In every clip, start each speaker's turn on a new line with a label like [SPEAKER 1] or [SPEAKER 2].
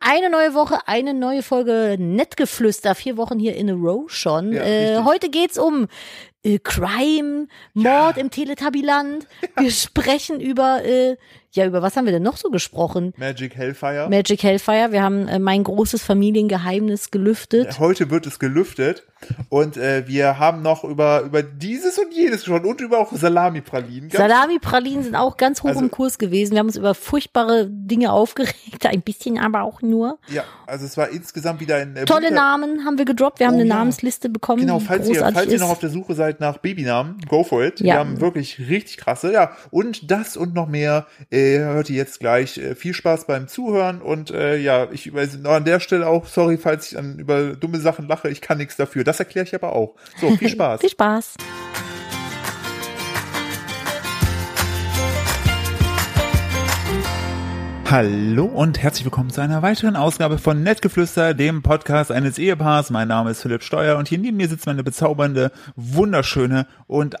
[SPEAKER 1] Eine neue Woche, eine neue Folge Nettgeflüster. Vier Wochen hier in a row schon.
[SPEAKER 2] Ja,
[SPEAKER 1] äh,
[SPEAKER 2] richtig.
[SPEAKER 1] heute geht's um äh, Crime, Mord im Teletubbyland. Wir sprechen über, äh, ja, über was haben wir denn noch so gesprochen?
[SPEAKER 2] Magic Hellfire.
[SPEAKER 1] Magic Hellfire. Wir haben äh, mein großes Familiengeheimnis gelüftet.
[SPEAKER 2] Heute wird es gelüftet und äh, wir haben noch über, über dieses und jenes schon und über auch Salami-Pralinen. Ganz-
[SPEAKER 1] Salami-Pralinen sind auch ganz hoch
[SPEAKER 2] Also-
[SPEAKER 1] im Kurs gewesen. Wir haben uns über furchtbare Dinge aufgeregt, ein bisschen aber auch nur.
[SPEAKER 2] Ja, also es war insgesamt wieder ein äh,
[SPEAKER 1] Tolle
[SPEAKER 2] bunter-
[SPEAKER 1] Namen haben wir gedroppt. Wir haben
[SPEAKER 2] Oh
[SPEAKER 1] eine
[SPEAKER 2] ja.
[SPEAKER 1] Namensliste bekommen,
[SPEAKER 2] Genau,
[SPEAKER 1] die
[SPEAKER 2] falls ihr,
[SPEAKER 1] großartig
[SPEAKER 2] falls ihr
[SPEAKER 1] ist.
[SPEAKER 2] noch auf der Suche seid nach Babynamen, go for it.
[SPEAKER 1] Ja.
[SPEAKER 2] Wir haben wirklich richtig krasse. Ja, und das und noch mehr äh, hört ihr jetzt gleich. Äh, viel Spaß beim Zuhören und äh, ja, ich weiß noch an der Stelle auch, sorry, falls ich an, über dumme Sachen lache, ich kann nichts dafür. Das erkläre ich aber auch. So, viel Spaß.
[SPEAKER 1] Viel Spaß.
[SPEAKER 2] Hallo und herzlich willkommen zu einer weiteren Ausgabe von Nettgeflüster, dem Podcast eines Ehepaars. Mein Name ist Philipp Steuer und hier neben mir sitzt meine bezaubernde, wunderschöne und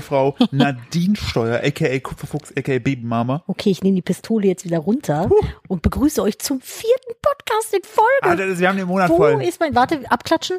[SPEAKER 2] Frau Nadine Steuer, aka Kupferfuchs, aka Babymama.
[SPEAKER 1] Okay, ich nehme die Pistole jetzt wieder runter und begrüße euch zum vierten Podcast in Folge.
[SPEAKER 2] Alter, das- wir haben den Monat
[SPEAKER 1] Wo
[SPEAKER 2] voll.
[SPEAKER 1] ist mein. Warte, abklatschen.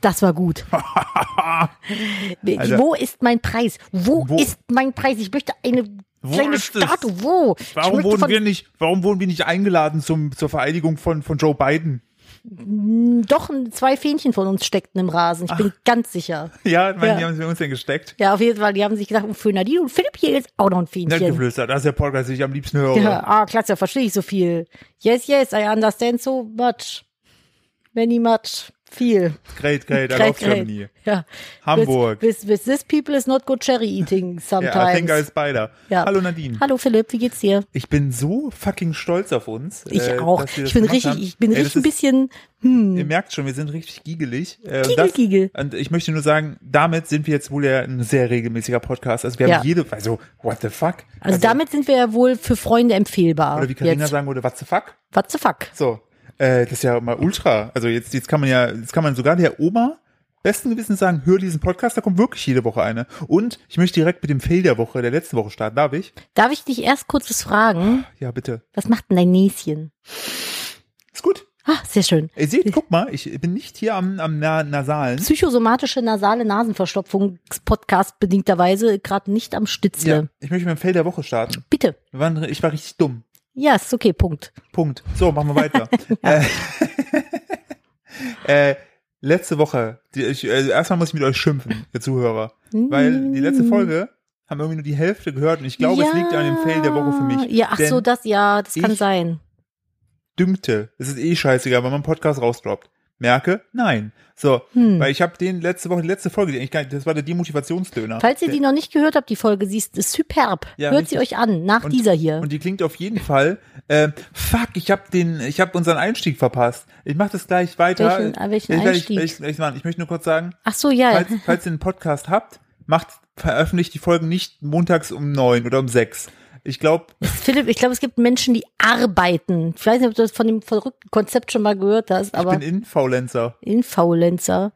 [SPEAKER 1] Das war gut.
[SPEAKER 2] Alter.
[SPEAKER 1] Wo ist mein Preis? Wo,
[SPEAKER 2] Also Wo-
[SPEAKER 1] ist mein Preis? Ich möchte eine
[SPEAKER 2] Wo
[SPEAKER 1] kleine
[SPEAKER 2] ist es?
[SPEAKER 1] Statue. Wo? Ich
[SPEAKER 2] Warum
[SPEAKER 1] möchte
[SPEAKER 2] wurden
[SPEAKER 1] von-
[SPEAKER 2] wir nicht, warum wurden wir nicht eingeladen zum, zur Vereidigung von, von Joe Biden?
[SPEAKER 1] Doch, ein- zwei Fähnchen von uns steckten im Rasen. Ich bin ganz sicher.
[SPEAKER 2] Ja, ich meine,
[SPEAKER 1] Ja.
[SPEAKER 2] die haben sie uns denn gesteckt.
[SPEAKER 1] Ja, auf jeden Fall. Die haben sich gedacht, oh, für Nadine und Philipp hier ist auch noch ein Fähnchen.
[SPEAKER 2] Nettgeflüster, das ist der Podcast, den ich am liebsten höre.
[SPEAKER 1] Ja, ah, klasse, verstehe ich so viel. Yes, yes, I understand so much. Many much. Viel.
[SPEAKER 2] Great, great, I
[SPEAKER 1] Great,
[SPEAKER 2] love
[SPEAKER 1] great.
[SPEAKER 2] Germany.
[SPEAKER 1] Ja.
[SPEAKER 2] Hamburg.
[SPEAKER 1] With, with, with this people is not good cherry eating sometimes.
[SPEAKER 2] Ja, I think I spider.
[SPEAKER 1] Ja.
[SPEAKER 2] Hallo Nadine.
[SPEAKER 1] Hallo Philipp, wie geht's dir?
[SPEAKER 2] Ich bin so fucking stolz auf uns.
[SPEAKER 1] Ich
[SPEAKER 2] äh,
[SPEAKER 1] auch.
[SPEAKER 2] dass wir
[SPEAKER 1] Ich
[SPEAKER 2] das
[SPEAKER 1] bin
[SPEAKER 2] gemacht
[SPEAKER 1] richtig,
[SPEAKER 2] haben.
[SPEAKER 1] ich bin
[SPEAKER 2] Ey, das
[SPEAKER 1] richtig ein
[SPEAKER 2] ist-
[SPEAKER 1] bisschen,
[SPEAKER 2] Ihr merkt schon, wir sind richtig giegelig. Äh,
[SPEAKER 1] Giegel,
[SPEAKER 2] das-
[SPEAKER 1] giegel.
[SPEAKER 2] Und ich möchte nur sagen, damit sind wir jetzt wohl ja ein sehr regelmäßiger Podcast. Also wir
[SPEAKER 1] Ja.
[SPEAKER 2] haben jede, also what the fuck?
[SPEAKER 1] also, damit sind wir ja wohl für Freunde empfehlbar.
[SPEAKER 2] oder wie Karina
[SPEAKER 1] jetzt.
[SPEAKER 2] sagen würde, what the fuck?
[SPEAKER 1] What the fuck?
[SPEAKER 2] So, äh, das ist ja mal ultra. Also jetzt, jetzt kann man ja, jetzt kann man sogar der Oma besten Gewissens sagen, hör diesen Podcast, da kommt wirklich jede Woche eine. Und ich möchte direkt mit dem Fail der Woche, der letzten Woche starten. Darf ich?
[SPEAKER 1] Darf ich dich erst kurz was fragen?
[SPEAKER 2] Ja, bitte.
[SPEAKER 1] Was macht denn dein Näschen?
[SPEAKER 2] Ist gut.
[SPEAKER 1] Ah, sehr schön.
[SPEAKER 2] Ihr seht, guck mal, ich bin nicht hier am, am Na Nasalen.
[SPEAKER 1] Psychosomatische nasale Nasenverstopfung, Podcast bedingterweise, gerade nicht am Stitzle.
[SPEAKER 2] Ja, ich möchte mit dem Fail der Woche starten.
[SPEAKER 1] Bitte.
[SPEAKER 2] Wir waren- Ich war richtig dumm.
[SPEAKER 1] Ja, ist okay, Punkt.
[SPEAKER 2] Punkt. So, machen wir weiter. äh, äh, letzte Woche, die, ich, also erstmal muss ich mit euch schimpfen, ihr Zuhörer. Weil die
[SPEAKER 1] Mm.
[SPEAKER 2] letzte Folge haben irgendwie nur die Hälfte gehört und ich glaube, es liegt an dem Fail der Woche für mich.
[SPEAKER 1] Ja, ach
[SPEAKER 2] Denn
[SPEAKER 1] so, das, ja, das kann
[SPEAKER 2] ich-
[SPEAKER 1] sein.
[SPEAKER 2] dünkte, es ist eh scheißegal, wenn man einen Podcast rausdroppt. Merke, nein. So,
[SPEAKER 1] Hm.
[SPEAKER 2] weil ich habe den letzte Woche, die letzte Folge, die eigentlich gar nicht, das war der Demotivationsdöner.
[SPEAKER 1] Falls ihr die noch nicht gehört habt, die Folge, sie ist ist superb.
[SPEAKER 2] Ja,
[SPEAKER 1] Hört sie
[SPEAKER 2] richtig.
[SPEAKER 1] euch an, nach
[SPEAKER 2] Und-
[SPEAKER 1] dieser hier.
[SPEAKER 2] Und die klingt auf jeden Fall. Äh, fuck, ich habe den, ich habe unseren Einstieg verpasst. Ich mache das gleich weiter.
[SPEAKER 1] Welchen- äh, welchen
[SPEAKER 2] ich, werd-
[SPEAKER 1] Einstieg?
[SPEAKER 2] Ich, ich, ich, Mann, ich möchte nur kurz sagen,
[SPEAKER 1] ach so, ja.
[SPEAKER 2] falls, falls ihr einen Podcast habt, macht veröffentlicht die Folgen nicht montags um neun oder um sechs. Ich glaube,
[SPEAKER 1] Philipp, ich glaube, es gibt Menschen, die arbeiten. Ich weiß nicht, ob du das von dem verrückten Konzept schon mal gehört hast,
[SPEAKER 2] ich
[SPEAKER 1] aber
[SPEAKER 2] bin Influencer.
[SPEAKER 1] Infaulenzer.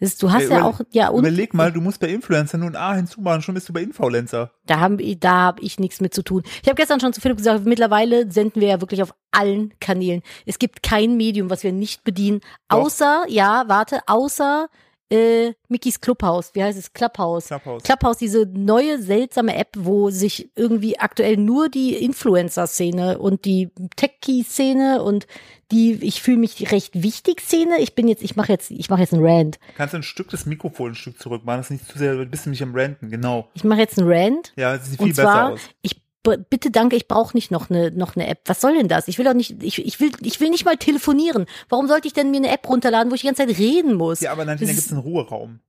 [SPEAKER 1] Das ist- Du hast
[SPEAKER 2] Ey,
[SPEAKER 1] ja
[SPEAKER 2] überle-
[SPEAKER 1] auch, ja, und
[SPEAKER 2] Überleg mal, du musst bei Influencer nur ein A hinzumachen, schon bist du bei Influencer.
[SPEAKER 1] da habe da hab ich nichts mit zu tun. Ich habe gestern schon zu Philipp gesagt, mittlerweile senden wir ja wirklich auf allen Kanälen. Es gibt kein Medium, was wir nicht bedienen,
[SPEAKER 2] Doch.
[SPEAKER 1] außer, ja, warte, außer äh, Mickys Clubhaus. Wie heißt es? Clubhaus.
[SPEAKER 2] Clubhouse.
[SPEAKER 1] Clubhouse, diese neue seltsame App, wo sich irgendwie aktuell nur die Influencer-Szene und die Techie-Szene und die ich fühle mich recht wichtig Szene. Ich bin jetzt, ich mache jetzt, ich mache jetzt einen Rant.
[SPEAKER 2] Kannst du ein Stück des Mikrofon ein Stück zurückmachen, das ist nicht zu sehr, du bist nämlich am Renten, genau.
[SPEAKER 1] Ich mache jetzt einen Rant.
[SPEAKER 2] Ja, das sieht viel
[SPEAKER 1] Und zwar,
[SPEAKER 2] besser aus.
[SPEAKER 1] ich b- bitte danke, ich brauche nicht noch eine noch eine App. Was soll denn das? Ich will doch nicht, ich, ich will, ich will nicht mal telefonieren. Warum sollte ich denn mir eine App runterladen, wo ich die ganze Zeit reden muss?
[SPEAKER 2] Ja, aber dann
[SPEAKER 1] das
[SPEAKER 2] gibt
[SPEAKER 1] ist-
[SPEAKER 2] es einen Ruheraum.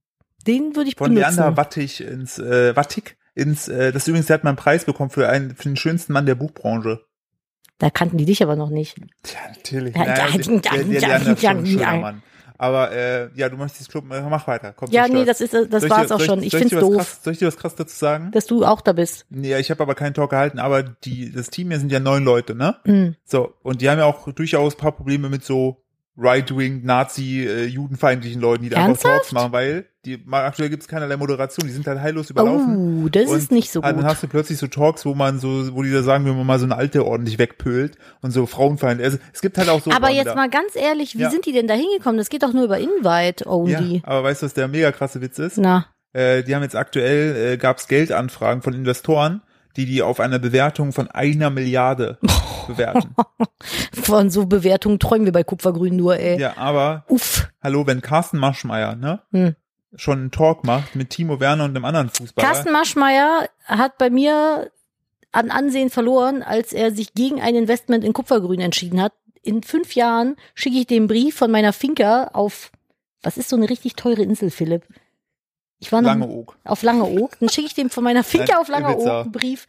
[SPEAKER 1] Den würde ich
[SPEAKER 2] Von Leander
[SPEAKER 1] benutzen.
[SPEAKER 2] Wattig ins äh, Wattig ins äh, das übrigens der hat mal einen Preis bekommen für einen für den schönsten Mann der Buchbranche.
[SPEAKER 1] Da kannten die dich aber noch nicht.
[SPEAKER 2] Tja, natürlich.
[SPEAKER 1] Ja,
[SPEAKER 2] Naja,
[SPEAKER 1] ja,
[SPEAKER 2] der,
[SPEAKER 1] ja,
[SPEAKER 2] der, der
[SPEAKER 1] ja,
[SPEAKER 2] Leander ist
[SPEAKER 1] ja,
[SPEAKER 2] schon ein schöner
[SPEAKER 1] ja.
[SPEAKER 2] Mann. Aber äh, ja, du möchtest Club, äh, mach weiter. Komm,
[SPEAKER 1] Ja,
[SPEAKER 2] bin
[SPEAKER 1] nee,
[SPEAKER 2] stolz.
[SPEAKER 1] das ist äh, das
[SPEAKER 2] Soll ich
[SPEAKER 1] war's
[SPEAKER 2] dir-
[SPEAKER 1] auch
[SPEAKER 2] soll ich-
[SPEAKER 1] schon. Ich
[SPEAKER 2] soll
[SPEAKER 1] find's
[SPEAKER 2] dir was
[SPEAKER 1] doof,
[SPEAKER 2] Krass, soll ich dir was krass dazu sagen?
[SPEAKER 1] dass du auch da bist.
[SPEAKER 2] Nee, ich habe aber keinen Talk gehalten, aber die das Team hier sind ja neun Leute, ne?
[SPEAKER 1] Mhm.
[SPEAKER 2] So, und die haben ja auch durchaus ein paar Probleme mit so right-wing, Nazi, äh, judenfeindlichen Leuten, die da einfach
[SPEAKER 1] Ernsthaft?
[SPEAKER 2] Shorts machen, weil die, mal aktuell gibt's keinerlei Moderation, die sind halt heillos überlaufen.
[SPEAKER 1] Oh, das ist
[SPEAKER 2] Und
[SPEAKER 1] nicht so
[SPEAKER 2] Dann
[SPEAKER 1] gut.
[SPEAKER 2] hast du plötzlich so Talks, wo man so, wo die da sagen, wenn man mal so eine alte ordentlich wegpölt und so Frauenfeind. Also, es gibt halt auch so.
[SPEAKER 1] Aber
[SPEAKER 2] Orte
[SPEAKER 1] jetzt
[SPEAKER 2] da.
[SPEAKER 1] mal ganz ehrlich, wie
[SPEAKER 2] Ja.
[SPEAKER 1] sind die denn da hingekommen? Das geht doch nur über Invite
[SPEAKER 2] Ja,
[SPEAKER 1] only.
[SPEAKER 2] aber weißt du, was der mega krasse Witz ist?
[SPEAKER 1] Na,
[SPEAKER 2] Äh, die haben jetzt aktuell, äh, gab's Geldanfragen von Investoren, die die auf einer Bewertung von einer Milliarde bewerten.
[SPEAKER 1] von so Bewertungen träumen wir bei Kupfergrün nur, ey.
[SPEAKER 2] Ja, aber
[SPEAKER 1] Uff.
[SPEAKER 2] hallo, wenn Carsten Maschmeyer, ne?
[SPEAKER 1] Hm.
[SPEAKER 2] Schon einen Talk macht mit Timo Werner und einem anderen Fußballer.
[SPEAKER 1] Carsten Maschmeyer hat bei mir an Ansehen verloren, als er sich gegen ein Investment in Kupfergrün entschieden hat. In fünf Jahren schicke ich den Brief von meiner Finca auf, was ist so eine richtig teure Insel, Philipp? Ich war noch
[SPEAKER 2] Langeoog.
[SPEAKER 1] auf Langeoog. Dann schicke ich dem von meiner Finca
[SPEAKER 2] Nein,
[SPEAKER 1] auf Langeoog
[SPEAKER 2] Ibiza.
[SPEAKER 1] einen Brief.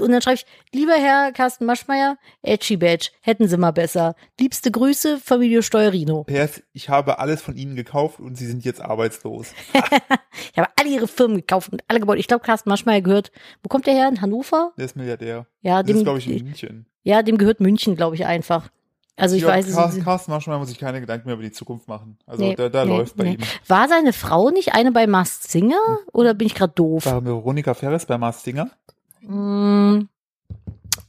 [SPEAKER 1] Und dann schreibe ich, lieber Herr Carsten Maschmeyer, Edgy Badge, hätten Sie mal besser. Liebste Grüße, Familie Steuerino.
[SPEAKER 2] PS, ich habe alles von ihnen gekauft und sie sind jetzt arbeitslos.
[SPEAKER 1] Ich habe alle ihre Firmen gekauft und alle Gebäude. Ich glaube, Carsten Maschmeyer gehört, wo kommt der her? In Hannover?
[SPEAKER 2] Der ist Milliardär.
[SPEAKER 1] Ja,
[SPEAKER 2] Das
[SPEAKER 1] dem,
[SPEAKER 2] ist, glaube ich, in München.
[SPEAKER 1] ja, dem gehört München, glaube ich, einfach. Also ich
[SPEAKER 2] Ja,
[SPEAKER 1] weiß
[SPEAKER 2] Car-
[SPEAKER 1] es
[SPEAKER 2] Carsten Maschmeyer muss sich keine Gedanken mehr über die Zukunft machen. Also
[SPEAKER 1] Nee,
[SPEAKER 2] da, da
[SPEAKER 1] nee,
[SPEAKER 2] läuft bei
[SPEAKER 1] nee.
[SPEAKER 2] ihm.
[SPEAKER 1] War seine Frau nicht eine bei Mars Singer? Oder bin ich gerade doof?
[SPEAKER 2] War Veronika Ferres bei Mars Singer?
[SPEAKER 1] Mm.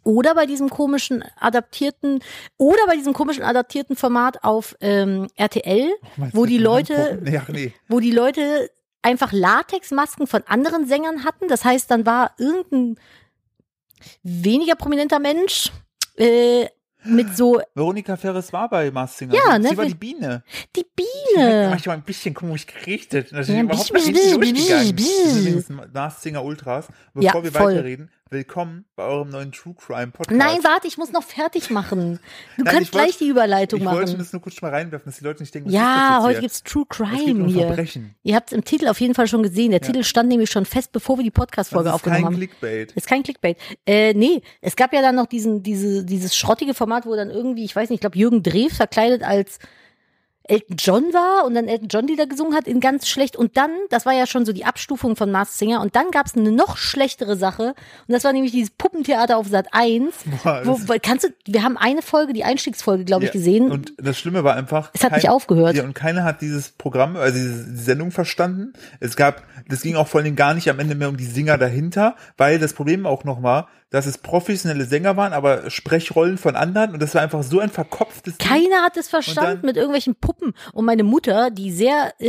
[SPEAKER 1] Oder bei diesem komischen adaptierten, oder bei diesem komischen adaptierten Format auf ähm, RTL,
[SPEAKER 2] Meinst
[SPEAKER 1] Wo
[SPEAKER 2] du,
[SPEAKER 1] die Leute-
[SPEAKER 2] Nee, ach nee.
[SPEAKER 1] wo die Leute einfach Latexmasken von anderen Sängern hatten. Das heißt, dann war irgendein weniger prominenter Mensch äh, mit so
[SPEAKER 2] Veronika Ferres war bei Mars Singer.
[SPEAKER 1] Ja,
[SPEAKER 2] sie,
[SPEAKER 1] ne,
[SPEAKER 2] sie war
[SPEAKER 1] wir-
[SPEAKER 2] die Biene.
[SPEAKER 1] die
[SPEAKER 2] Die hat
[SPEAKER 1] Biene.
[SPEAKER 2] manchmal ein bisschen komisch gerichtet. Das ist
[SPEAKER 1] Ja,
[SPEAKER 2] überhaupt
[SPEAKER 1] bisch,
[SPEAKER 2] nicht
[SPEAKER 1] bisch,
[SPEAKER 2] richtig
[SPEAKER 1] bisch,
[SPEAKER 2] durchgegangen.
[SPEAKER 1] bisch.
[SPEAKER 2] Das ist übrigens Mars Singer Ultras. Bevor
[SPEAKER 1] Ja,
[SPEAKER 2] wir
[SPEAKER 1] voll.
[SPEAKER 2] weiterreden, willkommen bei eurem neuen True Crime Podcast.
[SPEAKER 1] Nein, warte, ich muss noch fertig machen. Du
[SPEAKER 2] Nein,
[SPEAKER 1] kannst
[SPEAKER 2] ich wollt-
[SPEAKER 1] gleich die Überleitung
[SPEAKER 2] ich wollte
[SPEAKER 1] machen.
[SPEAKER 2] das nur kurz mal reinwerfen, dass die Leute nicht denken, was ist das
[SPEAKER 1] Ja,
[SPEAKER 2] jetzt
[SPEAKER 1] heute
[SPEAKER 2] hier?
[SPEAKER 1] gibt's True
[SPEAKER 2] es geht
[SPEAKER 1] Crime
[SPEAKER 2] um
[SPEAKER 1] hier.
[SPEAKER 2] Verbrechen.
[SPEAKER 1] Ihr habt's im Titel auf jeden Fall schon gesehen. Der Titel stand nämlich schon fest, bevor wir die Podcast-Folge
[SPEAKER 2] das Also ist
[SPEAKER 1] aufgenommen
[SPEAKER 2] kein
[SPEAKER 1] haben.
[SPEAKER 2] Clickbait.
[SPEAKER 1] Ist kein Clickbait. Äh, nee, es gab ja dann noch diesen, diese, dieses schrottige Format, wo dann irgendwie, ich weiß nicht, ich glaube, Jürgen Drew verkleidet als Elton John war und dann Elton John Lieder gesungen hat, in ganz schlecht. Und dann, das war ja schon so die Abstufung von Mars Singer, und dann gab es eine noch schlechtere Sache. Und das war nämlich dieses Puppentheater auf Sat 1.
[SPEAKER 2] Boah,
[SPEAKER 1] Wo,
[SPEAKER 2] das-
[SPEAKER 1] wo- kannst du, wir haben eine Folge, die Einstiegsfolge, glaube ich,
[SPEAKER 2] Ja,
[SPEAKER 1] gesehen.
[SPEAKER 2] Und das Schlimme war einfach.
[SPEAKER 1] Es hat nicht aufgehört.
[SPEAKER 2] Ja, und keiner hat dieses Programm, also diese die Sendung verstanden. Es gab, das ging auch vor allem gar nicht am Ende mehr um die Singer dahinter, weil das Problem auch noch war, dass es professionelle Sänger waren, aber Sprechrollen von anderen und das war einfach so ein verkopftes. Ding.
[SPEAKER 1] Keiner hat es verstanden
[SPEAKER 2] dann-
[SPEAKER 1] mit irgendwelchen Puppen. Und meine Mutter, die sehr äh,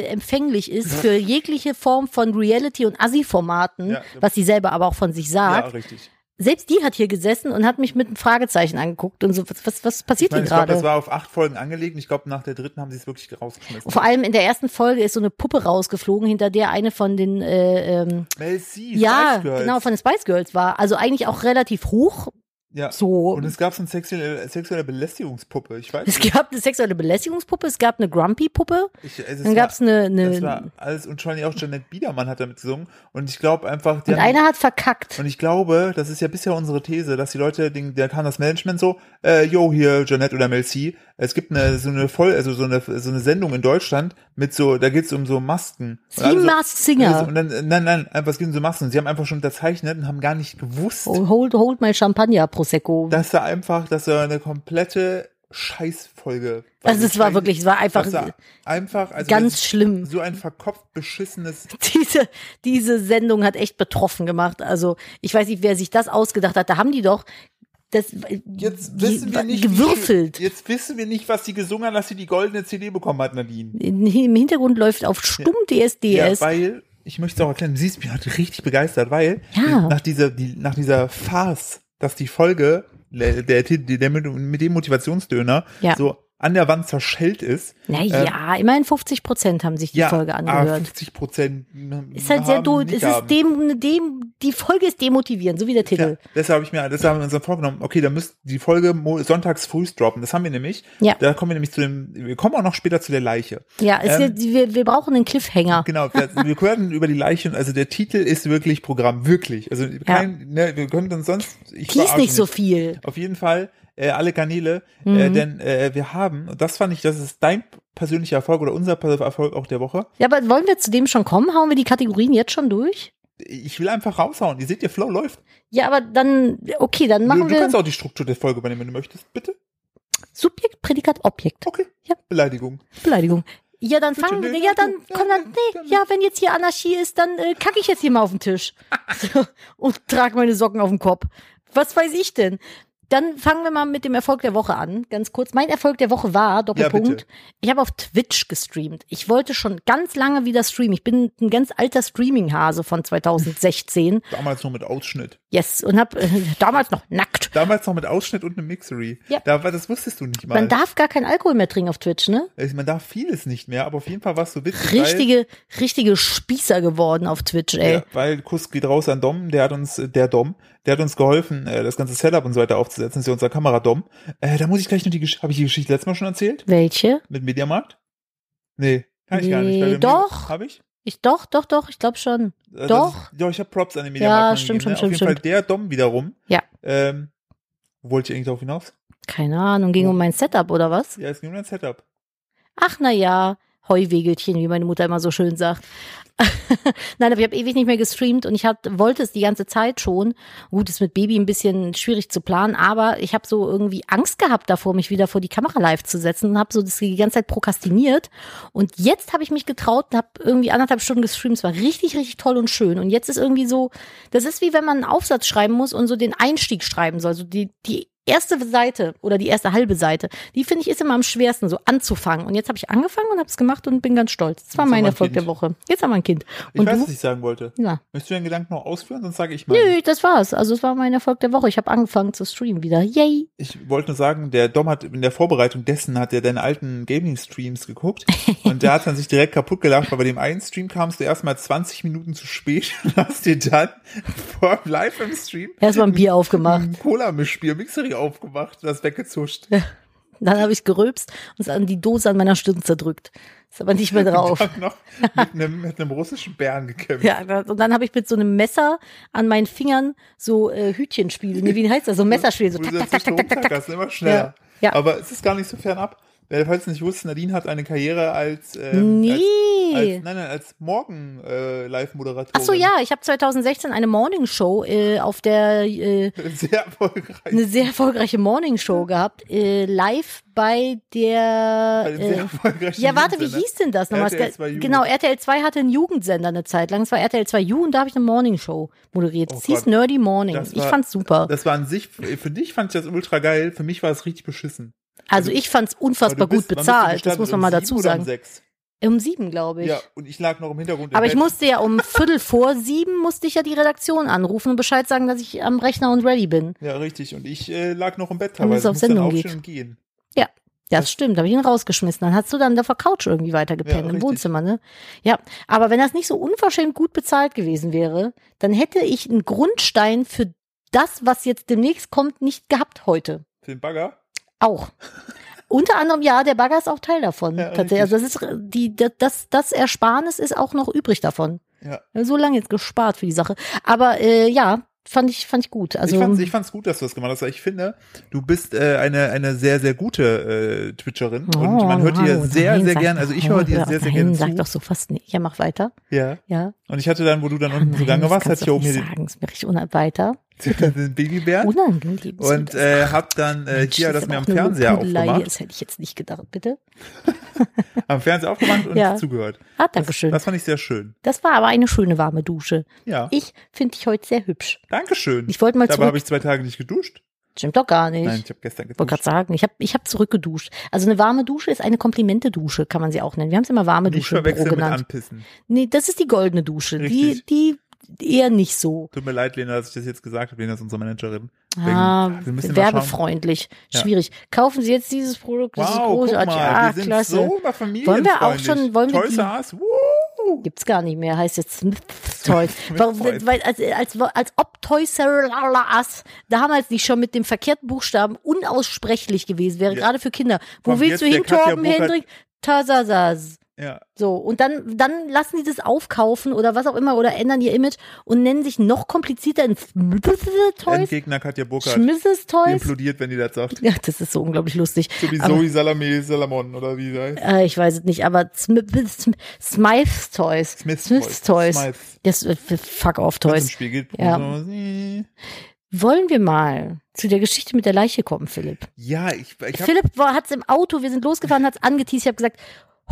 [SPEAKER 1] äh, empfänglich ist für jegliche Form von Reality- und Assi-Formaten,
[SPEAKER 2] Ja.
[SPEAKER 1] was sie selber aber auch von sich
[SPEAKER 2] Ja,
[SPEAKER 1] sagt,
[SPEAKER 2] richtig.
[SPEAKER 1] selbst die hat hier gesessen und hat mich mit einem Fragezeichen angeguckt und so, was, was, was passiert
[SPEAKER 2] Ich, meine,
[SPEAKER 1] hier
[SPEAKER 2] ich glaube, das
[SPEAKER 1] gerade?
[SPEAKER 2] war auf acht Folgen angelegt. und Ich glaube, nach der dritten haben sie es wirklich rausgeschmissen.
[SPEAKER 1] Vor allem in der ersten Folge ist so eine Puppe rausgeflogen, hinter der eine von den äh, ähm,
[SPEAKER 2] Mel C,
[SPEAKER 1] ja,
[SPEAKER 2] Spice Girls.
[SPEAKER 1] genau, von den Spice Girls war. Also eigentlich auch relativ hoch.
[SPEAKER 2] ja.
[SPEAKER 1] So.
[SPEAKER 2] Und es gab so eine sexuelle, sexuelle Belästigungspuppe. Ich weiß
[SPEAKER 1] es
[SPEAKER 2] nicht.
[SPEAKER 1] gab eine sexuelle Belästigungspuppe, es gab eine Grumpy-Puppe,
[SPEAKER 2] Ich, also es
[SPEAKER 1] dann
[SPEAKER 2] war-
[SPEAKER 1] gab es eine,
[SPEAKER 2] Das
[SPEAKER 1] eine
[SPEAKER 2] war alles und schon auch Janet Biedermann hat damit gesungen und ich glaube einfach, die
[SPEAKER 1] und
[SPEAKER 2] haben,
[SPEAKER 1] einer hat verkackt.
[SPEAKER 2] und ich glaube, das ist ja bisher unsere These, dass die Leute, den, da kam das Management so, äh, yo hier Janet oder Mel C, es gibt eine so eine voll, also so eine so eine Sendung in Deutschland mit so, da geht's um so Masken. Und
[SPEAKER 1] Wie
[SPEAKER 2] alle so-
[SPEAKER 1] Masked Singer.
[SPEAKER 2] Und dann, nein, nein, einfach es geht um so Masken. Sie haben einfach schon unterzeichnet und haben gar nicht gewusst,
[SPEAKER 1] Oh, Hold, hold my Champagner Prosecco.
[SPEAKER 2] dass da einfach, dass da eine komplette Scheißfolge. war.
[SPEAKER 1] also es war wirklich, es war einfach
[SPEAKER 2] Dass da einfach also
[SPEAKER 1] ganz schlimm.
[SPEAKER 2] so ein verkopft beschissenes
[SPEAKER 1] Diese, diese Sendung hat echt betroffen gemacht. Also ich weiß nicht, wer sich das ausgedacht hat. Da haben die doch das
[SPEAKER 2] Jetzt wissen
[SPEAKER 1] die-
[SPEAKER 2] wir nicht,
[SPEAKER 1] gewürfelt.
[SPEAKER 2] Wie, jetzt wissen wir nicht, was sie gesungen hat, dass sie die goldene CD bekommen hat, Nadine.
[SPEAKER 1] Im Hintergrund läuft auf stumm DSDS.
[SPEAKER 2] Ja, weil ich möchte es auch erklären. Du siehst, mich hat richtig begeistert, weil
[SPEAKER 1] Ja.
[SPEAKER 2] nach dieser die, nach dieser Farce, dass die Folge der, der, Titel- der mit, mit dem Motivationsdöner
[SPEAKER 1] Ja.
[SPEAKER 2] so an der Wand zerschellt ist.
[SPEAKER 1] naja, immerhin 50 Prozent haben sich die
[SPEAKER 2] äh, Ja,
[SPEAKER 1] Folge
[SPEAKER 2] ah,
[SPEAKER 1] angehört.
[SPEAKER 2] 50 Prozent.
[SPEAKER 1] Ist halt sehr doof. Es ist dem, dem, die Folge ist demotivierend, so wie der
[SPEAKER 2] Ja,
[SPEAKER 1] Titel.
[SPEAKER 2] deshalb habe ich mir, deshalb haben wir uns dann vorgenommen, okay, da müsst die Folge mo- sonntags früh droppen. Das haben wir nämlich.
[SPEAKER 1] Ja.
[SPEAKER 2] Da kommen wir nämlich zu dem, wir kommen auch noch später zu der Leiche.
[SPEAKER 1] Ja, es,
[SPEAKER 2] Ähm,
[SPEAKER 1] wir, wir brauchen einen Cliffhanger.
[SPEAKER 2] Genau, wir, wir hören über die Leiche und also der Titel ist wirklich Programm, wirklich. Also kein, ne, wir können uns sonst. Ich
[SPEAKER 1] Kies
[SPEAKER 2] verarsche
[SPEAKER 1] nicht so Mhm. viel.
[SPEAKER 2] Auf jeden Fall äh, alle Kanäle, äh, denn äh, wir haben und das fand ich, das ist dein persönlicher Erfolg oder unser persönlicher Erfolg auch der Woche.
[SPEAKER 1] Ja, aber wollen wir zu dem schon kommen? Hauen wir die Kategorien jetzt schon durch?
[SPEAKER 2] Ich will einfach raushauen. Ihr seht, der Flow läuft.
[SPEAKER 1] Ja, aber dann, okay, dann
[SPEAKER 2] Du,
[SPEAKER 1] machen
[SPEAKER 2] du kannst
[SPEAKER 1] wir
[SPEAKER 2] auch die Struktur der Folge übernehmen, wenn du möchtest, bitte.
[SPEAKER 1] Subjekt, Prädikat Objekt.
[SPEAKER 2] Okay.
[SPEAKER 1] Ja.
[SPEAKER 2] Beleidigung.
[SPEAKER 1] Beleidigung. Ja, dann fangen
[SPEAKER 2] Nee,
[SPEAKER 1] wir, ja, dann,
[SPEAKER 2] nee,
[SPEAKER 1] komm, dann,
[SPEAKER 2] nee,
[SPEAKER 1] nee, ja, wenn jetzt hier Anarchie ist, dann äh, kacke ich jetzt hier mal auf den Tisch. So, und trage meine Socken auf den Kopf. Was weiß ich denn? Dann fangen wir mal mit dem Erfolg der Woche an, ganz kurz. Mein Erfolg der Woche war, Doppelpunkt,
[SPEAKER 2] bitte.
[SPEAKER 1] ich habe auf Twitch gestreamt. Ich wollte schon ganz lange wieder streamen. Ich bin ein ganz alter Streaming-Hase von 2016.
[SPEAKER 2] Damals noch mit Ausschnitt.
[SPEAKER 1] Yes, und habe äh, damals noch nackt.
[SPEAKER 2] Damals noch mit Ausschnitt und einem Mixery.
[SPEAKER 1] Ja.
[SPEAKER 2] Da, war- das wusstest du nicht mal.
[SPEAKER 1] Man darf gar keinen Alkohol mehr trinken auf Twitch, ne?
[SPEAKER 2] Äh, Man darf vieles nicht mehr, aber auf jeden Fall warst du witzig.
[SPEAKER 1] Richtige, richtige Spießer geworden auf Twitch,
[SPEAKER 2] Weil,
[SPEAKER 1] ey.
[SPEAKER 2] ja, weil Kuss geht raus an Dom, der hat uns, äh, der Dom, der hat uns geholfen, äh, das ganze Setup und so weiter aufzusetzen, ist ja unser Kameradom. Äh, da muss ich gleich noch die Geschichte, habe ich die Geschichte letztes Mal schon erzählt?
[SPEAKER 1] Welche?
[SPEAKER 2] Mit Mediamarkt? Nee, kann ich gar
[SPEAKER 1] Nee,
[SPEAKER 2] nicht. weil wir-
[SPEAKER 1] doch.
[SPEAKER 2] Habe ich?
[SPEAKER 1] Ich doch, doch, doch, ich glaube schon.
[SPEAKER 2] Äh,
[SPEAKER 1] Doch.
[SPEAKER 2] das Ist, ja, ich habe Props an den
[SPEAKER 1] Ja,
[SPEAKER 2] Mediamarkt. angegeben,
[SPEAKER 1] stimmt, stimmt,
[SPEAKER 2] ne? Auf jeden
[SPEAKER 1] stimmt,
[SPEAKER 2] Fall der Dom wiederum.
[SPEAKER 1] Ja.
[SPEAKER 2] Ähm, wollte ich eigentlich darauf hinaus?
[SPEAKER 1] Keine Ahnung, ging um mein Setup oder was?
[SPEAKER 2] Ja, es ging um ein Setup.
[SPEAKER 1] Ach na ja, Heuwegelchen, wie meine Mutter immer so schön sagt. Nein, aber ich habe ewig nicht mehr gestreamt und ich hab, wollte es die ganze Zeit schon. Gut, ist mit Baby ein bisschen schwierig zu planen, aber ich habe so irgendwie Angst gehabt davor, mich wieder vor die Kamera live zu setzen und habe so das die ganze Zeit prokrastiniert. Und jetzt habe ich mich getraut und habe irgendwie anderthalb Stunden gestreamt. Es war richtig, richtig toll und schön. Und jetzt ist irgendwie so, das ist wie wenn man einen Aufsatz schreiben muss und so den Einstieg schreiben soll. So die, die erste Seite oder die erste halbe Seite, die finde ich ist immer am schwersten, so anzufangen. Und jetzt habe ich angefangen und habe es gemacht und bin ganz stolz. Das war
[SPEAKER 2] Jetzt haben
[SPEAKER 1] mein
[SPEAKER 2] wir ein
[SPEAKER 1] Erfolg der
[SPEAKER 2] Kind.
[SPEAKER 1] Woche. Jetzt haben wir ein Kind.
[SPEAKER 2] Ich
[SPEAKER 1] Und
[SPEAKER 2] weiß,
[SPEAKER 1] du?
[SPEAKER 2] was ich sagen wollte.
[SPEAKER 1] Ja.
[SPEAKER 2] Möchtest du deinen Gedanken noch ausführen, sonst sage ich mal.
[SPEAKER 1] Nö, das war's. Also es war mein Erfolg der Woche. Ich habe angefangen zu streamen wieder. Yay.
[SPEAKER 2] Ich wollte nur sagen, der Dom hat in der Vorbereitung dessen hat er deine alten Gaming-Streams geguckt und der hat dann sich direkt kaputt gelacht, weil bei dem einen Stream kamst du erstmal 20 Minuten zu spät und hast dir dann vor live im Stream
[SPEAKER 1] Erstmal ein Bier aufgemacht.
[SPEAKER 2] ein Cola-Mischbier, Mixery aufgemacht, das weggezuscht.
[SPEAKER 1] Dann habe ich gerülpst und an die Dose an meiner Stirn zerdrückt. Ist aber nicht mehr drauf.
[SPEAKER 2] Und dann noch mit einem, mit einem russischen Bären gekämpft.
[SPEAKER 1] Ja, und dann habe ich mit so einem Messer an meinen Fingern so äh, Hütchenspiele. Nee, wie heißt das? So Messerspiele. So
[SPEAKER 2] Wo
[SPEAKER 1] tak,
[SPEAKER 2] du
[SPEAKER 1] tak, tak, tak, tak, tak, tak.
[SPEAKER 2] hast, immer schneller.
[SPEAKER 1] Ja, ja.
[SPEAKER 2] Aber es ist gar nicht so fern ab. Wer falls nicht wusste, Nadine hat eine Karriere als, ähm, als, als
[SPEAKER 1] Nee.
[SPEAKER 2] nein, nein, als Morgen äh, Live-Moderatorin.
[SPEAKER 1] Ach so, ja, ich habe 2016 eine Morningshow äh, auf der äh,
[SPEAKER 2] Sehr erfolgreich.
[SPEAKER 1] eine sehr erfolgreiche Morningshow gehabt, äh, live bei der
[SPEAKER 2] Bei dem sehr
[SPEAKER 1] äh,
[SPEAKER 2] erfolgreichen
[SPEAKER 1] Ja, warte, wie
[SPEAKER 2] Jugendsender.
[SPEAKER 1] hieß denn das nochmal?
[SPEAKER 2] RTL 2 Jugend.
[SPEAKER 1] genau, RTL 2 hatte einen Jugendsender eine Zeit lang. Es war RTL 2 Jugend, da habe ich eine Morningshow moderiert.
[SPEAKER 2] Oh
[SPEAKER 1] Es hieß
[SPEAKER 2] Gott.
[SPEAKER 1] Nerdy Morning.
[SPEAKER 2] Das
[SPEAKER 1] ich
[SPEAKER 2] war-
[SPEAKER 1] fand's super.
[SPEAKER 2] Das war an sich, für dich fand ich das ultra geil, für mich war es richtig beschissen.
[SPEAKER 1] also ich fand's
[SPEAKER 2] Aber du
[SPEAKER 1] unfassbar gut
[SPEAKER 2] bist- wann bist du
[SPEAKER 1] bezahlt, das
[SPEAKER 2] gestartet?
[SPEAKER 1] muss man
[SPEAKER 2] Um
[SPEAKER 1] mal
[SPEAKER 2] sieben
[SPEAKER 1] dazu
[SPEAKER 2] oder um
[SPEAKER 1] sagen.
[SPEAKER 2] sechs?
[SPEAKER 1] Um sieben, glaube ich.
[SPEAKER 2] Ja, und ich lag noch im Hintergrund. im
[SPEAKER 1] Aber ich
[SPEAKER 2] Bett.
[SPEAKER 1] musste ja um Viertel vor sieben musste ich ja die Redaktion anrufen und Bescheid sagen, dass ich am Rechner und ready bin.
[SPEAKER 2] Ja, richtig. Und ich äh, lag noch im Bett
[SPEAKER 1] Wenn es
[SPEAKER 2] teilweise.
[SPEAKER 1] auf
[SPEAKER 2] musste
[SPEAKER 1] Sendung
[SPEAKER 2] dann
[SPEAKER 1] geht.
[SPEAKER 2] aufstehen und gehen.
[SPEAKER 1] Ja, das stimmt. Da habe ich ihn rausgeschmissen. Dann hast du dann da vor Couch irgendwie
[SPEAKER 2] Ja,
[SPEAKER 1] weitergepennt im
[SPEAKER 2] richtig.
[SPEAKER 1] Wohnzimmer, ne? Ja, aber wenn das nicht so unverschämt gut bezahlt gewesen wäre, dann hätte ich einen Grundstein für das, was jetzt demnächst kommt, nicht gehabt heute.
[SPEAKER 2] Für den Bagger.
[SPEAKER 1] Auch. Unter anderem, ja, der Bagger ist auch Teil davon.
[SPEAKER 2] Ja,
[SPEAKER 1] tatsächlich. Also das ist die, das, das Ersparnis ist auch noch übrig davon.
[SPEAKER 2] Ja.
[SPEAKER 1] So lange jetzt gespart für die Sache. Aber äh, ja, fand ich, fand ich gut. Also
[SPEAKER 2] ich fand's, ich fand's gut, dass du das gemacht hast. weil Ich finde, du bist äh, eine, eine sehr, sehr gute äh, Twitcherin. und man hört dir
[SPEAKER 1] Manu,
[SPEAKER 2] sehr,
[SPEAKER 1] nein,
[SPEAKER 2] sehr
[SPEAKER 1] Oh, sag
[SPEAKER 2] gern,
[SPEAKER 1] doch,
[SPEAKER 2] also ich höre dir
[SPEAKER 1] hör
[SPEAKER 2] sehr,
[SPEAKER 1] auf,
[SPEAKER 2] sehr
[SPEAKER 1] nein,
[SPEAKER 2] gerne
[SPEAKER 1] Sag
[SPEAKER 2] zu.
[SPEAKER 1] doch so fast nicht. Ja, mach weiter.
[SPEAKER 2] Ja.
[SPEAKER 1] Ja.
[SPEAKER 2] Und ich hatte dann, wo du dann unten
[SPEAKER 1] Nein,
[SPEAKER 2] gegangen
[SPEAKER 1] das
[SPEAKER 2] warst,
[SPEAKER 1] kannst
[SPEAKER 2] hatte ich
[SPEAKER 1] du
[SPEAKER 2] ja
[SPEAKER 1] doch
[SPEAKER 2] oben
[SPEAKER 1] nicht
[SPEAKER 2] hier
[SPEAKER 1] sagen. Ist mir richtig unab weiter.
[SPEAKER 2] den, den Babybären.
[SPEAKER 1] Unangenehm. ist mir
[SPEAKER 2] Und
[SPEAKER 1] das.
[SPEAKER 2] äh, hab dann äh,
[SPEAKER 1] Mensch,
[SPEAKER 2] hier
[SPEAKER 1] ist
[SPEAKER 2] das
[SPEAKER 1] aber
[SPEAKER 2] mir am
[SPEAKER 1] auch eine
[SPEAKER 2] Fernseher
[SPEAKER 1] Lobhudelei hier.
[SPEAKER 2] aufgemacht.
[SPEAKER 1] Das hätte ich jetzt nicht gedacht, bitte.
[SPEAKER 2] Am Fernseher aufgemacht und
[SPEAKER 1] Ja.
[SPEAKER 2] zugehört.
[SPEAKER 1] Ah, Dankeschön. Das,
[SPEAKER 2] Das fand ich sehr schön.
[SPEAKER 1] war aber eine schöne warme Dusche.
[SPEAKER 2] Ja. Hm.
[SPEAKER 1] Ich finde dich heute sehr hübsch.
[SPEAKER 2] Dankeschön.
[SPEAKER 1] Ich wollte mal
[SPEAKER 2] Dabei habe
[SPEAKER 1] zurück.
[SPEAKER 2] ich zwei Tage nicht geduscht.
[SPEAKER 1] Stimmt doch gar nicht.
[SPEAKER 2] Nein, ich habe gestern
[SPEAKER 1] wollte
[SPEAKER 2] geduscht.
[SPEAKER 1] gerade sagen, ich habe ich hab zurückgeduscht. Also eine warme Dusche ist eine Komplimente-Dusche, kann man sie auch nennen. Wir haben es immer warme
[SPEAKER 2] Nicht
[SPEAKER 1] Dusche im Büro
[SPEAKER 2] verwechseln mit
[SPEAKER 1] genannt.
[SPEAKER 2] Anpissen.
[SPEAKER 1] Nee, das ist die goldene Dusche. Die, die eher nicht so.
[SPEAKER 2] Tut mir leid, Lena, dass ich das jetzt gesagt habe. Lena ist unsere Managerin. Deswegen,
[SPEAKER 1] Ah,
[SPEAKER 2] wir müssen immer schauen.
[SPEAKER 1] werbefreundlich.
[SPEAKER 2] Ja.
[SPEAKER 1] Schwierig. Kaufen Sie jetzt dieses Produkt, das ist
[SPEAKER 2] Wow, guck mal,
[SPEAKER 1] großartig. ah,
[SPEAKER 2] wir sind
[SPEAKER 1] klasse.
[SPEAKER 2] so über
[SPEAKER 1] Wollen wir auch schon- wollen wir die-
[SPEAKER 2] Toys Woo!
[SPEAKER 1] Gibt's gar nicht mehr, heißt jetzt Smith Toys.
[SPEAKER 2] Smith
[SPEAKER 1] Warum,
[SPEAKER 2] Toys.
[SPEAKER 1] weil, als, als, als ob Toys R Us damals nicht schon mit dem verkehrten Buchstaben unaussprechlich gewesen wäre,
[SPEAKER 2] Ja.
[SPEAKER 1] gerade für Kinder. Wo
[SPEAKER 2] Komm,
[SPEAKER 1] willst
[SPEAKER 2] jetzt
[SPEAKER 1] du hin,
[SPEAKER 2] der Katja
[SPEAKER 1] Torben
[SPEAKER 2] Burkhardt-
[SPEAKER 1] Hendrik? Tasasas.
[SPEAKER 2] Ja,
[SPEAKER 1] So, und dann, dann lassen die das aufkaufen oder was auch immer oder ändern ihr Image und nennen sich noch komplizierter in Toys,
[SPEAKER 2] Endgegner Katja Burkhardt. Die
[SPEAKER 1] Schmisses Toys.
[SPEAKER 2] implodiert, wenn die das sagt.
[SPEAKER 1] Ja, das ist so unglaublich lustig.
[SPEAKER 2] So wie
[SPEAKER 1] Aber-
[SPEAKER 2] Zoe Salame Salamon oder wie sie heißt.
[SPEAKER 1] äh, ich weiß es nicht, aber Smith, Smith, Smith's Toys.
[SPEAKER 2] Smith's
[SPEAKER 1] Smith's
[SPEAKER 2] Toys.
[SPEAKER 1] Toys.
[SPEAKER 2] Smith's.
[SPEAKER 1] Das, äh, fuck off
[SPEAKER 2] Wenn's im
[SPEAKER 1] Toys.
[SPEAKER 2] Spiel geht.
[SPEAKER 1] Ja.
[SPEAKER 2] so, nee.
[SPEAKER 1] Wollen wir mal zu der Geschichte mit der Leiche kommen, Philipp?
[SPEAKER 2] Ja, ich, ich hab,
[SPEAKER 1] Philipp hat es im Auto, wir sind losgefahren, hat es angeteased. Ich habe gesagt,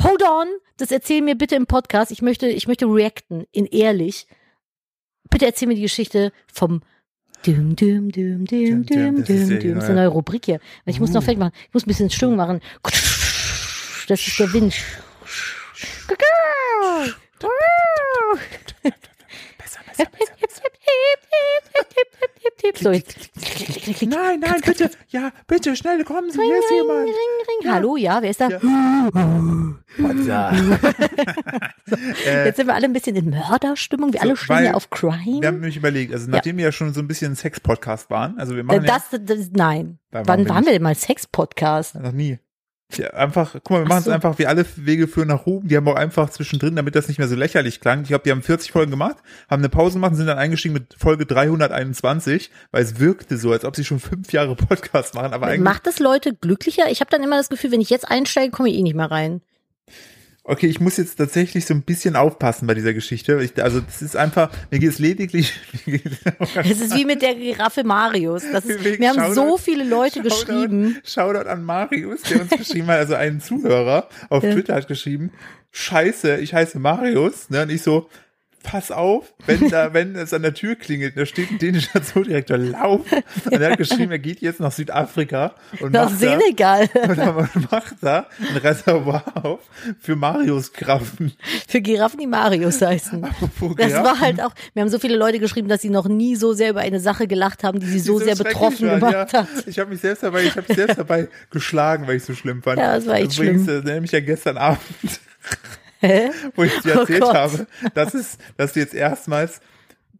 [SPEAKER 1] hold on, das erzähl mir bitte im Podcast. Ich möchte, ich möchte reacten, in ehrlich. Bitte erzähl mir die Geschichte vom Düm, düm, düm, düm,
[SPEAKER 2] Düm, düm,
[SPEAKER 1] düm,
[SPEAKER 2] das ist
[SPEAKER 1] düm, düm.
[SPEAKER 2] ja die
[SPEAKER 1] Das ist eine
[SPEAKER 2] neue- Uh.
[SPEAKER 1] neue Rubrik hier. Ich muss noch fertig machen. Ich muss ein bisschen Stimmung machen. Das ist der Wind.
[SPEAKER 2] besser, besser, besser.
[SPEAKER 1] So, jetzt.
[SPEAKER 2] Nein, nein, bitte. Ja, bitte, schnell, kommen Sie, hier ist jemand.
[SPEAKER 1] Ring. Hallo, ja, wer ist da? Jetzt sind wir alle ein bisschen in Mörderstimmung. Wir alle stehen
[SPEAKER 2] Äh, weil-
[SPEAKER 1] ja auf
[SPEAKER 2] Wir haben
[SPEAKER 1] Crime.
[SPEAKER 2] nämlich überlegt, also nachdem wir ja schon so ein bisschen Sex-Podcast waren, also wir machen ja
[SPEAKER 1] Äh, Das, das, nein.
[SPEAKER 2] Da waren
[SPEAKER 1] Wann
[SPEAKER 2] wir
[SPEAKER 1] waren wir denn mal Sex-Podcast?
[SPEAKER 2] noch nie. Ja, einfach, guck mal, wir machen es
[SPEAKER 1] so.
[SPEAKER 2] einfach, wie alle Wege führen nach oben. Die haben auch einfach zwischendrin, damit das nicht mehr so lächerlich klang. Ich glaube, die haben 40 Folgen gemacht, haben eine Pause gemacht und sind dann eingestiegen mit Folge 321, weil es wirkte so, als ob sie schon fünf Jahre Podcast machen, aber eigentlich.
[SPEAKER 1] Macht das Leute glücklicher? Ich habe dann immer das Gefühl, wenn ich jetzt einsteige, komme ich eh nicht mehr rein.
[SPEAKER 2] Okay, ich muss jetzt tatsächlich so ein bisschen aufpassen bei dieser Geschichte. Ich, also, das ist einfach, mir geht es lediglich, mir geht's-
[SPEAKER 1] Es ist wie mit der Giraffe Marius. Das ist,
[SPEAKER 2] Deswegen
[SPEAKER 1] mir haben so
[SPEAKER 2] Shoutout-
[SPEAKER 1] viele Leute geschrieben.
[SPEAKER 2] Shoutout an Marius, der uns geschrieben hat, also einen Zuhörer auf
[SPEAKER 1] Ja.
[SPEAKER 2] Twitter hat geschrieben, scheiße, ich heiße Marius, ne, und ich so, pass auf, wenn da, wenn es an der Tür klingelt, da steht ein dänischer Zoodirektor, lauf, und er hat geschrieben, er geht jetzt nach Südafrika und
[SPEAKER 1] Nach
[SPEAKER 2] macht da,
[SPEAKER 1] Senegal
[SPEAKER 2] und dann macht da ein Reservoir auf für Marius Grafen.
[SPEAKER 1] für Giraffen, die Marius heißen. Das war halt auch, mir haben so viele Leute geschrieben, dass sie noch nie so sehr über eine Sache gelacht haben, die sie so, sehr betroffen gemacht
[SPEAKER 2] ja.
[SPEAKER 1] hat.
[SPEAKER 2] Ich habe mich selbst dabei, ich habe mich selbst dabei geschlagen, weil ich so schlimm fand.
[SPEAKER 1] Ja, das war echt
[SPEAKER 2] Übrigens,
[SPEAKER 1] schlimm.
[SPEAKER 2] äh, nämlich ja gestern Abend.
[SPEAKER 1] Hä?
[SPEAKER 2] wo ich dir
[SPEAKER 1] Oh
[SPEAKER 2] erzählt
[SPEAKER 1] Gott.
[SPEAKER 2] habe, dass, es, dass die jetzt erstmals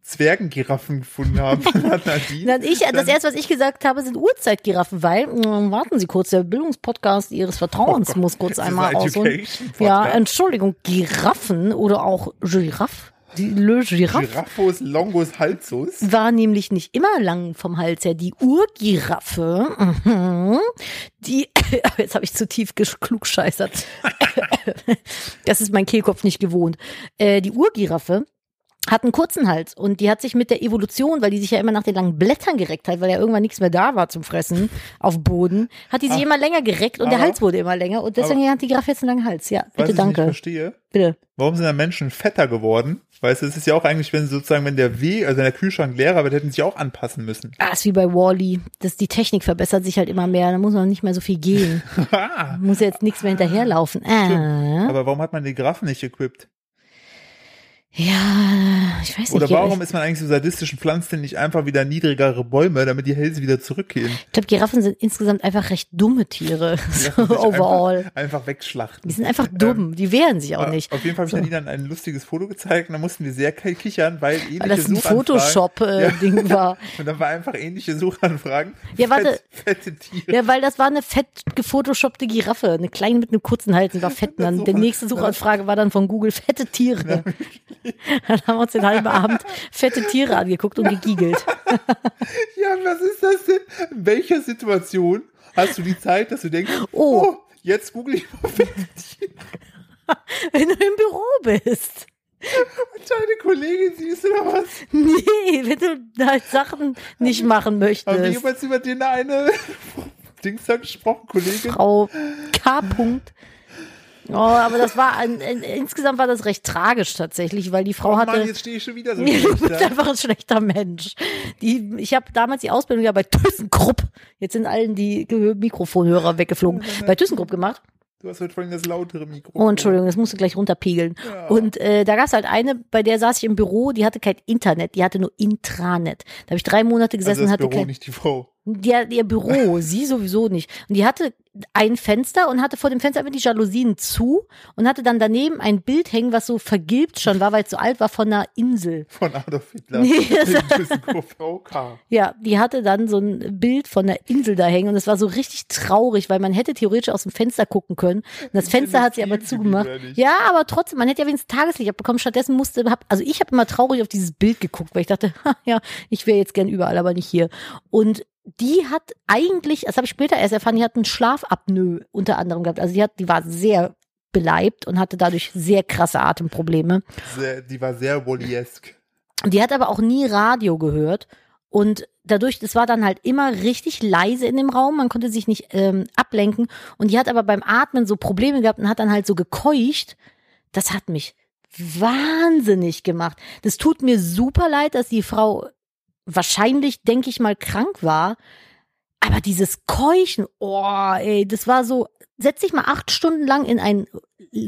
[SPEAKER 2] Zwergengiraffen gefunden haben. Dann hat Nadine-
[SPEAKER 1] Dann ich, das
[SPEAKER 2] dann-
[SPEAKER 1] erste, was ich gesagt habe, sind Urzeitgiraffen, weil, mh, warten Sie kurz, der Bildungspodcast Ihres Vertrauens muss kurz
[SPEAKER 2] Oh das ist
[SPEAKER 1] einmal
[SPEAKER 2] ein
[SPEAKER 1] ausholen.
[SPEAKER 2] Education-Podcast.
[SPEAKER 1] Ja, Entschuldigung, Giraffen oder auch Giraffe, die Le Giraffe
[SPEAKER 2] Giraffos longus halsus.
[SPEAKER 1] war nämlich nicht immer lang vom Hals her. Die Urgiraffe, mhm, die, jetzt habe ich zu tief gesch- klugscheißert. das ist mein Kehlkopf nicht gewohnt. Äh, die Urgiraffe hat einen kurzen Hals und die hat sich mit der Evolution, weil die sich ja immer nach den langen Blättern gereckt hat, weil ja irgendwann nichts mehr da war zum Fressen auf Boden, hat die sich immer länger gereckt und der
[SPEAKER 2] Ah. aber-
[SPEAKER 1] Hals wurde immer länger und deswegen hat die Giraffe jetzt einen langen Hals. Ja,
[SPEAKER 2] Was
[SPEAKER 1] bitte
[SPEAKER 2] ich nicht
[SPEAKER 1] danke.
[SPEAKER 2] verstehe,
[SPEAKER 1] Bitte.
[SPEAKER 2] warum sind da Menschen fetter geworden? Weißt du, es ist ja auch eigentlich, wenn sozusagen, wenn der W, also wenn der Kühlschrank leerer wird, hätten sie sich auch anpassen müssen.
[SPEAKER 1] Ah, ist wie bei Wally. Das, die Technik verbessert sich halt immer mehr. Da muss man nicht mehr so viel gehen. muss jetzt nichts mehr hinterherlaufen. Ah.
[SPEAKER 2] Aber warum hat man die Giraffen nicht equipped?
[SPEAKER 1] Ja, ich weiß nicht.
[SPEAKER 2] Oder warum
[SPEAKER 1] ich
[SPEAKER 2] ist man eigentlich so sadistischen Pflanzen nicht einfach wieder niedrigere Bäume, damit die Hälse wieder zurückgehen?
[SPEAKER 1] glaube, Giraffen sind insgesamt einfach recht dumme Tiere. So
[SPEAKER 2] Sich
[SPEAKER 1] overall.
[SPEAKER 2] Einfach, einfach wegschlachten.
[SPEAKER 1] Die sind einfach dumm. Die wehren sich auch
[SPEAKER 2] Ah,
[SPEAKER 1] nicht.
[SPEAKER 2] Auf jeden Fall habe ich Nadine dann ein lustiges Foto gezeigt und da mussten wir sehr ke- kichern, weil ähnliche
[SPEAKER 1] Weil das ein
[SPEAKER 2] Suchanfragen- Ja.
[SPEAKER 1] Photoshop-Ding war.
[SPEAKER 2] Und dann war einfach ähnliche Suchanfragen.
[SPEAKER 1] Ja, warte.
[SPEAKER 2] Fett, fette Tiere.
[SPEAKER 1] Ja, weil das war eine fett gefotoshoppte Giraffe. Eine kleine mit einem kurzen Hals und war fett. Und dann die nächste Suchanfrage war dann von Google fette Tiere. Dann haben wir uns den halben Abend fette Tiere angeguckt und gegiegelt.
[SPEAKER 2] Ja, was ist das denn? In welcher Situation hast du die Zeit, dass du denkst,
[SPEAKER 1] Oh.
[SPEAKER 2] oh, jetzt google ich mal fette Tiere.
[SPEAKER 1] Wenn du im Büro bist.
[SPEAKER 2] Und deine Kollegin siehst oder was?
[SPEAKER 1] Nee, wenn du halt Sachen nicht machen
[SPEAKER 2] Haben wir
[SPEAKER 1] möchtest.
[SPEAKER 2] jemals über den eine Dings da gesprochen, Kollegin?
[SPEAKER 1] Frau K. -Punkt. Oh, aber das war ein, ein, insgesamt war das recht tragisch tatsächlich, weil die Frau
[SPEAKER 2] Oh Mann,
[SPEAKER 1] hatte.
[SPEAKER 2] jetzt stehe ich schon wieder so
[SPEAKER 1] Du
[SPEAKER 2] schlecht
[SPEAKER 1] bist
[SPEAKER 2] da.
[SPEAKER 1] einfach ein schlechter Mensch. Die, ich habe damals die Ausbildung ja bei ThyssenKrupp, jetzt sind allen die Ge- Mikrofonhörer weggeflogen, bei ThyssenKrupp gemacht.
[SPEAKER 2] Du hast heute vorhin das lautere Mikro.
[SPEAKER 1] Oh, Entschuldigung, das musst du gleich runterpegeln. Und äh, da gab's halt eine, bei der saß ich im Büro, die hatte kein Internet, die hatte nur Intranet. Da habe ich drei Monate
[SPEAKER 2] also
[SPEAKER 1] gesessen und
[SPEAKER 2] das
[SPEAKER 1] hatte
[SPEAKER 2] Büro,
[SPEAKER 1] kein.
[SPEAKER 2] nicht die Frau.
[SPEAKER 1] Die hat ihr Büro, sie sowieso nicht. Und die hatte ein Fenster und hatte vor dem Fenster immer die Jalousien zu und hatte dann daneben ein Bild hängen, was so vergilbt schon war, weil es so alt war, von einer Insel.
[SPEAKER 2] Von Adolf Hitler.
[SPEAKER 1] Nee, das-
[SPEAKER 2] In Düsseldorf. OK.
[SPEAKER 1] Ja, die hatte dann so ein Bild von einer Insel da hängen und es war so richtig traurig, weil man hätte theoretisch aus dem Fenster gucken können. Und das Fenster hat sie aber
[SPEAKER 2] viel zu
[SPEAKER 1] zugemacht.
[SPEAKER 2] gefährlich.
[SPEAKER 1] Ja, aber trotzdem, man hätte ja wenigstens Tageslicht abbekommen. Stattdessen musste, hab, also ich habe immer traurig auf dieses Bild geguckt, weil ich dachte, ha, ja, ich wäre jetzt gern überall, aber nicht hier. Und die hat eigentlich, das habe ich später erst erfahren, die hat einen Schlafapnoe unter anderem gehabt. Also die hat, die war sehr beleibt und hatte dadurch sehr krasse Atemprobleme.
[SPEAKER 2] Sehr, die war sehr Walliesk.
[SPEAKER 1] Die hat aber auch nie Radio gehört. Und dadurch, es war dann halt immer richtig leise in dem Raum, man konnte sich nicht ähm, ablenken. Und die hat aber beim Atmen so Probleme gehabt und hat dann halt so gekeucht. Das hat mich wahnsinnig gemacht. Das tut mir super leid, dass die Frau wahrscheinlich, denke ich mal, krank war. Aber dieses Keuchen, oh, ey, das war so, setz dich mal acht Stunden lang in einen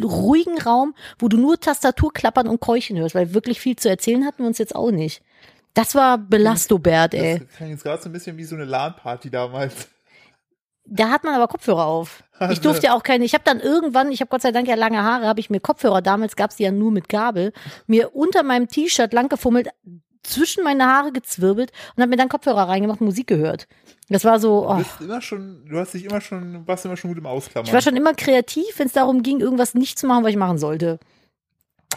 [SPEAKER 1] ruhigen Raum, wo du nur Tastatur klappern und keuchen hörst, weil wirklich viel zu erzählen hatten wir uns jetzt auch nicht. Das war Belastobert, ey.
[SPEAKER 2] Das klang jetzt gerade so ein bisschen wie so eine LAN-Party damals.
[SPEAKER 1] Da hat man aber Kopfhörer auf. Ich durfte ja auch keine, ich habe dann irgendwann, ich habe Gott sei Dank ja lange Haare, habe ich mir Kopfhörer, damals gab's die ja nur mit Gabel, mir unter meinem T-Shirt langgefummelt, zwischen meine Haare gezwirbelt und habe mir dann Kopfhörer reingemacht, Musik gehört. Das war so,
[SPEAKER 2] Du
[SPEAKER 1] oh.
[SPEAKER 2] bist immer schon, du hast dich immer schon, warst immer schon gut im Ausklammern.
[SPEAKER 1] Ich war schon immer kreativ, wenn es darum ging, irgendwas nicht zu machen, was ich machen sollte.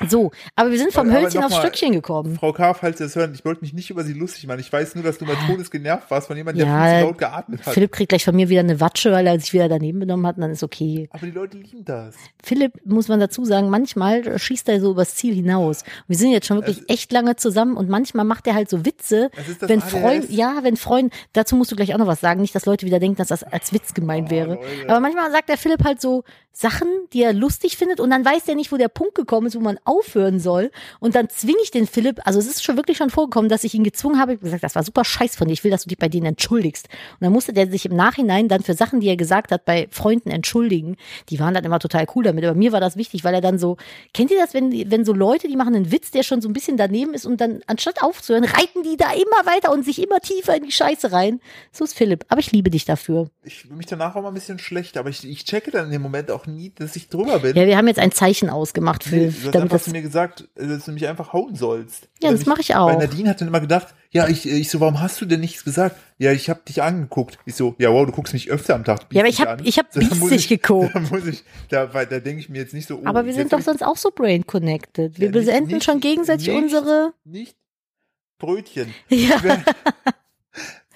[SPEAKER 1] So, aber wir sind vom
[SPEAKER 2] Aber
[SPEAKER 1] Hölzchen
[SPEAKER 2] noch
[SPEAKER 1] aufs
[SPEAKER 2] mal-
[SPEAKER 1] Stöckchen gekommen.
[SPEAKER 2] Frau K., falls Sie das hören, ich wollte mich nicht über Sie lustig machen. Ich weiß nur, dass du mal todesgenervt warst von jemandem, der
[SPEAKER 1] Ja,
[SPEAKER 2] viel zu laut geatmet hat.
[SPEAKER 1] Philipp kriegt gleich von mir wieder eine Watsche, weil er sich wieder daneben benommen hat und dann ist okay.
[SPEAKER 2] Aber die Leute lieben das.
[SPEAKER 1] Philipp, muss man dazu sagen, manchmal schießt er so übers Ziel hinaus. Wir sind jetzt schon wirklich echt lange zusammen und manchmal macht er halt so Witze,
[SPEAKER 2] Also Es ist das
[SPEAKER 1] wenn
[SPEAKER 2] ADS.
[SPEAKER 1] Freund, ja, wenn Freund, dazu musst du gleich auch noch was sagen, nicht, dass Leute wieder denken, dass das als Witz gemeint
[SPEAKER 2] Oh,
[SPEAKER 1] wäre.
[SPEAKER 2] Leute.
[SPEAKER 1] Aber manchmal sagt der Philipp halt so Sachen, die er lustig findet und dann weiß der nicht, wo der Punkt gekommen ist, wo man aufhören soll und dann zwinge ich den Philipp, also es ist schon wirklich schon vorgekommen, dass ich ihn gezwungen habe, ich hab gesagt, das war super scheiß von dir, ich will, dass du dich bei denen entschuldigst. Und dann musste der sich im Nachhinein dann für Sachen, die er gesagt hat, bei Freunden entschuldigen. Die waren dann immer total cool damit, aber mir war das wichtig, weil er dann so, kennt ihr das, wenn, die- wenn so Leute, die machen einen Witz, der schon so ein bisschen daneben ist und dann anstatt aufzuhören, reiten die da immer weiter und sich immer tiefer in die Scheiße rein. So ist Philipp, aber ich liebe dich dafür.
[SPEAKER 2] Ich fühle mich danach auch mal ein bisschen schlecht, aber ich, ich checke dann in dem Moment auch nie, dass ich drüber bin.
[SPEAKER 1] Ja, wir haben jetzt ein Zeichen ausgemacht für,
[SPEAKER 2] Nee, du hast
[SPEAKER 1] damit
[SPEAKER 2] einfach
[SPEAKER 1] das,
[SPEAKER 2] zu mir gesagt, äh, dass du mich einfach hauen sollst.
[SPEAKER 1] Ja,
[SPEAKER 2] Oder
[SPEAKER 1] das
[SPEAKER 2] mich-
[SPEAKER 1] mach ich auch.
[SPEAKER 2] Weil Nadine hat dann immer gedacht, ja, ich, äh, ich so, warum hast du denn nichts gesagt? Ja, ich habe dich angeguckt. Ich so, ja, wow, du guckst mich öfter am Tag.
[SPEAKER 1] Ja, aber
[SPEAKER 2] biestig
[SPEAKER 1] ich hab-
[SPEAKER 2] an.
[SPEAKER 1] ich hab
[SPEAKER 2] da muss
[SPEAKER 1] biestig
[SPEAKER 2] ich-
[SPEAKER 1] geguckt.
[SPEAKER 2] Da muss ich, da, weil- da denke ich mir jetzt nicht so, oh,
[SPEAKER 1] aber wir
[SPEAKER 2] jetzt
[SPEAKER 1] sind doch
[SPEAKER 2] hab
[SPEAKER 1] sonst auch so brain connected. Wir
[SPEAKER 2] Ja, nicht-
[SPEAKER 1] beenden
[SPEAKER 2] nicht-
[SPEAKER 1] schon gegenseitig
[SPEAKER 2] nicht-
[SPEAKER 1] unsere,
[SPEAKER 2] ich nicht Brötchen.
[SPEAKER 1] ja.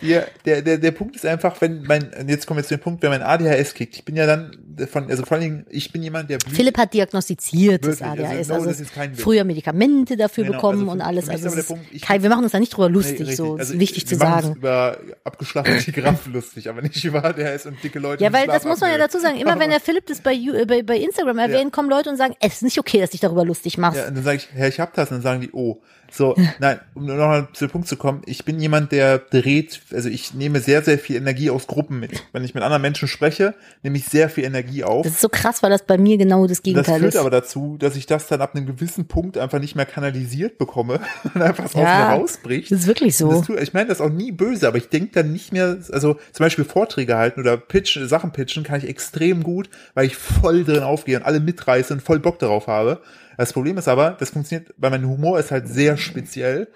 [SPEAKER 2] Ja, der, der, der Punkt ist einfach, wenn mein, jetzt kommen wir zu dem Punkt, wenn mein ADHS kickt. Ich bin ja dann von, also vor allen Dingen, ich bin jemand, der blüht.
[SPEAKER 1] Philipp hat diagnostiziert, das
[SPEAKER 2] Wirklich,
[SPEAKER 1] ADHS.
[SPEAKER 2] also, no,
[SPEAKER 1] Also,
[SPEAKER 2] das ist kein Witz.
[SPEAKER 1] früher Medikamente dafür
[SPEAKER 2] Genau,
[SPEAKER 1] bekommen
[SPEAKER 2] also für-
[SPEAKER 1] und
[SPEAKER 2] für
[SPEAKER 1] alles.
[SPEAKER 2] mich
[SPEAKER 1] Also
[SPEAKER 2] ist aber
[SPEAKER 1] es
[SPEAKER 2] der
[SPEAKER 1] ist-
[SPEAKER 2] Punkt, ich-
[SPEAKER 1] Kai, wir machen uns da nicht drüber lustig,
[SPEAKER 2] Nee,
[SPEAKER 1] so
[SPEAKER 2] richtig. Also
[SPEAKER 1] ist wichtig
[SPEAKER 2] wir
[SPEAKER 1] zu
[SPEAKER 2] machen uns
[SPEAKER 1] sagen.
[SPEAKER 2] über abgeschlachtete Giraffen lustig, aber nicht über ADHS und dicke Leute.
[SPEAKER 1] Ja,
[SPEAKER 2] mit
[SPEAKER 1] weil das
[SPEAKER 2] Schlafapnoe.
[SPEAKER 1] muss man ja dazu sagen. Immer wenn der Philipp das bei, Ju- äh, bei, bei Instagram erwähnt, kommen Leute und sagen, es ist nicht okay, dass dich darüber lustig machst.
[SPEAKER 2] Ja, und dann sage ich, Herr, ich hab das. Und dann sagen die, oh. So, nein, um noch mal zu dem Punkt zu kommen, ich bin jemand, der dreht, also ich nehme sehr, sehr viel Energie aus Gruppen mit. Wenn ich mit anderen Menschen spreche, nehme ich sehr viel Energie auf.
[SPEAKER 1] Das ist so krass, weil das bei mir genau das
[SPEAKER 2] Das
[SPEAKER 1] Gegenteil
[SPEAKER 2] führt
[SPEAKER 1] ist.
[SPEAKER 2] aber dazu, dass ich das dann ab einem gewissen Punkt einfach nicht mehr kanalisiert bekomme und einfach aus
[SPEAKER 1] Ja,
[SPEAKER 2] mir rausbricht.
[SPEAKER 1] Das ist wirklich
[SPEAKER 2] Und
[SPEAKER 1] so.
[SPEAKER 2] Das tue, ich meine das auch nie böse, aber ich denke dann nicht mehr, also zum Beispiel Vorträge halten oder pitchen, Sachen pitchen kann ich extrem gut, weil ich voll drin aufgehe und alle mitreiße und voll Bock darauf habe. Das Problem ist aber, das funktioniert, weil mein Humor ist halt sehr speziell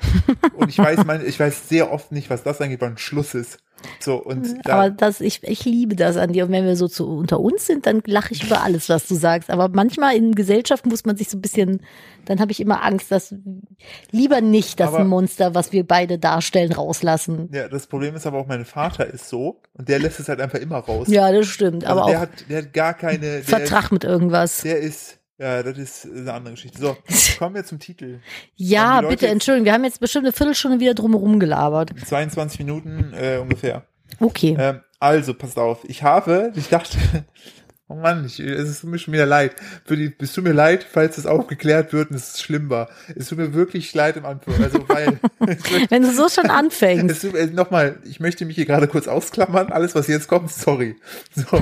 [SPEAKER 2] und ich weiß, mein, ich weiß sehr oft nicht, was das angeht, wann Schluss ist. So und da,
[SPEAKER 1] Mhm, Aber das, ich, ich liebe das an dir. Und wenn wir so zu, unter uns sind, dann lache ich über alles, was du sagst. Aber manchmal in Gesellschaft muss man sich so ein bisschen, dann habe ich immer Angst, dass lieber nicht das
[SPEAKER 2] Aber-
[SPEAKER 1] Monster, was wir beide darstellen, rauslassen.
[SPEAKER 2] ja, das Problem ist aber auch, mein Vater ist so und der lässt es halt einfach immer raus.
[SPEAKER 1] Ja, das stimmt.
[SPEAKER 2] also
[SPEAKER 1] Aber
[SPEAKER 2] der
[SPEAKER 1] auch
[SPEAKER 2] hat, der hat gar keine der
[SPEAKER 1] Vertrag mit irgendwas.
[SPEAKER 2] Der ist, ja, das ist eine andere Geschichte. So, kommen wir zum Titel.
[SPEAKER 1] Ja,
[SPEAKER 2] haben die Leute
[SPEAKER 1] bitte,
[SPEAKER 2] jetzt-
[SPEAKER 1] Entschuldigung. Wir haben jetzt bestimmt eine Viertelstunde wieder drumherum gelabert.
[SPEAKER 2] 22 Minuten äh, ungefähr.
[SPEAKER 1] Okay.
[SPEAKER 2] Ähm, also, passt auf. Ich habe, ich dachte, oh Mann, ich, es ist mir schon wieder leid. Für die, es tut mir leid, falls das aufgeklärt wird und es schlimm war. Es tut mir wirklich leid im Anfang. Also, weil,
[SPEAKER 1] Wenn du so schon anfängst.
[SPEAKER 2] es tut, äh, nochmal, ich möchte mich hier gerade kurz ausklammern. Alles, was jetzt kommt, sorry. So.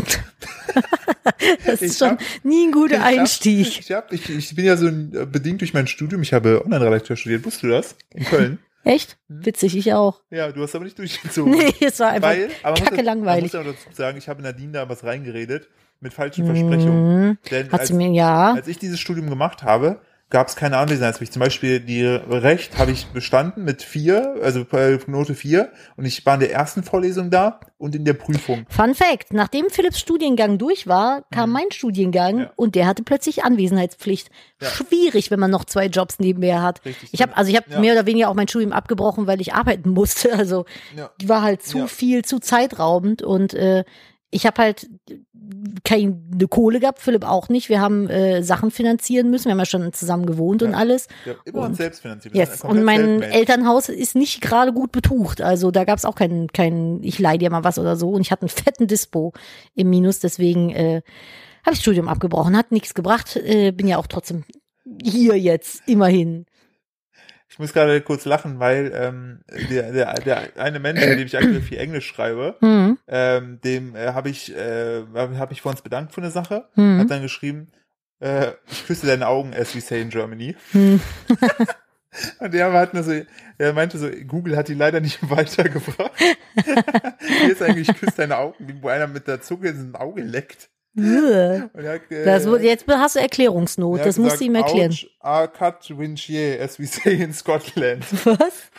[SPEAKER 1] Das ist
[SPEAKER 2] Ich
[SPEAKER 1] schon
[SPEAKER 2] hab-
[SPEAKER 1] nie ein guter
[SPEAKER 2] Ich,
[SPEAKER 1] Einstieg.
[SPEAKER 2] hab, ich, ich bin ja so ein, äh, bedingt durch mein Studium. Ich habe Online-Redakteur studiert. Wusstest du das? In Köln.
[SPEAKER 1] Echt? Witzig, ich auch.
[SPEAKER 2] Ja, du hast aber nicht durchgezogen.
[SPEAKER 1] Nee, es war einfach
[SPEAKER 2] Weil, aber man muss
[SPEAKER 1] kacke
[SPEAKER 2] ja-
[SPEAKER 1] langweilig.
[SPEAKER 2] Man muss ja auch dazu sagen, ich habe Nadine da was reingeredet mit falschen Versprechungen. Denn
[SPEAKER 1] Mhm. Hat
[SPEAKER 2] als,
[SPEAKER 1] sie mir, ja.
[SPEAKER 2] als ich dieses Studium gemacht habe, gab es keine Anwesenheitspflicht. Zum Beispiel die Recht habe ich bestanden mit vier, also äh, Note vier, und ich war in der ersten Vorlesung da und in der Prüfung.
[SPEAKER 1] Fun Fact, nachdem Philipps Studiengang durch war, kam mein Studiengang
[SPEAKER 2] Mhm. Ja.
[SPEAKER 1] und der hatte plötzlich Anwesenheitspflicht.
[SPEAKER 2] Ja.
[SPEAKER 1] Schwierig, wenn man noch zwei Jobs nebenher hat.
[SPEAKER 2] Richtig.
[SPEAKER 1] Ich habe also ich habe
[SPEAKER 2] Ja.
[SPEAKER 1] mehr oder weniger auch mein Studium abgebrochen, weil ich arbeiten musste, also
[SPEAKER 2] Ja.
[SPEAKER 1] die war halt zu
[SPEAKER 2] Ja.
[SPEAKER 1] viel, zu zeitraubend und äh, ich habe halt keine Kohle gehabt, Philipp auch nicht. Wir haben äh, Sachen finanzieren müssen, wir haben ja schon zusammen gewohnt und alles.
[SPEAKER 2] Wir haben immer uns selbst finanziert. Wir
[SPEAKER 1] Yes.
[SPEAKER 2] sind komplett
[SPEAKER 1] Und mein
[SPEAKER 2] Selfmade.
[SPEAKER 1] Elternhaus ist nicht gerade gut betucht. Also da gab es auch keinen, keinen, ich leih dir mal was oder so. Und ich hatte einen fetten Dispo im Minus, deswegen äh, habe ich das Studium abgebrochen, hat nichts gebracht. Äh, bin ja auch trotzdem hier jetzt, immerhin.
[SPEAKER 2] Ich muss gerade kurz lachen, weil ähm, der, der, der eine Mensch, mit dem ich aktuell viel Englisch schreibe,
[SPEAKER 1] Hm,
[SPEAKER 2] ähm, dem äh, habe ich, äh, hab ich vor uns bedankt für eine Sache,
[SPEAKER 1] hm,
[SPEAKER 2] hat dann geschrieben, äh, ich küsse deine Augen, as we say in Germany.
[SPEAKER 1] hm.
[SPEAKER 2] Und er hat nur so, er meinte so, Google hat die leider nicht weitergebracht. Hier ist eigentlich, ich küsse deine Augen, wie wo einer mit der Zunge in ein Auge leckt.
[SPEAKER 1] Ugh.
[SPEAKER 2] Und er hat, äh,
[SPEAKER 1] Das, wurde- jetzt hast du Erklärungsnot,
[SPEAKER 2] er hat
[SPEAKER 1] das musst du ihm
[SPEAKER 2] gesagt,
[SPEAKER 1] erklären.
[SPEAKER 2] Ouch, ah, cut, winch, yeah, as we say in Scotland.
[SPEAKER 1] Was?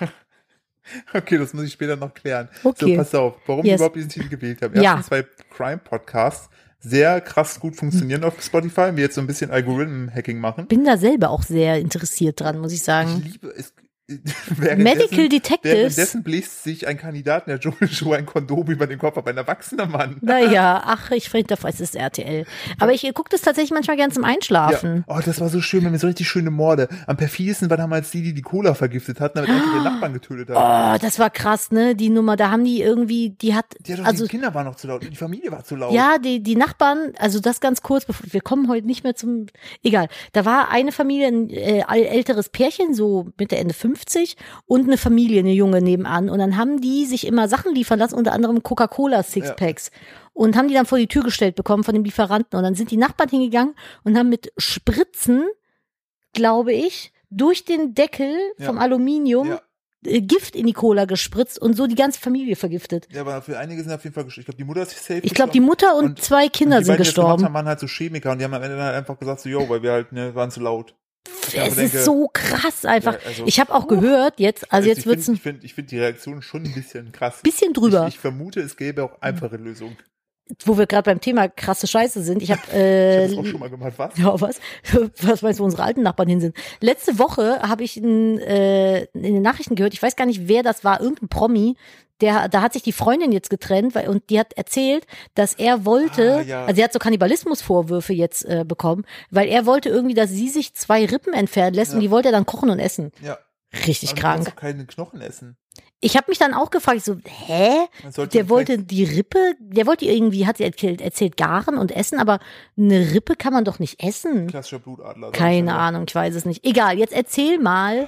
[SPEAKER 2] Okay, das muss ich später noch klären.
[SPEAKER 1] Okay.
[SPEAKER 2] So, pass auf, warum wir
[SPEAKER 1] Yes.
[SPEAKER 2] überhaupt diesen Titel gewählt haben.
[SPEAKER 1] Ja.
[SPEAKER 2] Erstens, weil Crime-Podcasts sehr krass gut funktionieren auf Spotify. Wir jetzt so ein bisschen Algorithmen-Hacking machen.
[SPEAKER 1] Bin da selber auch sehr interessiert dran, muss ich
[SPEAKER 2] Ich
[SPEAKER 1] sagen.
[SPEAKER 2] liebe es.
[SPEAKER 1] Medical
[SPEAKER 2] währenddessen-
[SPEAKER 1] Detectives.
[SPEAKER 2] Währenddessen bläst sich ein Kandidat in der Dschungelshow ein Kondom über den Kopf, aber ein erwachsener Mann.
[SPEAKER 1] Naja, ach, ich finde, es ist RTL. Aber ich gucke das tatsächlich manchmal gern zum Einschlafen.
[SPEAKER 2] Ja. Oh, das war so schön, wir haben so richtig schöne Morde. Am perfidesten waren damals die, die die Cola vergiftet hatten, damit einfach den Nachbarn getötet haben.
[SPEAKER 1] Oh, das war krass, ne? Die Nummer, da haben die irgendwie, die hat,
[SPEAKER 2] Die, hat doch,
[SPEAKER 1] also
[SPEAKER 2] die Kinder waren noch zu laut, die Familie war zu laut.
[SPEAKER 1] ja, die die Nachbarn, also das ganz kurz, bevor, wir kommen heute nicht mehr zum, egal. Da war eine Familie, ein äh, äl- älteres Pärchen, so Mitte Ende 50 und eine Familie, eine junge nebenan. Und dann haben die sich immer Sachen liefern lassen, unter anderem Coca-Cola Sixpacks. Und haben die dann vor die Tür gestellt bekommen von dem Lieferanten. Und dann sind die Nachbarn hingegangen und haben mit Spritzen, glaube ich, durch den Deckel
[SPEAKER 2] Ja.
[SPEAKER 1] vom Aluminium
[SPEAKER 2] Ja.
[SPEAKER 1] äh, Gift in die Cola gespritzt und so die ganze Familie vergiftet.
[SPEAKER 2] Ja, aber für einige sind auf jeden Fall gestorben. Ich glaube, die Mutter ist safe.
[SPEAKER 1] Ich glaube, die Mutter und,
[SPEAKER 2] Und
[SPEAKER 1] zwei Kinder
[SPEAKER 2] Und die
[SPEAKER 1] sind
[SPEAKER 2] beiden, die das gemacht
[SPEAKER 1] gestorben.
[SPEAKER 2] Haben, waren halt so Chemiker und die haben am Ende dann einfach gesagt so, yo, weil wir halt, ne, waren zu laut. Ich aber
[SPEAKER 1] es
[SPEAKER 2] denke,
[SPEAKER 1] ist so krass einfach.
[SPEAKER 2] Ja, also-
[SPEAKER 1] ich habe auch gehört jetzt, also jetzt
[SPEAKER 2] ich
[SPEAKER 1] wird's ein
[SPEAKER 2] find- Ich finde ich find die Reaktion schon ein bisschen krass.
[SPEAKER 1] bisschen drüber,
[SPEAKER 2] Ich, ich vermute, es gäbe auch einfache Lösungen.
[SPEAKER 1] wo wir gerade beim Thema krasse Scheiße sind. Ich habe
[SPEAKER 2] Ich
[SPEAKER 1] äh,
[SPEAKER 2] habe das auch schon mal gemacht, was?
[SPEAKER 1] Ja, was? Was meinst du, wo unsere alten Nachbarn hin sind? Letzte Woche habe ich in, äh, in den Nachrichten gehört, ich weiß gar nicht, wer das war, irgendein Promi, der, da hat sich die Freundin jetzt getrennt weil, und die hat erzählt, dass er wollte,
[SPEAKER 2] Ah, ja.
[SPEAKER 1] also sie hat so Kannibalismusvorwürfe jetzt äh, bekommen, weil er wollte irgendwie, dass sie sich zwei Rippen entfernen lässt und
[SPEAKER 2] Ja.
[SPEAKER 1] die wollte er dann kochen und essen.
[SPEAKER 2] Ja. also
[SPEAKER 1] Richtig
[SPEAKER 2] Man
[SPEAKER 1] krank.
[SPEAKER 2] darf auch keine Knochen essen.
[SPEAKER 1] Ich habe mich dann auch gefragt, ich so, hä?
[SPEAKER 2] Man sollte
[SPEAKER 1] Der
[SPEAKER 2] vielleicht-
[SPEAKER 1] wollte die Rippe, der wollte irgendwie, hat sie erzählt, erzählt, garen und essen, aber eine Rippe kann man doch nicht essen.
[SPEAKER 2] Klassischer Blutadler. sag ich
[SPEAKER 1] Keine
[SPEAKER 2] mal.
[SPEAKER 1] Ahnung, ich weiß es nicht. Egal, jetzt erzähl mal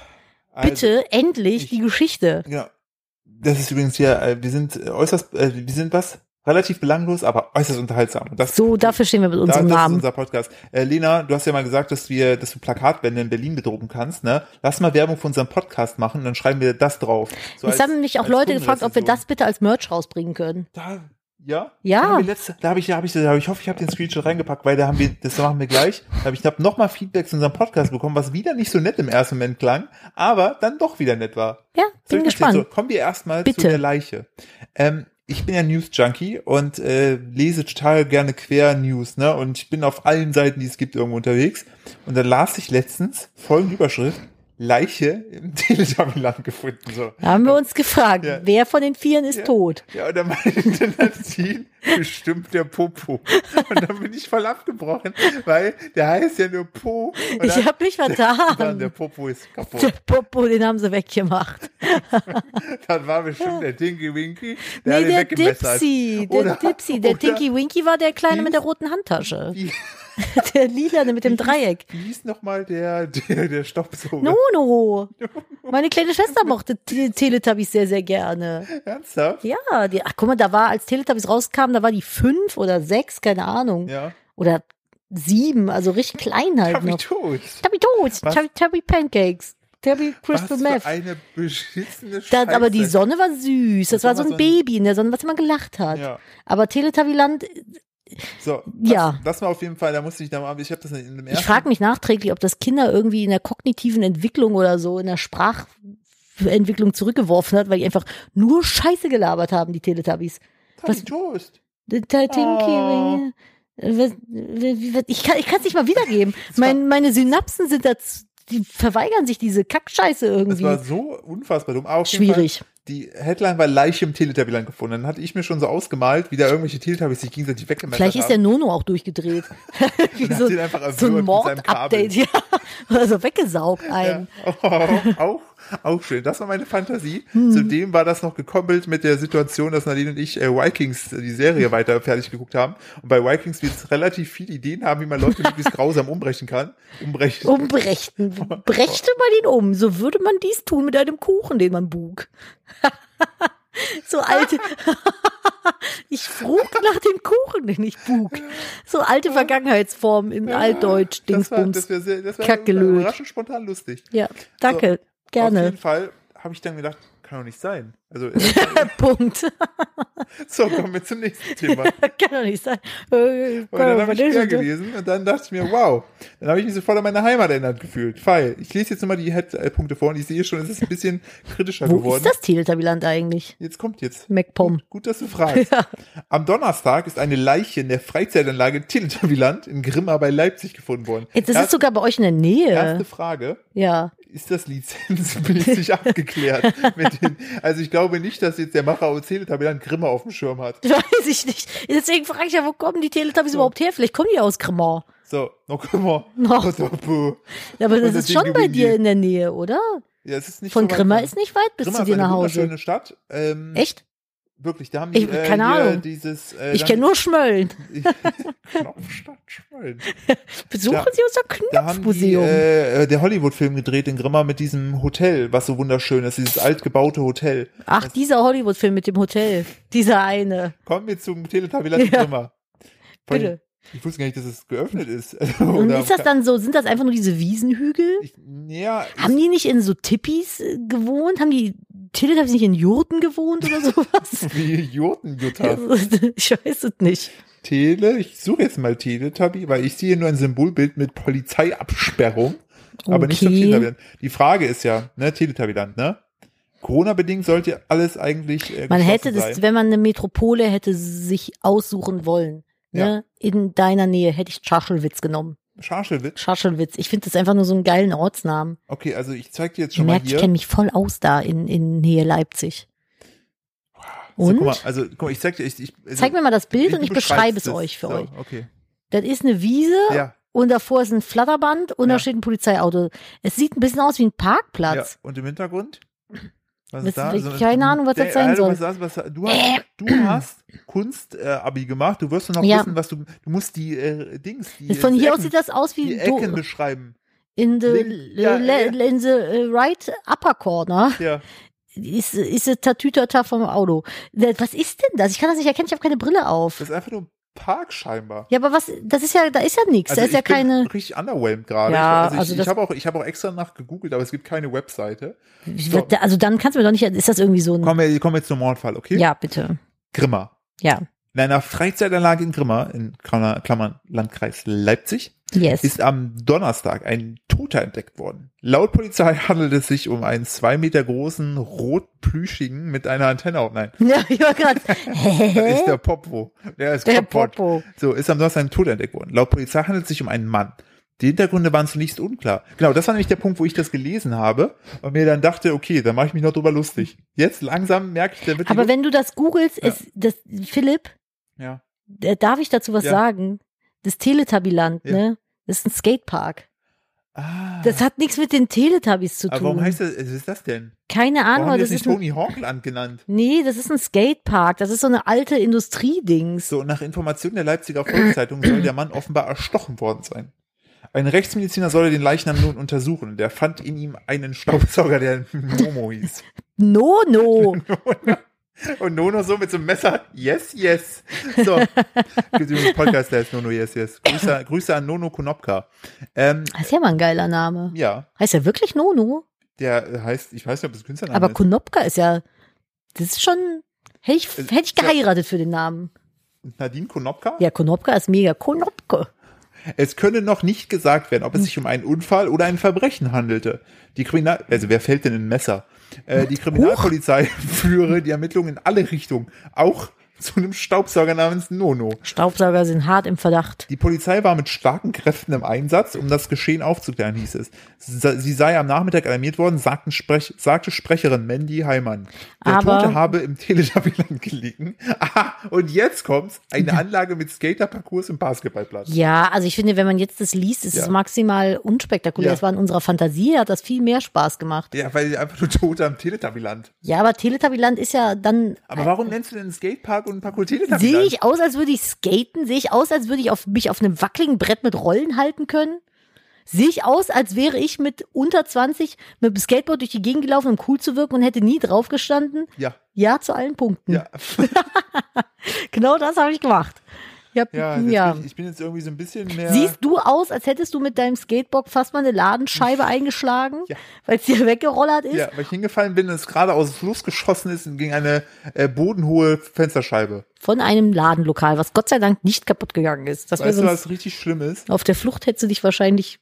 [SPEAKER 2] Also,
[SPEAKER 1] bitte endlich
[SPEAKER 2] ich-
[SPEAKER 1] die Geschichte.
[SPEAKER 2] Ja. Das ist übrigens hier, äh, wir sind äh, äußerst, äh, wir sind was? Relativ belanglos, aber äußerst unterhaltsam. Und das
[SPEAKER 1] So, dafür stehen wir mit unserem
[SPEAKER 2] da, das
[SPEAKER 1] Namen.
[SPEAKER 2] ist unser Podcast. Äh, Lena, du hast ja mal gesagt, dass wir, dass du Plakatwände in Berlin bedrucken kannst, ne? Lass mal Werbung für unseren Podcast machen, dann schreiben wir das drauf. So
[SPEAKER 1] jetzt
[SPEAKER 2] als-
[SPEAKER 1] haben mich auch
[SPEAKER 2] als
[SPEAKER 1] Leute gefragt, ob wir das
[SPEAKER 2] Kundenrezension.
[SPEAKER 1] bitte als Merch rausbringen können.
[SPEAKER 2] Da, ja?
[SPEAKER 1] Ja.
[SPEAKER 2] Da haben wir letzte, da habe ich, da habe ich, da hab ich, ich hoffe, ich habe den Screenshot reingepackt, weil da haben wir, das machen wir gleich. Da habe ich hab nochmal Feedback zu unserem Podcast bekommen, was wieder nicht so nett im ersten Moment klang, aber dann doch wieder nett war.
[SPEAKER 1] Ja, bin
[SPEAKER 2] Soll ich erzählen?
[SPEAKER 1] gespannt.
[SPEAKER 2] So, kommen wir erstmal zu
[SPEAKER 1] Bitte.
[SPEAKER 2] der Leiche. Ähm, ich bin ja News-Junkie und äh, lese total gerne Quer-News, ne? Und ich bin auf allen Seiten, die es gibt, irgendwo unterwegs. Und da las ich letztens folgende Überschrift: Leiche im Teletubbyland gefunden. So.
[SPEAKER 1] Da haben wir uns gefragt,
[SPEAKER 2] Ja.
[SPEAKER 1] wer von den Vieren ist
[SPEAKER 2] Ja.
[SPEAKER 1] tot?
[SPEAKER 2] Ja, und dann meinte das Ziel bestimmt der Popo. Und dann bin ich voll abgebrochen, weil der heißt ja nur Po. Und
[SPEAKER 1] Ich
[SPEAKER 2] dann,
[SPEAKER 1] habe mich
[SPEAKER 2] dann der
[SPEAKER 1] vertan.
[SPEAKER 2] Popo ist kaputt.
[SPEAKER 1] Der Popo, den haben sie weggemacht.
[SPEAKER 2] Dann war bestimmt der Dinky Winky, der
[SPEAKER 1] Nee,
[SPEAKER 2] hat ihn
[SPEAKER 1] der
[SPEAKER 2] weggemessert.
[SPEAKER 1] Dipsy,
[SPEAKER 2] Oder-
[SPEAKER 1] der Dipsy, der
[SPEAKER 2] oder-
[SPEAKER 1] Tinky Winky war der Kleine mit der roten Handtasche.
[SPEAKER 2] Wie,
[SPEAKER 1] Der Lilane mit dem Dreieck.
[SPEAKER 2] wie hieß nochmal der, der, der Stoppsohn?
[SPEAKER 1] Nono. Meine kleine Schwester mochte Te- Teletubbies sehr, sehr gerne.
[SPEAKER 2] Ernsthaft?
[SPEAKER 1] Ja, die, ach guck mal, da war, als Teletubbies rauskamen, da war die fünf oder sechs, keine Ahnung.
[SPEAKER 2] Ja.
[SPEAKER 1] Oder sieben, also richtig klein halt
[SPEAKER 2] Tubby
[SPEAKER 1] noch.
[SPEAKER 2] Toast.
[SPEAKER 1] Tubby Toast,
[SPEAKER 2] Was?
[SPEAKER 1] Tubby, Tubby Pancakes, Tubby Crystal
[SPEAKER 2] Was
[SPEAKER 1] Meth.
[SPEAKER 2] für eine beschissene
[SPEAKER 1] Da,
[SPEAKER 2] Scheiße.
[SPEAKER 1] aber die Sonne war süß. Das
[SPEAKER 2] Das
[SPEAKER 1] war so
[SPEAKER 2] war
[SPEAKER 1] ein
[SPEAKER 2] so ein-
[SPEAKER 1] Baby in der Sonne, was immer gelacht hat.
[SPEAKER 2] Ja.
[SPEAKER 1] Aber Teletubbyland,
[SPEAKER 2] So,
[SPEAKER 1] Ja.
[SPEAKER 2] Das, das war auf jeden Fall, da musste ich da mal, ich habe das in dem
[SPEAKER 1] ich
[SPEAKER 2] ersten
[SPEAKER 1] frage mich nachträglich, ob das Kinder irgendwie in der kognitiven Entwicklung oder so, in der Sprachentwicklung zurückgeworfen hat, weil die einfach nur Scheiße gelabert haben, die Teletubbies.
[SPEAKER 2] Tubby Toast.
[SPEAKER 1] Der Tinky
[SPEAKER 2] Oh.
[SPEAKER 1] Winky. Äh, was- wie- was- Ich kann es nicht mal wiedergeben. Mein, meine Synapsen sind da, die verweigern sich diese Kackscheiße
[SPEAKER 2] Das
[SPEAKER 1] irgendwie.
[SPEAKER 2] war so unfassbar dumm. Aber auf jeden
[SPEAKER 1] Schwierig.
[SPEAKER 2] Fall, die Headline war Leiche im Teletubbyland gefunden. Dann hatte ich mir schon so ausgemalt, wie da irgendwelche Teletubbies sich gegenseitig weggemeldet
[SPEAKER 1] Vielleicht ist der
[SPEAKER 2] haben.
[SPEAKER 1] Nono auch durchgedreht. Wie
[SPEAKER 2] hat ihn einfach
[SPEAKER 1] so
[SPEAKER 2] erwürgt
[SPEAKER 1] ein
[SPEAKER 2] mit seinem Kabel.
[SPEAKER 1] Mord-Update, ja. Also weggesaugt ein.
[SPEAKER 2] Oh, auch, auch schön. Das war meine Fantasie.
[SPEAKER 1] Hm.
[SPEAKER 2] Zudem war das noch gekoppelt mit der Situation, dass Nadine und ich äh, Vikings, äh, die Serie, weiter fertig geguckt haben. Und bei Vikings wir jetzt relativ viele Ideen haben, wie man Leute möglichst grausam umbrechen kann. Umbrechen.
[SPEAKER 1] Oh, Umbrechten. Brechte Um man ihn um, so würde man dies tun mit einem Kuchen, den man bug. so alte. ich frug nach dem Kuchen, den ich bug. So alte Vergangenheitsform im Altdeutsch,
[SPEAKER 2] das war, das
[SPEAKER 1] Dingsbums.
[SPEAKER 2] wär sehr, das war
[SPEAKER 1] Kackelöt.
[SPEAKER 2] überraschend spontan lustig.
[SPEAKER 1] Ja, danke.
[SPEAKER 2] Auf
[SPEAKER 1] Gerne.
[SPEAKER 2] jeden Fall habe ich dann gedacht, kann doch nicht sein. Also,
[SPEAKER 1] Punkt.
[SPEAKER 2] so, kommen wir zum nächsten Thema.
[SPEAKER 1] Kann doch nicht sein. Äh,
[SPEAKER 2] Und dann habe ich
[SPEAKER 1] das-
[SPEAKER 2] quer gelesen und dann dachte ich mir, wow, dann habe ich mich sofort an meine Heimat erinnert gefühlt. Weil, ich lese jetzt nochmal die Head-Punkte vor und ich sehe schon, es ist ein bisschen kritischer
[SPEAKER 1] Wo
[SPEAKER 2] geworden.
[SPEAKER 1] ist das Teletubbyland eigentlich?
[SPEAKER 2] Jetzt kommt jetzt.
[SPEAKER 1] MacPom.
[SPEAKER 2] Gut, dass du fragst. Am Donnerstag ist eine Leiche in der Freizeitanlage Teletubbyland in Grimma bei Leipzig gefunden worden.
[SPEAKER 1] Ey, Das ist
[SPEAKER 2] Erst-
[SPEAKER 1] sogar bei euch in der
[SPEAKER 2] Erste
[SPEAKER 1] Nähe.
[SPEAKER 2] Frage,
[SPEAKER 1] Ja.
[SPEAKER 2] ist das lizenzmäßig abgeklärt? Mit den, also ich glaube nicht, dass jetzt der Macher aus Teletubbyland Grimma auf dem Schirm hat.
[SPEAKER 1] Weiß ich nicht. Deswegen frage ich ja, wo kommen die Teletubbies überhaupt her? Vielleicht kommen die aus Cremant.
[SPEAKER 2] So, noch Grimma.
[SPEAKER 1] Noch. Ja, aber das
[SPEAKER 2] Und
[SPEAKER 1] ist
[SPEAKER 2] deswegen
[SPEAKER 1] schon bei
[SPEAKER 2] gewinnen die.
[SPEAKER 1] dir in der Nähe, oder?
[SPEAKER 2] Ja, es ist nicht
[SPEAKER 1] Von
[SPEAKER 2] so weit
[SPEAKER 1] Grimma
[SPEAKER 2] weg.
[SPEAKER 1] ist nicht weit bis
[SPEAKER 2] Grimma
[SPEAKER 1] zu
[SPEAKER 2] ist
[SPEAKER 1] dir
[SPEAKER 2] eine
[SPEAKER 1] nach Hause.
[SPEAKER 2] wunderschöne Stadt. Ähm,
[SPEAKER 1] Echt?
[SPEAKER 2] Wirklich, da haben die
[SPEAKER 1] Ich-
[SPEAKER 2] äh,
[SPEAKER 1] keine
[SPEAKER 2] hier
[SPEAKER 1] Ahnung.
[SPEAKER 2] dieses. Äh,
[SPEAKER 1] Ich kenne nur Schmölln.
[SPEAKER 2] Knopfstadt Schmölln.
[SPEAKER 1] Besuchen
[SPEAKER 2] Da-
[SPEAKER 1] Sie unser
[SPEAKER 2] Da haben die,
[SPEAKER 1] Knopfmuseum.
[SPEAKER 2] äh, der Hollywood-Film gedreht in Grimma mit diesem Hotel, was so wunderschön ist, dieses altgebaute Hotel.
[SPEAKER 1] Ach, dieser Hollywood-Film mit dem Hotel. Dieser eine.
[SPEAKER 2] Kommen wir zum Teletubbyland in
[SPEAKER 1] Ja.
[SPEAKER 2] Grimma. Voll-
[SPEAKER 1] Bitte.
[SPEAKER 2] Ich wusste gar nicht, dass es geöffnet ist.
[SPEAKER 1] Und
[SPEAKER 2] Oder-
[SPEAKER 1] ist das dann so, sind das einfach nur diese Wiesenhügel?
[SPEAKER 2] Ich, ja,
[SPEAKER 1] Haben die nicht in so Tippis äh, gewohnt? Haben die Teletubbies nicht in Jurten gewohnt oder sowas? Also,
[SPEAKER 2] wie Jotenjutta.
[SPEAKER 1] ich weiß es nicht.
[SPEAKER 2] Tele, ich suche jetzt mal Teletubby, weil ich sehe nur ein Symbolbild mit Polizeiabsperrung, aber nicht zum
[SPEAKER 1] Okay.
[SPEAKER 2] Teletubbyland. Die Frage ist ja, ne, Teletubbyland, ne? Corona-bedingt sollte alles eigentlich äh,
[SPEAKER 1] Man
[SPEAKER 2] geschlossen
[SPEAKER 1] hätte das,
[SPEAKER 2] sein.
[SPEAKER 1] wenn man eine Metropole hätte sich aussuchen wollen. Ne? In deiner Nähe hätte ich Schaschelwitz genommen.
[SPEAKER 2] Scharschewitz.
[SPEAKER 1] Schaschelwitz. Ich finde das einfach nur so einen geilen Ortsnamen.
[SPEAKER 2] Okay, also ich zeig dir jetzt
[SPEAKER 1] Ihr
[SPEAKER 2] schon mal
[SPEAKER 1] merkt, ich
[SPEAKER 2] hier.
[SPEAKER 1] kenne mich voll aus da in, in Nähe Leipzig.
[SPEAKER 2] So,
[SPEAKER 1] Und?
[SPEAKER 2] guck mal, also guck mal, ich zeig dir, ich, ich also,
[SPEAKER 1] Zeig mir mal das Bild
[SPEAKER 2] du
[SPEAKER 1] und ich
[SPEAKER 2] beschreibst
[SPEAKER 1] beschreibe es
[SPEAKER 2] das.
[SPEAKER 1] euch für
[SPEAKER 2] so,
[SPEAKER 1] euch.
[SPEAKER 2] Okay.
[SPEAKER 1] Das ist eine Wiese
[SPEAKER 2] Ja,
[SPEAKER 1] und davor ist ein Flatterband und
[SPEAKER 2] Ja.
[SPEAKER 1] da steht ein Polizeiauto. Es sieht ein bisschen aus wie ein
[SPEAKER 2] ja.
[SPEAKER 1] Parkplatz.
[SPEAKER 2] Und im Hintergrund? Was
[SPEAKER 1] Das- keine Ahnung, was das
[SPEAKER 2] Der-
[SPEAKER 1] sein
[SPEAKER 2] Alter,
[SPEAKER 1] soll.
[SPEAKER 2] also,
[SPEAKER 1] Äh.
[SPEAKER 2] Was, hast- was, du hast, du hast Kunst-Abi äh, Abi gemacht. Du wirst doch noch
[SPEAKER 1] Ja.
[SPEAKER 2] wissen, was du. Du musst die äh, Dings. Die,
[SPEAKER 1] Von
[SPEAKER 2] die
[SPEAKER 1] hier aus
[SPEAKER 2] Ecken-
[SPEAKER 1] sieht das aus wie
[SPEAKER 2] die
[SPEAKER 1] Do-
[SPEAKER 2] Ecken beschreiben.
[SPEAKER 1] in the,
[SPEAKER 2] Link- ja,
[SPEAKER 1] le- in the äh, right upper corner
[SPEAKER 2] Ja.
[SPEAKER 1] ist, ist das Tatütata vom Auto. Das- Was ist denn das? Ich kann das nicht erkennen, ich habe keine Brille auf.
[SPEAKER 2] Das ist einfach nur ein Park scheinbar.
[SPEAKER 1] Ja, aber was, das ist ja, da ist ja nichts, da ist
[SPEAKER 2] Also ich
[SPEAKER 1] ja
[SPEAKER 2] bin
[SPEAKER 1] keine,
[SPEAKER 2] richtig underwhelmed gerade.
[SPEAKER 1] Ja, also
[SPEAKER 2] ich, also ich,
[SPEAKER 1] das-
[SPEAKER 2] ich habe auch, ich habe auch extra nach gegoogelt, aber es gibt keine Webseite. So.
[SPEAKER 1] also dann kannst du mir doch nicht, ist das irgendwie so ein,
[SPEAKER 2] Kommen wir, kommen wir zum Mordfall, okay?
[SPEAKER 1] Mhm. ja, bitte,
[SPEAKER 2] Grimma.
[SPEAKER 1] ja,
[SPEAKER 2] In einer Freizeitanlage in Grimma, in Klammer- Klammern Landkreis Leipzig,
[SPEAKER 1] yes.
[SPEAKER 2] ist am Donnerstag ein Toter entdeckt worden. Laut Polizei handelt es sich um einen zwei Meter großen, rotplüschigen mit einer Antenne auf. Nein,
[SPEAKER 1] Ja, ich war gerade.
[SPEAKER 2] da ist
[SPEAKER 1] Hä?
[SPEAKER 2] der Popo. Der ist
[SPEAKER 1] Der
[SPEAKER 2] kaputt.
[SPEAKER 1] Popo.
[SPEAKER 2] So, ist am Donnerstag ein Tod entdeckt worden. Laut Polizei handelt es sich um einen Mann. Die Hintergründe waren zunächst unklar. Genau, das war nämlich der Punkt, wo ich das gelesen habe und mir dann dachte, okay, da mache ich mich noch drüber lustig. Jetzt langsam merke ich, der wird die
[SPEAKER 1] Aber
[SPEAKER 2] Luft-
[SPEAKER 1] wenn du das googelst, ist das Philipp,
[SPEAKER 2] ja.
[SPEAKER 1] äh, darf ich dazu was
[SPEAKER 2] Ja.
[SPEAKER 1] sagen? Das Teletubbyland,
[SPEAKER 2] Ja.
[SPEAKER 1] ne? Das ist ein Skatepark.
[SPEAKER 2] Ah,
[SPEAKER 1] Das hat nichts mit den Teletubbies zu
[SPEAKER 2] aber
[SPEAKER 1] tun.
[SPEAKER 2] warum heißt das, was ist das denn?
[SPEAKER 1] Keine
[SPEAKER 2] Warum
[SPEAKER 1] Ahnung,
[SPEAKER 2] haben
[SPEAKER 1] aber
[SPEAKER 2] die
[SPEAKER 1] das
[SPEAKER 2] das
[SPEAKER 1] ist
[SPEAKER 2] nicht
[SPEAKER 1] ein,
[SPEAKER 2] Tony Hawkland genannt?
[SPEAKER 1] Nee, das ist ein Skatepark. Das ist so eine alte Industriedings.
[SPEAKER 2] So, nach Informationen der Leipziger Volkszeitung soll der Mann offenbar erstochen worden sein. Ein Rechtsmediziner solle den Leichnam nun untersuchen. Der fand in ihm einen Staubsauger, der Momo hieß.
[SPEAKER 1] No, no.
[SPEAKER 2] Und Nono so mit so einem Messer, yes, yes. So, gibt übrigens einen Podcast, der ist Nono, yes, yes. Grüße, Grüße an Nono Konopka. Ähm,
[SPEAKER 1] Das ist ja mal ein geiler Name.
[SPEAKER 2] ja,
[SPEAKER 1] Heißt ja wirklich Nono?
[SPEAKER 2] der heißt, ich weiß nicht, ob es ein Künstlername
[SPEAKER 1] Aber
[SPEAKER 2] ist.
[SPEAKER 1] Konopka ist ja. Das ist schon. Hätte ich, hätte ich
[SPEAKER 2] Äh, ja.
[SPEAKER 1] geheiratet für den Namen.
[SPEAKER 2] Nadine Konopka?
[SPEAKER 1] Ja, Konopka ist mega. Konopke.
[SPEAKER 2] Es könne noch nicht gesagt werden, ob
[SPEAKER 1] Hm.
[SPEAKER 2] es sich um einen Unfall oder ein Verbrechen handelte. Die Kriminal, also wer fällt denn ein Messer? Äh, die Kriminalpolizei führe die Ermittlungen in alle Richtungen, auch zu einem Staubsauger namens Nono.
[SPEAKER 1] Staubsauger sind hart im Verdacht.
[SPEAKER 2] Die Polizei war mit starken Kräften im Einsatz, um das Geschehen aufzuklären, hieß es. Sa- Sie sei am Nachmittag alarmiert worden, sagten Sprech sagte Sprecherin Mandy Heimann. Der
[SPEAKER 1] Aber-
[SPEAKER 2] Tote habe im Teletubbyland gelegen. Aha, und jetzt kommt's. Eine Anlage mit Skaterparcours im Basketballplatz.
[SPEAKER 1] Ja, also ich finde, wenn man jetzt das liest, ist
[SPEAKER 2] Ja.
[SPEAKER 1] es maximal unspektakulär.
[SPEAKER 2] Ja.
[SPEAKER 1] Es war in unserer Fantasie, hat das viel mehr Spaß gemacht.
[SPEAKER 2] Ja, weil einfach nur Tote am Teletubbyland.
[SPEAKER 1] Ja, aber Teletubbyland ist ja dann.
[SPEAKER 2] Aber warum nennst du denn einen Skatepark und ein Parcours Teletubbyland?
[SPEAKER 1] Sehe ich aus, als würde ich skaten? Sehe ich aus, als würde ich auf, mich auf einem wackeligen Brett mit Rollen halten können? Sehe ich aus, als wäre ich mit unter 20 mit dem Skateboard durch die Gegend gelaufen, um cool zu wirken und hätte nie draufgestanden?
[SPEAKER 2] Ja,
[SPEAKER 1] Ja, zu allen Punkten.
[SPEAKER 2] ja.
[SPEAKER 1] Genau das habe ich gemacht. Ich hab,
[SPEAKER 2] Ja,
[SPEAKER 1] ja,
[SPEAKER 2] jetzt Bin ich, ich bin jetzt irgendwie so ein bisschen mehr.
[SPEAKER 1] Siehst du aus, als hättest du mit deinem Skateboard fast mal eine Ladenscheibe eingeschlagen,
[SPEAKER 2] Ja.
[SPEAKER 1] weil es dir weggerollert ist?
[SPEAKER 2] Ja, weil ich hingefallen bin und es gerade aus dem Fluss geschossen ist und gegen eine äh, bodenhohe Fensterscheibe.
[SPEAKER 1] Von einem Ladenlokal, was Gott sei Dank nicht kaputt gegangen ist. Das wär
[SPEAKER 2] weißt du,
[SPEAKER 1] sonst,
[SPEAKER 2] was richtig schlimm ist?
[SPEAKER 1] auf der Flucht hättest du dich wahrscheinlich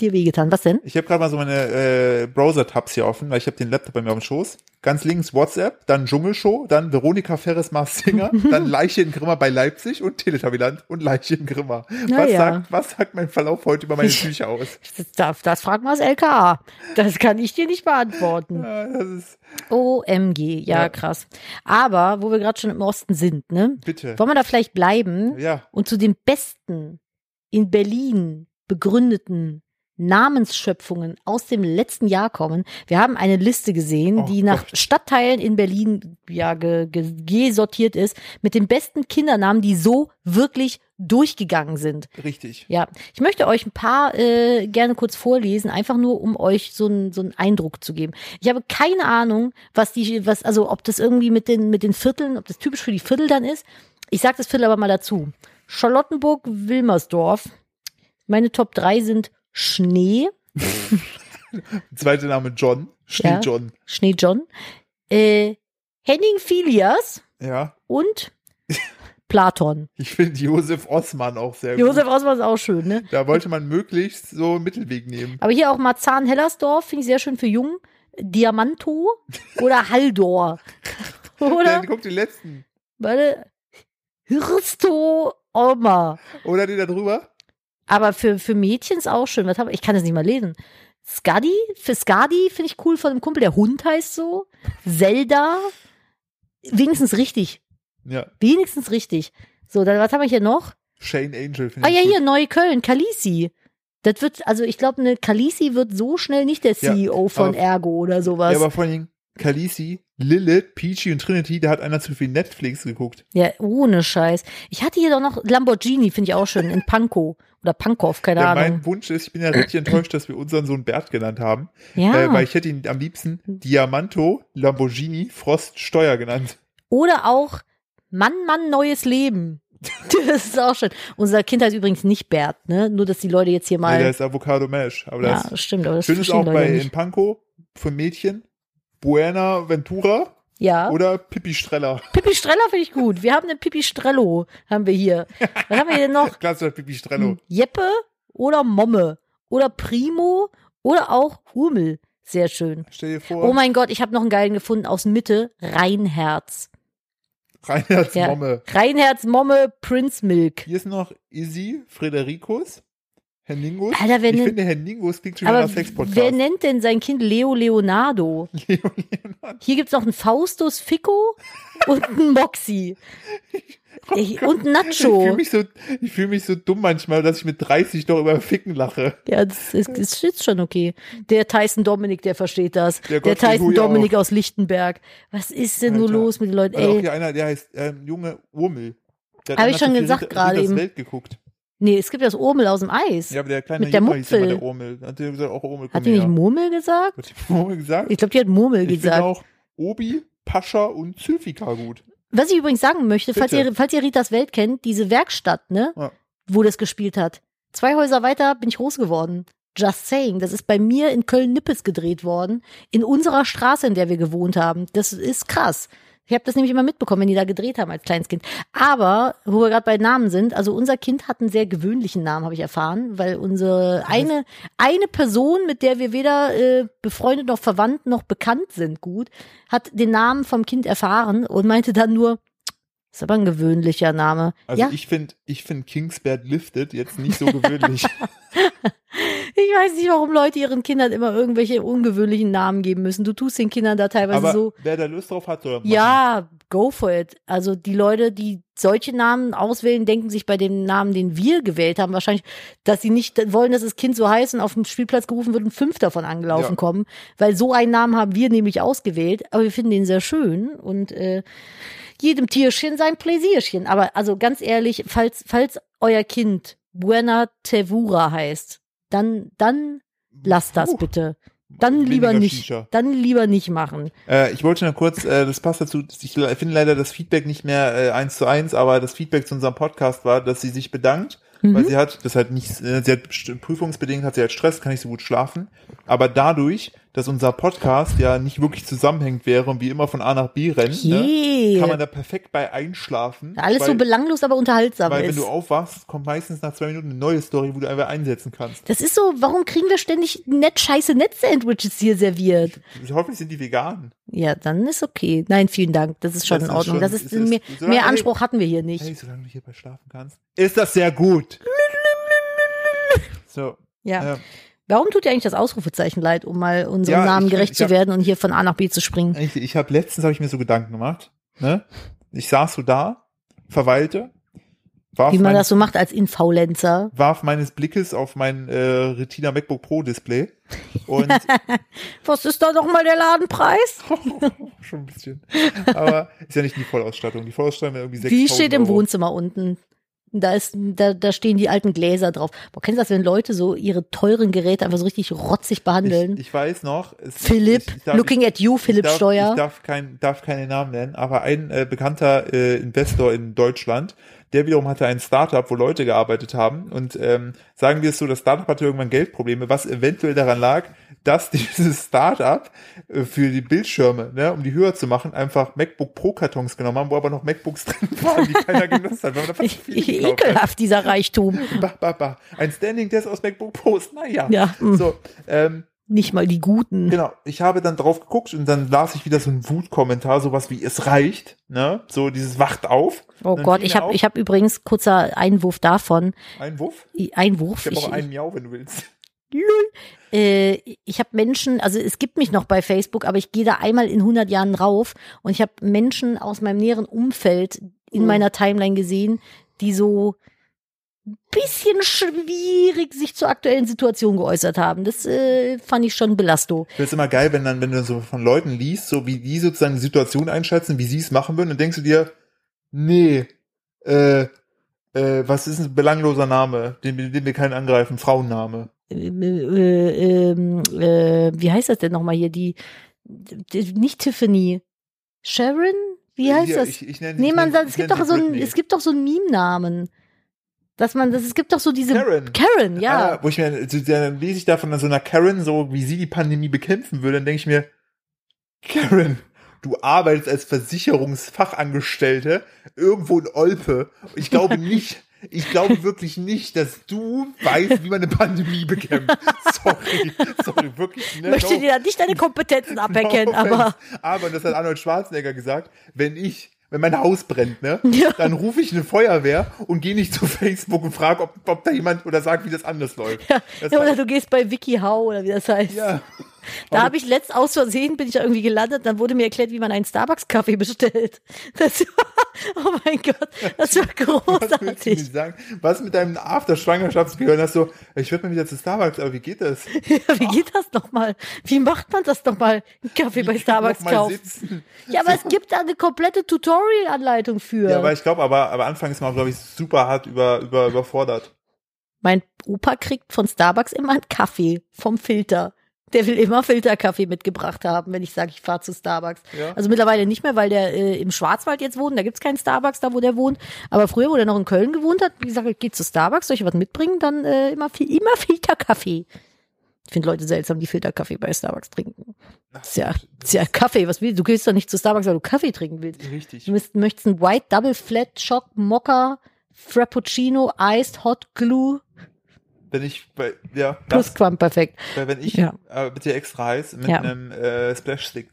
[SPEAKER 1] dir wehgetan. Was denn?
[SPEAKER 2] Ich habe gerade mal so meine äh, Browser-Tabs hier offen, weil ich habe den Laptop bei mir auf dem Schoß. Ganz links WhatsApp, dann Dschungelshow, dann Veronika Ferres Mars Singer, dann Leiche in Grimma bei Leipzig und Teletabiland und Leiche in Grimma.
[SPEAKER 1] Na
[SPEAKER 2] was,
[SPEAKER 1] ja.
[SPEAKER 2] sagt, was sagt mein Verlauf heute über meine Bücher aus?
[SPEAKER 1] Das, das, das fragt mal das LKA. Das kann ich dir nicht beantworten.
[SPEAKER 2] Ja, Ah, das ist,
[SPEAKER 1] OMG, ja,
[SPEAKER 2] Ja.
[SPEAKER 1] krass. Aber wo wir gerade schon im Osten sind, ne?
[SPEAKER 2] bitte.
[SPEAKER 1] Wollen wir da vielleicht bleiben?
[SPEAKER 2] Ja,
[SPEAKER 1] und zu den besten in Berlin begründeten Namensschöpfungen aus dem letzten Jahr kommen. Wir haben eine Liste gesehen,
[SPEAKER 2] Oh
[SPEAKER 1] die nach
[SPEAKER 2] Gott.
[SPEAKER 1] Stadtteilen in Berlin ja ge, ge, gesortiert ist mit den besten Kindernamen, die so wirklich durchgegangen sind.
[SPEAKER 2] richtig.
[SPEAKER 1] Ja, ich möchte euch ein paar äh, gerne kurz vorlesen, einfach nur um euch so einen so einen Eindruck zu geben. Ich habe keine Ahnung, was die was also ob das irgendwie mit den mit den Vierteln, ob das typisch für die Viertel dann ist. Ich sag das Viertel aber mal dazu. Charlottenburg, Wilmersdorf. Meine Top 3 sind Schnee,
[SPEAKER 2] Zweiter Name John. Schnee
[SPEAKER 1] Ja.
[SPEAKER 2] John.
[SPEAKER 1] Schnee John, äh, Henning Filias
[SPEAKER 2] Ja.
[SPEAKER 1] und Platon.
[SPEAKER 2] Ich finde Josef Osman auch sehr gut.
[SPEAKER 1] Josef Osman ist auch schön, ne?
[SPEAKER 2] Da wollte man möglichst so einen Mittelweg nehmen.
[SPEAKER 1] Aber hier auch Marzahn-Hellersdorf finde ich sehr schön für Jung. Diamanto oder Haldor. Oder,
[SPEAKER 2] Dann guck den letzten.
[SPEAKER 1] warte, Hirsto Oma.
[SPEAKER 2] Oder den da drüber.
[SPEAKER 1] Aber für, für Mädchen ist auch schön. Was hab, ich kann das nicht mal lesen. Skadi, für Skadi finde ich cool von einem Kumpel. Der Hund heißt so. Zelda. Wenigstens richtig.
[SPEAKER 2] Ja.
[SPEAKER 1] Wenigstens richtig. So, dann was haben wir hier noch?
[SPEAKER 2] Shane Angel finde
[SPEAKER 1] Ah
[SPEAKER 2] ich.
[SPEAKER 1] ja,
[SPEAKER 2] gut.
[SPEAKER 1] hier, Neukölln, Kalisi. Das wird, also ich glaube, eine Kalisi wird so schnell nicht der
[SPEAKER 2] Ja,
[SPEAKER 1] CEO von
[SPEAKER 2] aber-
[SPEAKER 1] Ergo oder sowas.
[SPEAKER 2] Ja, aber vor allen Dingen Khaleesi, Lilith, Peachy und Trinity, da hat einer zu viel Netflix geguckt.
[SPEAKER 1] Ja, ohne Scheiß. Ich hatte hier doch noch Lamborghini, finde ich auch schön, in Pankow oder Pankow, keine
[SPEAKER 2] Ja,
[SPEAKER 1] Ahnung.
[SPEAKER 2] mein Wunsch ist, ich bin ja richtig enttäuscht, dass wir unseren Sohn Bert genannt haben,
[SPEAKER 1] Ja.
[SPEAKER 2] äh, weil ich hätte ihn am liebsten Diamanto, Lamborghini, Frost, Steuer genannt.
[SPEAKER 1] oder auch Mann, Mann, neues Leben. Das ist auch schön. Unser Kind heißt übrigens nicht Bert, ne? Nur, dass die Leute jetzt hier
[SPEAKER 2] Nee,
[SPEAKER 1] mal.
[SPEAKER 2] der ist Avocado Mash. Aber
[SPEAKER 1] ja,
[SPEAKER 2] das
[SPEAKER 1] stimmt, aber das
[SPEAKER 2] Schön ist
[SPEAKER 1] verstehen
[SPEAKER 2] auch
[SPEAKER 1] Leute
[SPEAKER 2] bei in
[SPEAKER 1] nicht.
[SPEAKER 2] Panko für Mädchen Buena Ventura
[SPEAKER 1] Ja.
[SPEAKER 2] oder Pippi Streller.
[SPEAKER 1] Pippi Streller finde ich gut. Wir haben einen Pippi Strello, haben wir hier. Was haben wir hier noch?
[SPEAKER 2] Klasse Pippi
[SPEAKER 1] Hm.
[SPEAKER 2] Strello.
[SPEAKER 1] Jeppe oder Momme oder Primo oder auch Hummel. Sehr schön.
[SPEAKER 2] Stell dir vor,
[SPEAKER 1] Oh mein Gott, ich habe noch einen geilen gefunden aus Mitte, Reinherz.
[SPEAKER 2] Reinhards
[SPEAKER 1] Ja.
[SPEAKER 2] Momme.
[SPEAKER 1] Reinherz Momme Prince Milk.
[SPEAKER 2] Hier ist noch Izzy, Fredericus, Henningus.
[SPEAKER 1] Alter, wer
[SPEAKER 2] ich
[SPEAKER 1] nennt-
[SPEAKER 2] finde, Henningus klingt schon wieder
[SPEAKER 1] Aber
[SPEAKER 2] nach
[SPEAKER 1] wer
[SPEAKER 2] Sexpodcast.
[SPEAKER 1] nennt denn sein Kind Leo Leonardo?
[SPEAKER 2] Leo Leonard.
[SPEAKER 1] Hier gibt's noch einen Faustus Fico und einen Moxie. Ey, und einen
[SPEAKER 2] Ich fühle
[SPEAKER 1] Nacho.
[SPEAKER 2] mich, so, ich fühl mich so dumm manchmal, dass ich mit 30 noch über Ficken lache.
[SPEAKER 1] Ja, das ist, das ist schon okay. Der Tyson Dominik, der versteht das.
[SPEAKER 2] Der
[SPEAKER 1] Der,
[SPEAKER 2] Gottfried
[SPEAKER 1] Tyson
[SPEAKER 2] Hui auch.
[SPEAKER 1] Dominik aus Lichtenberg. Was ist denn nur
[SPEAKER 2] Alter.
[SPEAKER 1] los mit den Leuten?
[SPEAKER 2] Oder auch
[SPEAKER 1] Ey,
[SPEAKER 2] hier einer, der heißt ähm, Junge Urmel. Der
[SPEAKER 1] Hab
[SPEAKER 2] hat einer
[SPEAKER 1] ich schon
[SPEAKER 2] zu viel
[SPEAKER 1] gesagt
[SPEAKER 2] Ritter-
[SPEAKER 1] gerade
[SPEAKER 2] Ritters
[SPEAKER 1] eben.
[SPEAKER 2] Welt geguckt.
[SPEAKER 1] nee, es gibt das Urmel aus dem Eis.
[SPEAKER 2] Ja, aber der kleine
[SPEAKER 1] Mit der
[SPEAKER 2] Junge hieß immer
[SPEAKER 1] Mupfel.
[SPEAKER 2] der Urmel. Hat der gesagt, auch Urmel
[SPEAKER 1] Hat
[SPEAKER 2] komm
[SPEAKER 1] die nicht
[SPEAKER 2] her.
[SPEAKER 1] Murmel gesagt?
[SPEAKER 2] Hat die Urmel gesagt?
[SPEAKER 1] Ich glaube, die hat Murmel
[SPEAKER 2] Ich finde
[SPEAKER 1] gesagt.
[SPEAKER 2] auch Obi, Pascha und Zylfika gut.
[SPEAKER 1] Was ich übrigens sagen möchte, falls
[SPEAKER 2] Bitte.
[SPEAKER 1] ihr, falls ihr Ritas Welt kennt, diese Werkstatt, ne,
[SPEAKER 2] Ja.
[SPEAKER 1] wo das gespielt hat. Zwei Häuser weiter bin ich groß geworden. Just saying, das ist bei mir in Köln-Nippes gedreht worden, in unserer Straße, in der wir gewohnt haben. Das ist krass. Ich habe das nämlich immer mitbekommen, wenn die da gedreht haben als kleines Kind. Aber, wo wir gerade bei Namen sind, also unser Kind hat einen sehr gewöhnlichen Namen, habe ich erfahren, weil unsere eine, eine Person, mit der wir weder äh, befreundet noch verwandt noch bekannt sind, gut, hat den Namen vom Kind erfahren und meinte dann nur, Ist aber ein gewöhnlicher Name.
[SPEAKER 2] Also
[SPEAKER 1] ja,
[SPEAKER 2] ich finde ich find Kingsbad Lifted jetzt nicht so gewöhnlich.
[SPEAKER 1] ich weiß nicht, warum Leute ihren Kindern immer irgendwelche ungewöhnlichen Namen geben müssen. Du tust den Kindern da teilweise
[SPEAKER 2] aber
[SPEAKER 1] so.
[SPEAKER 2] wer da Lust drauf hat, soll machen.
[SPEAKER 1] Ja, go for it. Also die Leute, die solche Namen auswählen, denken sich bei dem Namen, den wir gewählt haben, wahrscheinlich, dass sie nicht wollen, dass das Kind so heißt und auf dem Spielplatz gerufen wird und fünf davon angelaufen
[SPEAKER 2] Ja.
[SPEAKER 1] kommen. Weil so einen Namen haben wir nämlich ausgewählt, aber wir finden den sehr schön und äh, jedem Tierchen sein Pläsierchen. Aber also ganz ehrlich, falls, falls euer Kind Buena Tevura heißt, dann, dann lasst das
[SPEAKER 2] Puh,
[SPEAKER 1] bitte. Dann
[SPEAKER 2] weniger
[SPEAKER 1] lieber nicht.
[SPEAKER 2] Shisha.
[SPEAKER 1] Dann lieber nicht machen.
[SPEAKER 2] Äh, ich wollte nur kurz, äh, das passt dazu, ich le- finde leider das Feedback nicht mehr äh, eins zu eins, aber das Feedback zu unserem Podcast war, dass sie sich bedankt,
[SPEAKER 1] Mhm.
[SPEAKER 2] weil sie hat, das hat nicht, äh, sie hat st- prüfungsbedingt, hat sie halt Stress, kann nicht so gut schlafen, aber dadurch, dass unser Podcast ja nicht wirklich zusammenhängend wäre und wie immer von A nach B rennt, ne,
[SPEAKER 1] Je.
[SPEAKER 2] kann man da perfekt bei einschlafen.
[SPEAKER 1] Alles so
[SPEAKER 2] weil-
[SPEAKER 1] belanglos, aber unterhaltsam
[SPEAKER 2] Weil wenn
[SPEAKER 1] ist.
[SPEAKER 2] du aufwachst, kommt meistens nach zwei Minuten eine neue Story, wo du einfach einsetzen kannst.
[SPEAKER 1] Das ist so, warum kriegen wir ständig nett scheiße Netz-Sandwiches hier serviert?
[SPEAKER 2] Hoffentlich sind die vegan.
[SPEAKER 1] Ja, dann ist okay. Nein, vielen Dank. Das ist schon
[SPEAKER 2] Das
[SPEAKER 1] in
[SPEAKER 2] ist
[SPEAKER 1] Ordnung.
[SPEAKER 2] schon-
[SPEAKER 1] das ist,
[SPEAKER 2] es ist-
[SPEAKER 1] mehr,
[SPEAKER 2] solange-
[SPEAKER 1] mehr
[SPEAKER 2] hey.
[SPEAKER 1] Anspruch hatten wir hier nicht.
[SPEAKER 2] Hey, solange du hierbei schlafen kannst, ist das sehr gut. So.
[SPEAKER 1] Ja.
[SPEAKER 2] ähm,
[SPEAKER 1] Warum tut ihr eigentlich das Ausrufezeichen leid, um mal unserem
[SPEAKER 2] Ja,
[SPEAKER 1] Namen
[SPEAKER 2] ich-
[SPEAKER 1] gerecht
[SPEAKER 2] ich
[SPEAKER 1] zu
[SPEAKER 2] hab-
[SPEAKER 1] werden und hier von A nach B zu springen?
[SPEAKER 2] Ich, ich habe letztens habe ich mir so Gedanken gemacht. Ne? Ich saß so da, verweilte, warf,
[SPEAKER 1] Wie man
[SPEAKER 2] mein-
[SPEAKER 1] das so macht als Infaulenzer.
[SPEAKER 2] warf meines Blickes auf mein äh, Retina MacBook Pro Display und
[SPEAKER 1] Was ist da nochmal der Ladenpreis?
[SPEAKER 2] schon ein bisschen. Aber ist ja nicht die Vollausstattung. Die Vollausstattung wäre irgendwie 6
[SPEAKER 1] Die steht im Wohnzimmer unten. Da, ist, da, da stehen die alten Gläser drauf. Boah, kennst du das, wenn Leute so ihre teuren Geräte einfach so richtig rotzig behandeln?
[SPEAKER 2] Ich, ich weiß noch. Es,
[SPEAKER 1] Philipp,
[SPEAKER 2] ich- ich darf-
[SPEAKER 1] looking at you, Philipp
[SPEAKER 2] ich darf,
[SPEAKER 1] Steuer.
[SPEAKER 2] Ich darf, kein, darf keine Namen nennen, aber ein äh, bekannter äh, Investor in Deutschland, der wiederum hatte ein Startup, wo Leute gearbeitet haben und ähm, sagen wir es so, das Startup hatte irgendwann Geldprobleme, was eventuell daran lag, dass dieses Startup äh, für die Bildschirme, ne, um die höher zu machen, einfach MacBook Pro Kartons genommen haben, wo aber noch MacBooks drin waren, die keiner genutzt hat, weil man davon zu viel gekauft hat.
[SPEAKER 1] Ekelhaft, dieser Reichtum.
[SPEAKER 2] Bah, bah, bah. Ein Standing Desk aus MacBook Pros, naja.
[SPEAKER 1] Ja, mh,
[SPEAKER 2] So, ähm,
[SPEAKER 1] nicht mal die Guten.
[SPEAKER 2] Genau, ich habe dann drauf geguckt und dann las ich wieder so einen Wutkommentar, sowas wie es reicht, ne? So dieses wacht auf,
[SPEAKER 1] Oh
[SPEAKER 2] Dann
[SPEAKER 1] Gott,
[SPEAKER 2] fiel
[SPEAKER 1] ich
[SPEAKER 2] mir
[SPEAKER 1] habe
[SPEAKER 2] auf-
[SPEAKER 1] ich hab übrigens kurzer Einwurf davon.
[SPEAKER 2] ein Wuff.
[SPEAKER 1] I- Einwurf?
[SPEAKER 2] Ich habe
[SPEAKER 1] Ich,
[SPEAKER 2] auch einen Miau, wenn du willst.
[SPEAKER 1] ich, äh, ich habe Menschen, also es gibt mich noch bei Facebook, aber ich gehe da einmal in 100 Jahren rauf und ich habe Menschen aus meinem näheren Umfeld in
[SPEAKER 2] Mhm.
[SPEAKER 1] meiner Timeline gesehen, die so ein bisschen schwierig sich zur aktuellen Situation geäußert haben. Das äh, fand ich schon belasto.
[SPEAKER 2] Ich find's immer geil, wenn dann, wenn du so von Leuten liest, so wie die sozusagen die Situation einschätzen, wie sie es machen würden, dann denkst du dir, nee, äh, äh, was ist ein belangloser Name, den, wir- den wir keinen angreifen, Frauenname.
[SPEAKER 1] ähm, äh, ähm, äh, wie heißt das denn nochmal hier? Die, die nicht Tiffany. Sharon? Wie heißt
[SPEAKER 2] Äh, Hier,
[SPEAKER 1] das?
[SPEAKER 2] Ich, ich nenne,
[SPEAKER 1] nee,
[SPEAKER 2] ich
[SPEAKER 1] man
[SPEAKER 2] nenne-
[SPEAKER 1] sagt,
[SPEAKER 2] ich
[SPEAKER 1] es gibt
[SPEAKER 2] nenne
[SPEAKER 1] doch
[SPEAKER 2] sie
[SPEAKER 1] so einen,
[SPEAKER 2] Britney.
[SPEAKER 1] es gibt doch so einen Meme-Namen. Dass man, das, es gibt doch so diese
[SPEAKER 2] Karen.
[SPEAKER 1] Karen, ja.
[SPEAKER 2] Ah, wo ich mir, also dann lese ich da von so einer Karen, so wie sie die Pandemie bekämpfen würde, dann denke ich mir, Karen, du arbeitest als Versicherungsfachangestellte irgendwo in Olpe. Ich glaube nicht, ich glaube wirklich nicht, dass du weißt, wie man eine Pandemie bekämpft. Sorry, sorry, wirklich. Ne?
[SPEAKER 1] Möchte
[SPEAKER 2] No-
[SPEAKER 1] dir da nicht deine Kompetenzen
[SPEAKER 2] Genau,
[SPEAKER 1] aberkennen,
[SPEAKER 2] no offense.
[SPEAKER 1] aber
[SPEAKER 2] Aber, und das hat Arnold Schwarzenegger gesagt, wenn ich, wenn mein Haus brennt, ne,
[SPEAKER 1] Ja.
[SPEAKER 2] dann rufe ich eine Feuerwehr und gehe nicht zu Facebook und frage, ob, ob da jemand oder sagt, wie das anders läuft.
[SPEAKER 1] ja,
[SPEAKER 2] Das
[SPEAKER 1] oder du gehst bei Vicky How oder wie das heißt.
[SPEAKER 2] ja.
[SPEAKER 1] Da habe ich letzt aus Versehen bin ich da irgendwie gelandet, dann wurde mir erklärt, wie man einen Starbucks-Kaffee bestellt. Das war, oh mein Gott, das war
[SPEAKER 2] Was willst du mir
[SPEAKER 1] großartig.
[SPEAKER 2] sagen? Was mit deinem After-Schwangerschaftsgehirn hast du? Ich würde mal wieder zu Starbucks, aber wie geht das?
[SPEAKER 1] Ja, wie geht das nochmal? Wie macht man das nochmal? Einen Kaffee bei Starbucks
[SPEAKER 2] Nochmal
[SPEAKER 1] kaufen.
[SPEAKER 2] sitzen.
[SPEAKER 1] Ja, aber es gibt da eine komplette Tutorial-Anleitung für.
[SPEAKER 2] Ja, aber ich glaube, aber, aber Anfang ist man, glaube ich, super hart über, über, überfordert.
[SPEAKER 1] mein Opa kriegt von Starbucks immer einen Kaffee vom Filter. Der will immer Filterkaffee mitgebracht haben, wenn ich sage, ich fahre zu Starbucks.
[SPEAKER 2] Ja.
[SPEAKER 1] Also mittlerweile nicht mehr, weil der äh, im Schwarzwald jetzt wohnt. Da gibt's keinen Starbucks, da wo der wohnt. Aber früher, wo der noch in Köln gewohnt hat, wie gesagt, ich gehe zu Starbucks, soll ich was mitbringen? Dann äh, immer, viel, immer Filterkaffee. Ich finde Leute seltsam, die Filterkaffee bei Starbucks trinken. Ist ja, ist ja Kaffee. Was willst du? Du gehst doch nicht zu Starbucks, weil du Kaffee trinken willst.
[SPEAKER 2] Richtig.
[SPEAKER 1] Du müsst, möchtest einen White Double Flat Shock Mocha Frappuccino Iced Hot Glue
[SPEAKER 2] wenn ich bei, ja, das,
[SPEAKER 1] Plusquamperfekt.
[SPEAKER 2] weil wenn ich
[SPEAKER 1] Ja.
[SPEAKER 2] äh, mit dir extra heiß mit
[SPEAKER 1] Ja.
[SPEAKER 2] einem äh, Splash-Stick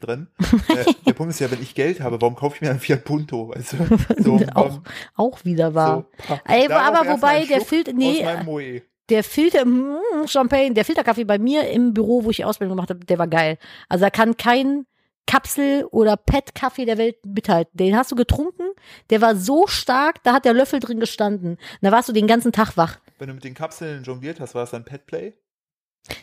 [SPEAKER 2] drin, äh, der Punkt ist ja, wenn ich Geld habe, warum kaufe ich mir einen Fiat Punto, weißt du? So,
[SPEAKER 1] auch,
[SPEAKER 2] warum-
[SPEAKER 1] auch wieder wahr.
[SPEAKER 2] so, pa-
[SPEAKER 1] Ey,
[SPEAKER 2] Darauf
[SPEAKER 1] aber
[SPEAKER 2] erst
[SPEAKER 1] wobei,
[SPEAKER 2] einen
[SPEAKER 1] der
[SPEAKER 2] Schluck
[SPEAKER 1] Filter- nee, äh,
[SPEAKER 2] Aus meinem Moe.
[SPEAKER 1] Der Filter, mm, Champagne, der Filterkaffee bei mir im Büro, wo ich die Ausbildung gemacht habe, der war geil. Also da kann kein Kapsel- oder Pet-Kaffee der Welt mithalten. Den hast du getrunken, der war so stark, da hat der Löffel drin gestanden. Da warst du den ganzen Tag wach.
[SPEAKER 2] Wenn du mit den Kapseln jongliert hast, war es dann Pet Play?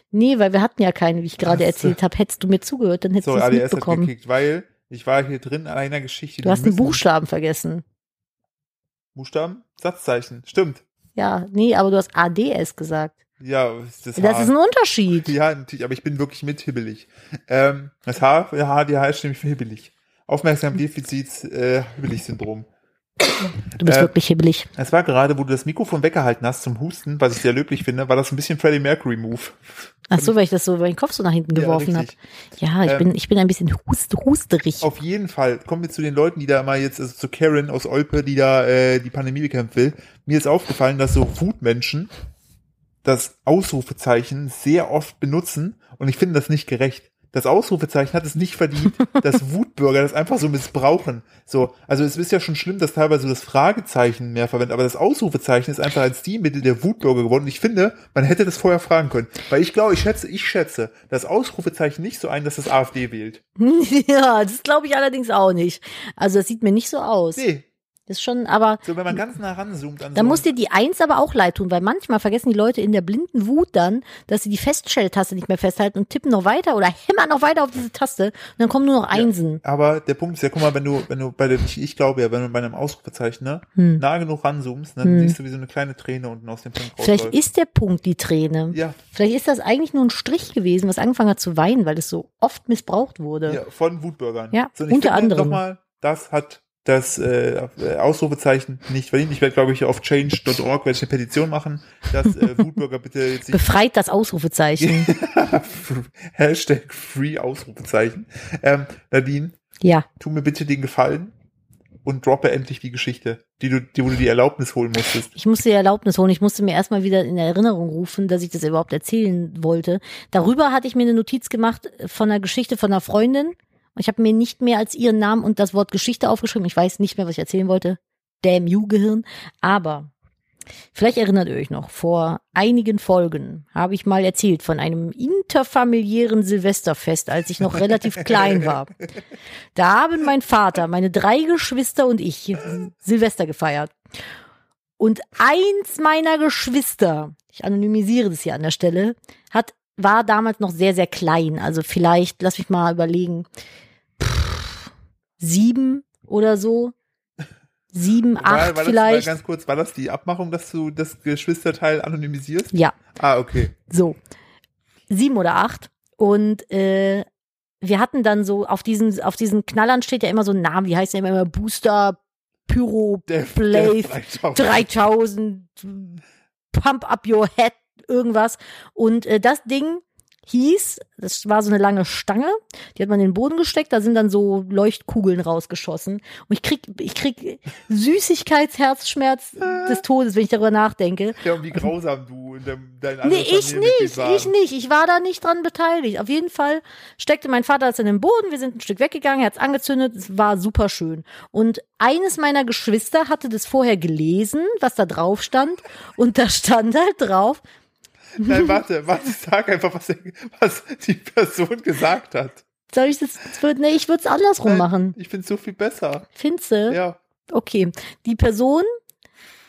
[SPEAKER 1] Nee, weil wir hatten ja keinen, wie ich gerade
[SPEAKER 2] Ach so.
[SPEAKER 1] erzählt habe. Hättest du mir zugehört, dann hättest
[SPEAKER 2] Sorry,
[SPEAKER 1] du es
[SPEAKER 2] ADS hat
[SPEAKER 1] mitbekommen.
[SPEAKER 2] gekickt, weil ich war hier drin an einer Geschichte.
[SPEAKER 1] Du hast einen
[SPEAKER 2] müssen-
[SPEAKER 1] Buchstaben vergessen.
[SPEAKER 2] Buchstaben? Satzzeichen. Stimmt.
[SPEAKER 1] Ja, nee, aber du hast ADS gesagt.
[SPEAKER 2] Ja, das,
[SPEAKER 1] Das
[SPEAKER 2] Haar.
[SPEAKER 1] ist ein Unterschied.
[SPEAKER 2] Ja, natürlich, aber ich bin wirklich mit hibbelig. Ähm, das H, HDH steht nämlich für hibbelig. Aufmerksamkeitsdefizits äh, hibbelig-Syndrom.
[SPEAKER 1] Du bist
[SPEAKER 2] Äh,
[SPEAKER 1] wirklich hibbelig.
[SPEAKER 2] Es war gerade, wo du das Mikrofon weggehalten hast zum Husten, was ich sehr löblich finde, war das ein bisschen Freddie Mercury Move.
[SPEAKER 1] Ach so, weil ich das so über den Kopf so nach hinten geworfen
[SPEAKER 2] ähm, ja,
[SPEAKER 1] habe.
[SPEAKER 2] richtig.
[SPEAKER 1] Ja, ich
[SPEAKER 2] Ähm,
[SPEAKER 1] bin ich bin ein bisschen hust, husterig.
[SPEAKER 2] Auf jeden Fall kommen wir zu den Leuten, die da mal jetzt, also zu Karen aus Olpe, die da äh, die Pandemie bekämpfen will. Mir ist aufgefallen, dass so Wutmenschen das Ausrufezeichen sehr oft benutzen und ich finde das nicht gerecht. Das Ausrufezeichen hat es nicht verdient, dass Wutbürger das einfach so missbrauchen. So, also es ist ja schon schlimm, dass teilweise so das Fragezeichen mehr verwendet, aber das Ausrufezeichen ist einfach als die Mittel der Wutbürger geworden. Und ich finde, man hätte das vorher fragen können. Weil ich glaube, ich schätze, ich schätze das Ausrufezeichen nicht so ein, dass das AfD wählt.
[SPEAKER 1] ja, das glaube ich allerdings auch nicht. Also das sieht mir nicht so aus.
[SPEAKER 2] Nee, Also
[SPEAKER 1] Das ist schon, aber
[SPEAKER 2] So, wenn man ganz nah ranzoomt an
[SPEAKER 1] da
[SPEAKER 2] so
[SPEAKER 1] muss dir die Eins aber auch leid tun, weil manchmal vergessen die Leute in der blinden Wut dann, dass sie die Feststelltaste nicht mehr festhalten und tippen noch weiter oder hämmern noch weiter auf diese Taste und dann kommen nur noch Einsen.
[SPEAKER 2] aber der Punkt ist ja, guck mal, wenn du, wenn du bei dem, ich, ich glaube ja, wenn du bei einem Ausrufezeichen ne,
[SPEAKER 1] Hm.
[SPEAKER 2] nah genug ranzoomst, dann
[SPEAKER 1] Hm.
[SPEAKER 2] siehst du wie so eine kleine Träne unten aus dem Punkt
[SPEAKER 1] Vielleicht
[SPEAKER 2] rausläuft.
[SPEAKER 1] ist der Punkt die Träne.
[SPEAKER 2] Ja,
[SPEAKER 1] Vielleicht ist das eigentlich nur ein Strich gewesen, was angefangen hat zu weinen, weil es so oft missbraucht wurde.
[SPEAKER 2] ja, von Wutbürgern.
[SPEAKER 1] Ja,
[SPEAKER 2] und
[SPEAKER 1] unter anderem.
[SPEAKER 2] Nochmal, das hat das äh, äh, Ausrufezeichen nicht verdient. Ich werde, glaube ich, auf change.org werde ich eine Petition machen, dass äh, Wutbürger bitte jetzt nicht
[SPEAKER 1] Befreit das Ausrufezeichen.
[SPEAKER 2] Hashtag Free Ausrufezeichen. Ähm, Nadine,
[SPEAKER 1] ja.
[SPEAKER 2] tu mir bitte den Gefallen und droppe endlich die Geschichte, die du, die, wo du die Erlaubnis holen musstest.
[SPEAKER 1] Ich musste die Erlaubnis holen. Ich musste mir erstmal wieder in Erinnerung rufen, dass ich das überhaupt erzählen wollte. Darüber hatte ich mir eine Notiz gemacht von einer Geschichte von einer Freundin. Und Ich habe mir nicht mehr als ihren Namen und das Wort Geschichte aufgeschrieben. Ich weiß nicht mehr, was ich erzählen wollte. Damn you, Gehirn. Aber vielleicht erinnert ihr euch noch, vor einigen Folgen habe ich mal erzählt von einem interfamiliären Silvesterfest, als ich noch relativ klein war. Da haben mein Vater, meine drei Geschwister und ich Silvester gefeiert. Und eins meiner Geschwister, ich anonymisiere das hier an der Stelle, hat, war damals noch sehr, sehr klein. Also vielleicht, lass mich mal überlegen, pff, sieben oder so. Sieben,
[SPEAKER 2] War-
[SPEAKER 1] acht
[SPEAKER 2] war das,
[SPEAKER 1] vielleicht.
[SPEAKER 2] War ganz kurz, war das die Abmachung, dass du das Geschwisterteil anonymisierst?
[SPEAKER 1] ja.
[SPEAKER 2] Ah, okay.
[SPEAKER 1] So, sieben oder acht. Und äh, wir hatten dann so, auf diesen, auf diesen Knallern steht ja immer so ein Name, wie heißt der immer, immer Booster, Pyro,
[SPEAKER 2] Der,
[SPEAKER 1] Blade,
[SPEAKER 2] der Freitag.
[SPEAKER 1] 3000, Pump Up Your Head, irgendwas. Und äh, das Ding hieß, das war so eine lange Stange, die hat man in den Boden gesteckt, da sind dann so Leuchtkugeln rausgeschossen. Und ich krieg, ich krieg Süßigkeitsherzschmerz des Todes, wenn ich darüber nachdenke.
[SPEAKER 2] Ja, und wie grausam du in deinem, dein
[SPEAKER 1] Nee,
[SPEAKER 2] anderes
[SPEAKER 1] ich
[SPEAKER 2] Familienmitglied
[SPEAKER 1] nicht,
[SPEAKER 2] waren.
[SPEAKER 1] ich nicht. Ich war da nicht dran beteiligt. Auf jeden Fall steckte mein Vater das in den Boden. Wir sind ein Stück weggegangen, er hat's angezündet. Es war super schön. Und eines meiner Geschwister hatte das vorher gelesen, was da drauf stand. Und da stand halt drauf,
[SPEAKER 2] Nein, warte, warte, sag einfach, was, er- was die Person gesagt hat.
[SPEAKER 1] soll ich das, das wird, nee, ich würde es andersrum
[SPEAKER 2] Nein,
[SPEAKER 1] machen.
[SPEAKER 2] Ich find's so viel besser.
[SPEAKER 1] Finze?
[SPEAKER 2] Ja.
[SPEAKER 1] Okay. Die Person,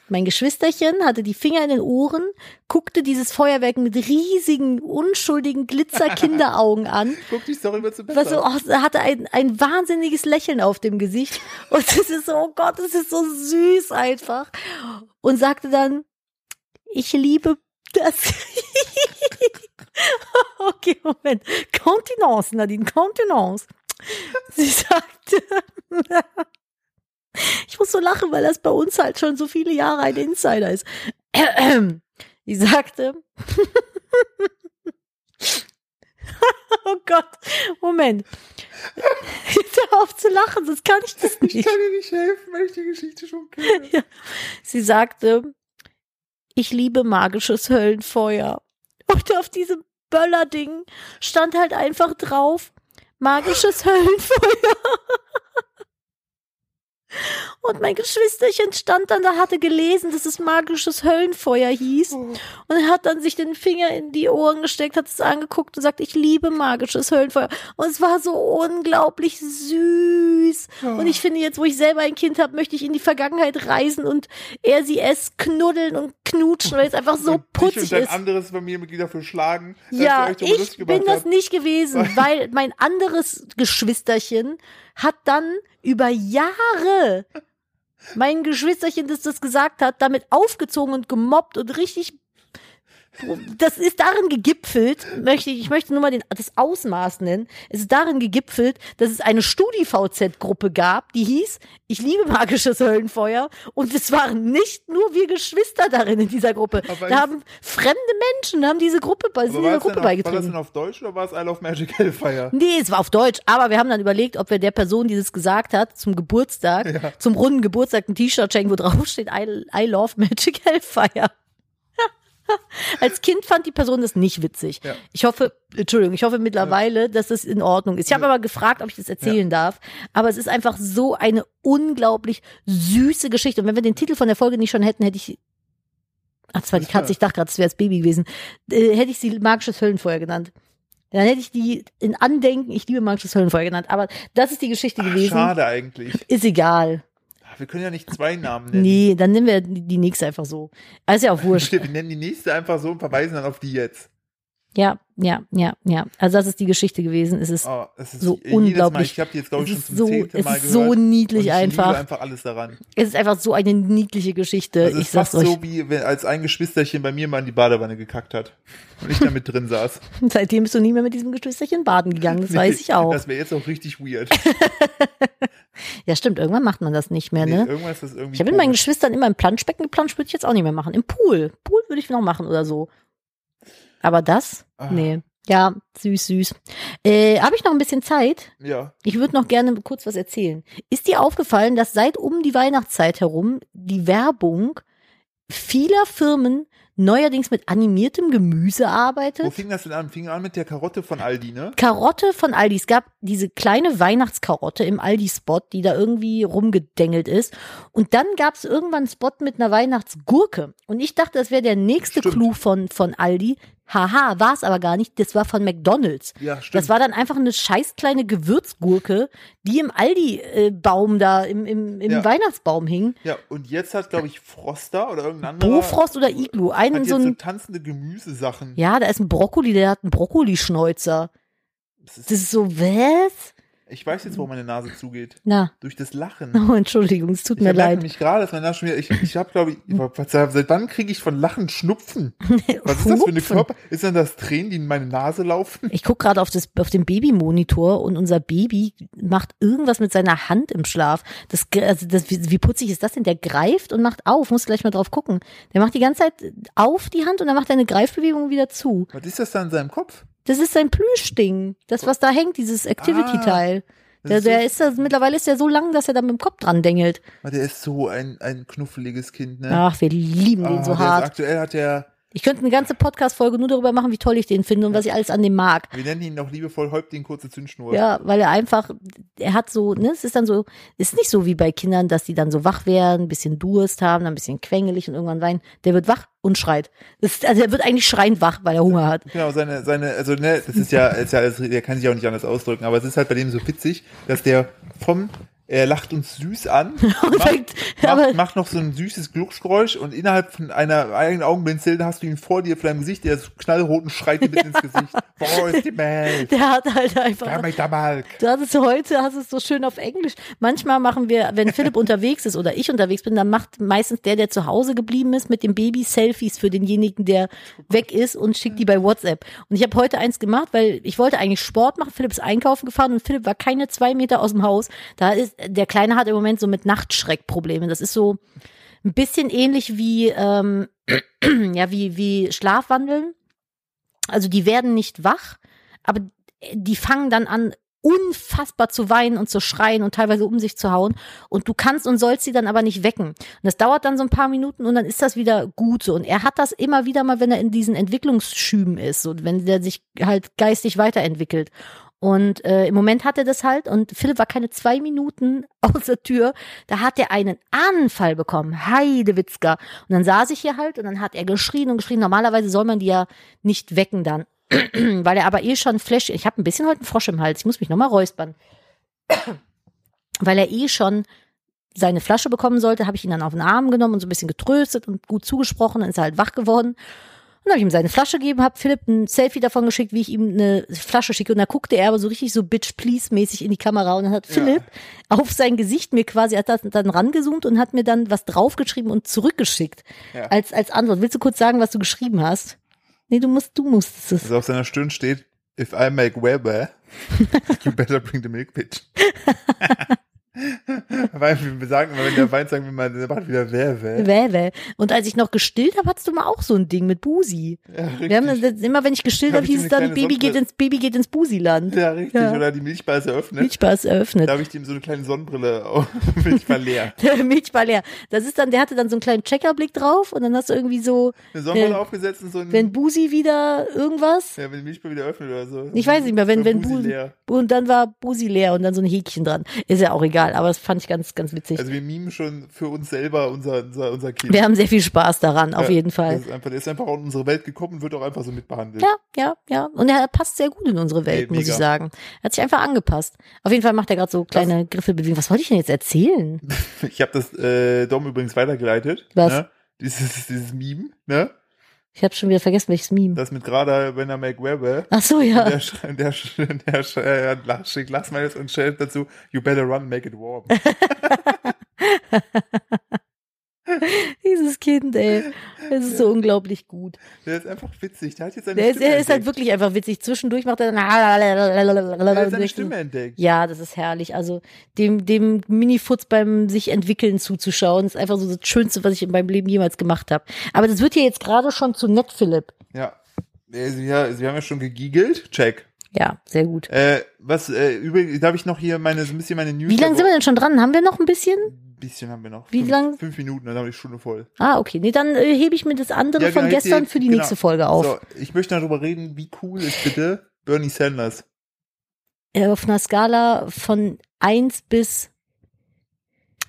[SPEAKER 1] mein Geschwisterchen, hatte die Finger in den Ohren, guckte dieses Feuerwerk mit riesigen, unschuldigen Glitzerkinderaugen an
[SPEAKER 2] Guck dich doch immer zu besser.
[SPEAKER 1] Was so, oh, er hatte ein, ein wahnsinniges Lächeln auf dem Gesicht. Und es ist so, oh Gott, es ist so süß einfach. Und sagte dann, ich liebe das. okay, Moment. Kontinence, Nadine, Kontinence. Sie sagte, ich muss so lachen, weil das bei uns halt schon so viele Jahre ein Insider ist. Sie sagte, oh Gott, Moment. Jetzt hör auf zu lachen, sonst kann ich das
[SPEAKER 2] ich
[SPEAKER 1] nicht.
[SPEAKER 2] kann dir nicht helfen, weil ich die Geschichte schon kenne.
[SPEAKER 1] Sie sagte, ich liebe magisches Höllenfeuer. Und auf diesem Böllerding stand halt einfach drauf, magisches Höllenfeuer. Und mein Geschwisterchen stand dann da, hatte gelesen, dass es magisches Höllenfeuer hieß.
[SPEAKER 2] Oh.
[SPEAKER 1] Und er hat dann sich den Finger in die Ohren gesteckt, hat es angeguckt und sagt, ich liebe magisches Höllenfeuer. Und es war so unglaublich süß. Und ich finde, jetzt, wo ich selber ein Kind habe, möchte ich in die Vergangenheit reisen und er sie es knuddeln und knutschen, weil es einfach so putzig
[SPEAKER 2] Dich und dein
[SPEAKER 1] ist.
[SPEAKER 2] anderes Familienmitglied dafür schlagen, dass ihr
[SPEAKER 1] Ja,
[SPEAKER 2] euch darüber
[SPEAKER 1] ich
[SPEAKER 2] lustig gemacht
[SPEAKER 1] bin das
[SPEAKER 2] habt.
[SPEAKER 1] nicht gewesen, weil mein anderes Geschwisterchen hat dann über Jahre mein Geschwisterchen, das das gesagt hat, damit aufgezogen und gemobbt und richtig. Das ist darin gegipfelt, möchte ich, ich möchte nur mal den, das Ausmaß nennen. Es ist darin gegipfelt, dass es eine Studi-VZ-Gruppe gab, die hieß Ich liebe magisches Höllenfeuer. Und es waren nicht nur wir Geschwister darin in dieser Gruppe. da
[SPEAKER 2] Aber ich-
[SPEAKER 1] haben fremde Menschen haben diese Gruppe bei
[SPEAKER 2] Aber
[SPEAKER 1] sind
[SPEAKER 2] war
[SPEAKER 1] dieser
[SPEAKER 2] das denn
[SPEAKER 1] Gruppe
[SPEAKER 2] auf- War das
[SPEAKER 1] beigetreten.
[SPEAKER 2] denn auf Deutsch oder war es I Love Magic Hellfire?
[SPEAKER 1] Nee, es war auf Deutsch, aber wir haben dann überlegt, ob wir der Person, die das gesagt hat, zum Geburtstag, zum runden Geburtstag ein T-Shirt schenken, wo drauf steht I, I love Magic Hellfire. Als Kind fand die Person das nicht witzig.
[SPEAKER 2] Ja.
[SPEAKER 1] Ich hoffe, Entschuldigung, ich hoffe mittlerweile, dass das in Ordnung ist. Ich habe aber gefragt, ob ich das erzählen darf. Aber es ist einfach so eine unglaublich süße Geschichte. Und wenn wir den Titel von der Folge nicht schon hätten, hätte ich. Ach, das war die
[SPEAKER 2] Das war-
[SPEAKER 1] Katze, ich dachte gerade, es wäre das Baby gewesen. Äh, hätte ich sie magisches Höllenfeuer genannt. Dann hätte ich die in Andenken, ich liebe magisches Höllenfeuer genannt. Aber das ist die Geschichte gewesen.
[SPEAKER 2] Schade eigentlich. Ah,
[SPEAKER 1] Ist egal.
[SPEAKER 2] Wir können ja nicht zwei Namen nennen.
[SPEAKER 1] Nee, dann nehmen wir die die nächste einfach so. Also ja auch wurscht.
[SPEAKER 2] Wir nennen die nächste einfach so und verweisen dann auf die jetzt.
[SPEAKER 1] Ja, ja, ja, ja. Also das ist die Geschichte gewesen. Es ist,
[SPEAKER 2] Oh, es ist
[SPEAKER 1] So
[SPEAKER 2] jedes Mal,
[SPEAKER 1] unglaublich.
[SPEAKER 2] ich habe die jetzt, glaube
[SPEAKER 1] es
[SPEAKER 2] ich, schon
[SPEAKER 1] ist
[SPEAKER 2] zum
[SPEAKER 1] so,
[SPEAKER 2] zehnten
[SPEAKER 1] es
[SPEAKER 2] Mal
[SPEAKER 1] ist
[SPEAKER 2] gehört.
[SPEAKER 1] so
[SPEAKER 2] und ich
[SPEAKER 1] niedlich
[SPEAKER 2] Liebe
[SPEAKER 1] einfach.
[SPEAKER 2] einfach alles daran. Also
[SPEAKER 1] Es ist einfach so eine niedliche Geschichte.
[SPEAKER 2] Es
[SPEAKER 1] ich
[SPEAKER 2] ist
[SPEAKER 1] sag's
[SPEAKER 2] fast
[SPEAKER 1] euch.
[SPEAKER 2] so, wie wenn, als ein Geschwisterchen bei mir mal in die Badewanne gekackt hat und ich da mit drin saß.
[SPEAKER 1] Seitdem bist du nie mehr mit diesem Geschwisterchen baden gegangen, das weiß ich auch.
[SPEAKER 2] Das wäre jetzt auch richtig weird.
[SPEAKER 1] Ja, stimmt, irgendwann macht man das nicht mehr,
[SPEAKER 2] Nee,
[SPEAKER 1] ne?
[SPEAKER 2] irgendwas ist irgendwie
[SPEAKER 1] Ich habe mit meinen
[SPEAKER 2] komisch.
[SPEAKER 1] Geschwistern immer im Planschbecken geplanscht, würde ich jetzt auch nicht mehr machen. Im Pool. Pool würde ich noch machen oder so. Aber das?
[SPEAKER 2] Ah.
[SPEAKER 1] Nee. Ja, süß, süß. Äh, habe ich noch ein bisschen Zeit?
[SPEAKER 2] Ja,
[SPEAKER 1] Ich würde noch gerne kurz was erzählen. Ist dir aufgefallen, dass seit um die Weihnachtszeit herum die Werbung vieler Firmen neuerdings mit animiertem Gemüse
[SPEAKER 2] wo
[SPEAKER 1] arbeitet?
[SPEAKER 2] fing das denn an? Fing an mit der Karotte von Aldi, ne?
[SPEAKER 1] Karotte von Aldi. Es gab diese kleine Weihnachtskarotte im Aldi-Spot, die da irgendwie rumgedengelt ist. Und dann gab es irgendwann einen Spot mit einer Weihnachtsgurke. Und ich dachte, das wäre der nächste
[SPEAKER 2] Stimmt.
[SPEAKER 1] Clou von, von Aldi. Haha, war es aber gar nicht. Das war von McDonalds.
[SPEAKER 2] Ja, stimmt.
[SPEAKER 1] Das war dann einfach eine scheiß kleine Gewürzgurke, die im Aldi-Baum da, im, im, im
[SPEAKER 2] Ja.
[SPEAKER 1] Weihnachtsbaum hing.
[SPEAKER 2] ja, und jetzt hat, glaube ich, Froster oder irgendein anderer. Also,
[SPEAKER 1] Bofrost oder Iglu.
[SPEAKER 2] Hat
[SPEAKER 1] Einen
[SPEAKER 2] jetzt
[SPEAKER 1] so
[SPEAKER 2] so,
[SPEAKER 1] ein,
[SPEAKER 2] tanzende Gemüsesachen.
[SPEAKER 1] ja, da ist ein Brokkoli, der hat einen Brokkolischneuzer.
[SPEAKER 2] Das
[SPEAKER 1] Das
[SPEAKER 2] ist,
[SPEAKER 1] ist so, was?
[SPEAKER 2] ich weiß jetzt, wo meine Nase zugeht.
[SPEAKER 1] Na,
[SPEAKER 2] Durch das Lachen.
[SPEAKER 1] oh, Entschuldigung, es tut
[SPEAKER 2] Ich
[SPEAKER 1] mir
[SPEAKER 2] merke
[SPEAKER 1] leid.
[SPEAKER 2] nämlich gerade, dass meine Nase schon wieder, ich, ich habe glaube ich, was, seit wann kriege ich von Lachen Schnupfen? Was ist das für eine
[SPEAKER 1] Schnupfen.
[SPEAKER 2] Körper? Ist dann das Tränen, die in meine Nase laufen?
[SPEAKER 1] Ich gucke gerade auf, das- auf den Babymonitor und unser Baby macht irgendwas mit seiner Hand im Schlaf. Das, gr- also das, wie, wie putzig ist das denn? Der greift und macht auf. Muss gleich mal drauf gucken. Der macht die ganze Zeit auf die Hand und dann macht er eine Greifbewegung wieder zu.
[SPEAKER 2] Was ist das da in seinem Kopf?
[SPEAKER 1] Das ist sein Plüschding. Das, was da hängt, dieses Activity-Teil.
[SPEAKER 2] Ah. das
[SPEAKER 1] der,
[SPEAKER 2] ist so-
[SPEAKER 1] der ist da, mittlerweile ist er so lang, dass er da mit dem Kopf dran dengelt.
[SPEAKER 2] Ah, Der ist so ein, ein knuffeliges Kind, ne?
[SPEAKER 1] Ach, wir lieben
[SPEAKER 2] Ah,
[SPEAKER 1] den so
[SPEAKER 2] der Ist,
[SPEAKER 1] hart.
[SPEAKER 2] aktuell hat er,
[SPEAKER 1] Ich könnte eine ganze Podcast-Folge nur darüber machen, wie toll ich den finde und was ich alles an dem mag.
[SPEAKER 2] wir nennen ihn noch liebevoll Häuptling kurze Zündschnur.
[SPEAKER 1] Ja, weil er einfach, er hat so, ne, es ist dann so, ist nicht so wie bei Kindern, dass die dann so wach werden, ein bisschen Durst haben, dann ein bisschen quengelig und irgendwann weinen. Der wird wach und schreit. Das ist, also er wird eigentlich schreiend wach, weil er Hunger hat.
[SPEAKER 2] Genau, seine, seine, also ne, das ist ja, ist ja alles, der kann sich auch nicht anders ausdrücken, aber es ist halt bei dem so witzig, dass der vom, er lacht uns süß an,
[SPEAKER 1] fängt-
[SPEAKER 2] macht,
[SPEAKER 1] aber-
[SPEAKER 2] macht, macht noch so ein süßes Glucksgeräusch und innerhalb von einer eigenen Augenblinzel hast du ihn vor dir vor deinem Gesicht, der so knallroten schreit dir mit ins Gesicht. Boah, ist die Milch.
[SPEAKER 1] Der hat halt einfach.
[SPEAKER 2] Damit der Malk.
[SPEAKER 1] Du hast es heute, hast es so schön auf Englisch. Manchmal machen wir, wenn Philipp unterwegs ist oder ich unterwegs bin, dann macht meistens der, der zu Hause geblieben ist, mit dem Baby Selfies für denjenigen, der weg ist und schickt die bei WhatsApp. Und ich habe heute eins gemacht, weil ich wollte eigentlich Sport machen. Philipp ist einkaufen gefahren und Philipp war keine zwei Meter aus dem Haus. Da ist, der Kleine hat im Moment so mit Nachtschreckprobleme. Das ist so ein bisschen ähnlich wie, ähm, ja, wie, wie Schlafwandeln. Also die werden nicht wach, aber die fangen dann an, unfassbar zu weinen und zu schreien und teilweise um sich zu hauen. Und du kannst und sollst sie dann aber nicht wecken. Und das dauert dann so ein paar Minuten und dann ist das wieder gut so. Und er hat das immer wieder mal, wenn er in diesen Entwicklungsschüben ist und wenn der sich halt geistig weiterentwickelt. Und äh, im Moment hat er das halt und Philipp war keine zwei Minuten aus der Tür, da hat er einen Anfall bekommen, Heidewitzka. Und dann saß ich hier halt und dann hat er geschrien und geschrien. Normalerweise soll man die ja nicht wecken dann, weil er aber eh schon Flash, ich habe ein bisschen heute einen Frosch im Hals, ich muss mich nochmal räuspern. weil er eh schon seine Flasche bekommen sollte, habe ich ihn dann auf den Arm genommen und so ein bisschen getröstet und gut zugesprochen, dann ist er halt wach geworden. Und habe ich ihm seine Flasche gegeben, habe Philipp ein Selfie davon geschickt, wie ich ihm eine Flasche schicke. Und da guckte er aber so richtig so Bitch-Please-mäßig in die Kamera. Und dann hat Philipp auf sein Gesicht mir quasi, hat das dann rangezoomt und hat mir dann was draufgeschrieben und zurückgeschickt.
[SPEAKER 2] Ja.
[SPEAKER 1] Als, als Antwort. Willst du kurz sagen, was du geschrieben hast? Nee, du musst, du musst es.
[SPEAKER 2] Also auf seiner Stirn steht, if I make Weber, you better bring the milk bitch. Weil wir sagen immer, wenn der Wein sagen wir mal, der macht wieder Weber.
[SPEAKER 1] Wäwe. Und als ich noch gestillt habe, hattest du mal auch so ein Ding mit Busi. Wir haben das, immer wenn ich gestillt
[SPEAKER 2] Hab
[SPEAKER 1] habe,
[SPEAKER 2] ich dir
[SPEAKER 1] hieß es
[SPEAKER 2] eine
[SPEAKER 1] dann,
[SPEAKER 2] kleine
[SPEAKER 1] Baby geht
[SPEAKER 2] Sonnenbrille-
[SPEAKER 1] ins, Baby geht ins Busiland.
[SPEAKER 2] Ja, richtig.
[SPEAKER 1] Ja.
[SPEAKER 2] Oder die Milchbase eröffnet.
[SPEAKER 1] Milchbars eröffnet.
[SPEAKER 2] Da habe ich ihm so eine kleine Sonnenbrille auf. Ich war leer.
[SPEAKER 1] Der Milch war leer. Das ist dann, der hatte dann so einen kleinen Checkerblick drauf und dann hast du irgendwie so,
[SPEAKER 2] Eine Sonnenbrille
[SPEAKER 1] Wenn-
[SPEAKER 2] aufgesetzt und so ein.
[SPEAKER 1] wenn Busi wieder irgendwas.
[SPEAKER 2] ja, wenn die Milchbase wieder öffnet oder so.
[SPEAKER 1] Ich weiß nicht mehr, wenn,
[SPEAKER 2] So
[SPEAKER 1] wenn
[SPEAKER 2] Busi
[SPEAKER 1] Busi,
[SPEAKER 2] leer.
[SPEAKER 1] und dann war Busi leer und dann so ein Häkchen dran. Ist ja auch egal, aber das fand ich ganz, ganz witzig.
[SPEAKER 2] Also wir mimen schon für uns selber unser, unser, unser Kind.
[SPEAKER 1] Wir haben sehr viel Spaß daran, auf
[SPEAKER 2] Ja,
[SPEAKER 1] jeden Fall.
[SPEAKER 2] Das ist einfach, der ist einfach auch in unsere Welt gekommen und wird auch einfach so mitbehandelt.
[SPEAKER 1] Ja, ja, ja. Und er passt sehr gut in unsere Welt,
[SPEAKER 2] Ey,
[SPEAKER 1] muss ich
[SPEAKER 2] mega.
[SPEAKER 1] sagen. Er hat sich einfach angepasst. Auf jeden Fall macht er gerade so kleine Griffelbewegungen. Was wollte ich denn jetzt erzählen?
[SPEAKER 2] Ich habe das äh, Dom übrigens weitergeleitet.
[SPEAKER 1] Was?
[SPEAKER 2] Ne? Dieses, dieses Meme, ne?
[SPEAKER 1] Ich habe schon wieder vergessen, welches Meme.
[SPEAKER 2] Das mit gerade, wenn er McWebber.
[SPEAKER 1] Ach so, ja.
[SPEAKER 2] Der, sch- der, sch- der, sch- äh, la- schickt Last Minus und stellt dazu, you better run, make it warm.
[SPEAKER 1] Dieses Kind, ey. Es ist so unglaublich gut.
[SPEAKER 2] Der ist einfach witzig. Der hat jetzt seine
[SPEAKER 1] Der ist,
[SPEAKER 2] Stimme
[SPEAKER 1] er ist halt
[SPEAKER 2] entdeckt.
[SPEAKER 1] wirklich einfach witzig. Zwischendurch macht er
[SPEAKER 2] Der hat
[SPEAKER 1] dann.
[SPEAKER 2] seine Stimme entdeckt.
[SPEAKER 1] Ja, das ist herrlich. Also dem, dem Minifuts beim sich entwickeln zuzuschauen, ist einfach so das Schönste, was ich in meinem Leben jemals gemacht habe. Aber das wird hier jetzt gerade schon zu nett, Philipp.
[SPEAKER 2] Ja. Also, ja, also wir haben ja schon gegiegelt. Check.
[SPEAKER 1] Ja, sehr gut.
[SPEAKER 2] Äh, was, äh, übrigens, darf ich noch hier meine, so ein bisschen meine News?
[SPEAKER 1] Wie lange sind wir denn schon dran? Haben wir noch ein bisschen?
[SPEAKER 2] Ein bisschen haben wir noch.
[SPEAKER 1] Wie
[SPEAKER 2] Fünf-
[SPEAKER 1] lang?
[SPEAKER 2] Fünf Minuten, dann haben wir die Stunde voll.
[SPEAKER 1] Ah, okay. Nee, dann äh, hebe ich mir das andere
[SPEAKER 2] Ja,
[SPEAKER 1] von
[SPEAKER 2] genau, jetzt
[SPEAKER 1] gestern
[SPEAKER 2] hier-
[SPEAKER 1] für die
[SPEAKER 2] genau.
[SPEAKER 1] nächste Folge auf.
[SPEAKER 2] So, ich möchte darüber reden, wie cool ist bitte Bernie Sanders.
[SPEAKER 1] Äh, Auf einer Skala von 1 bis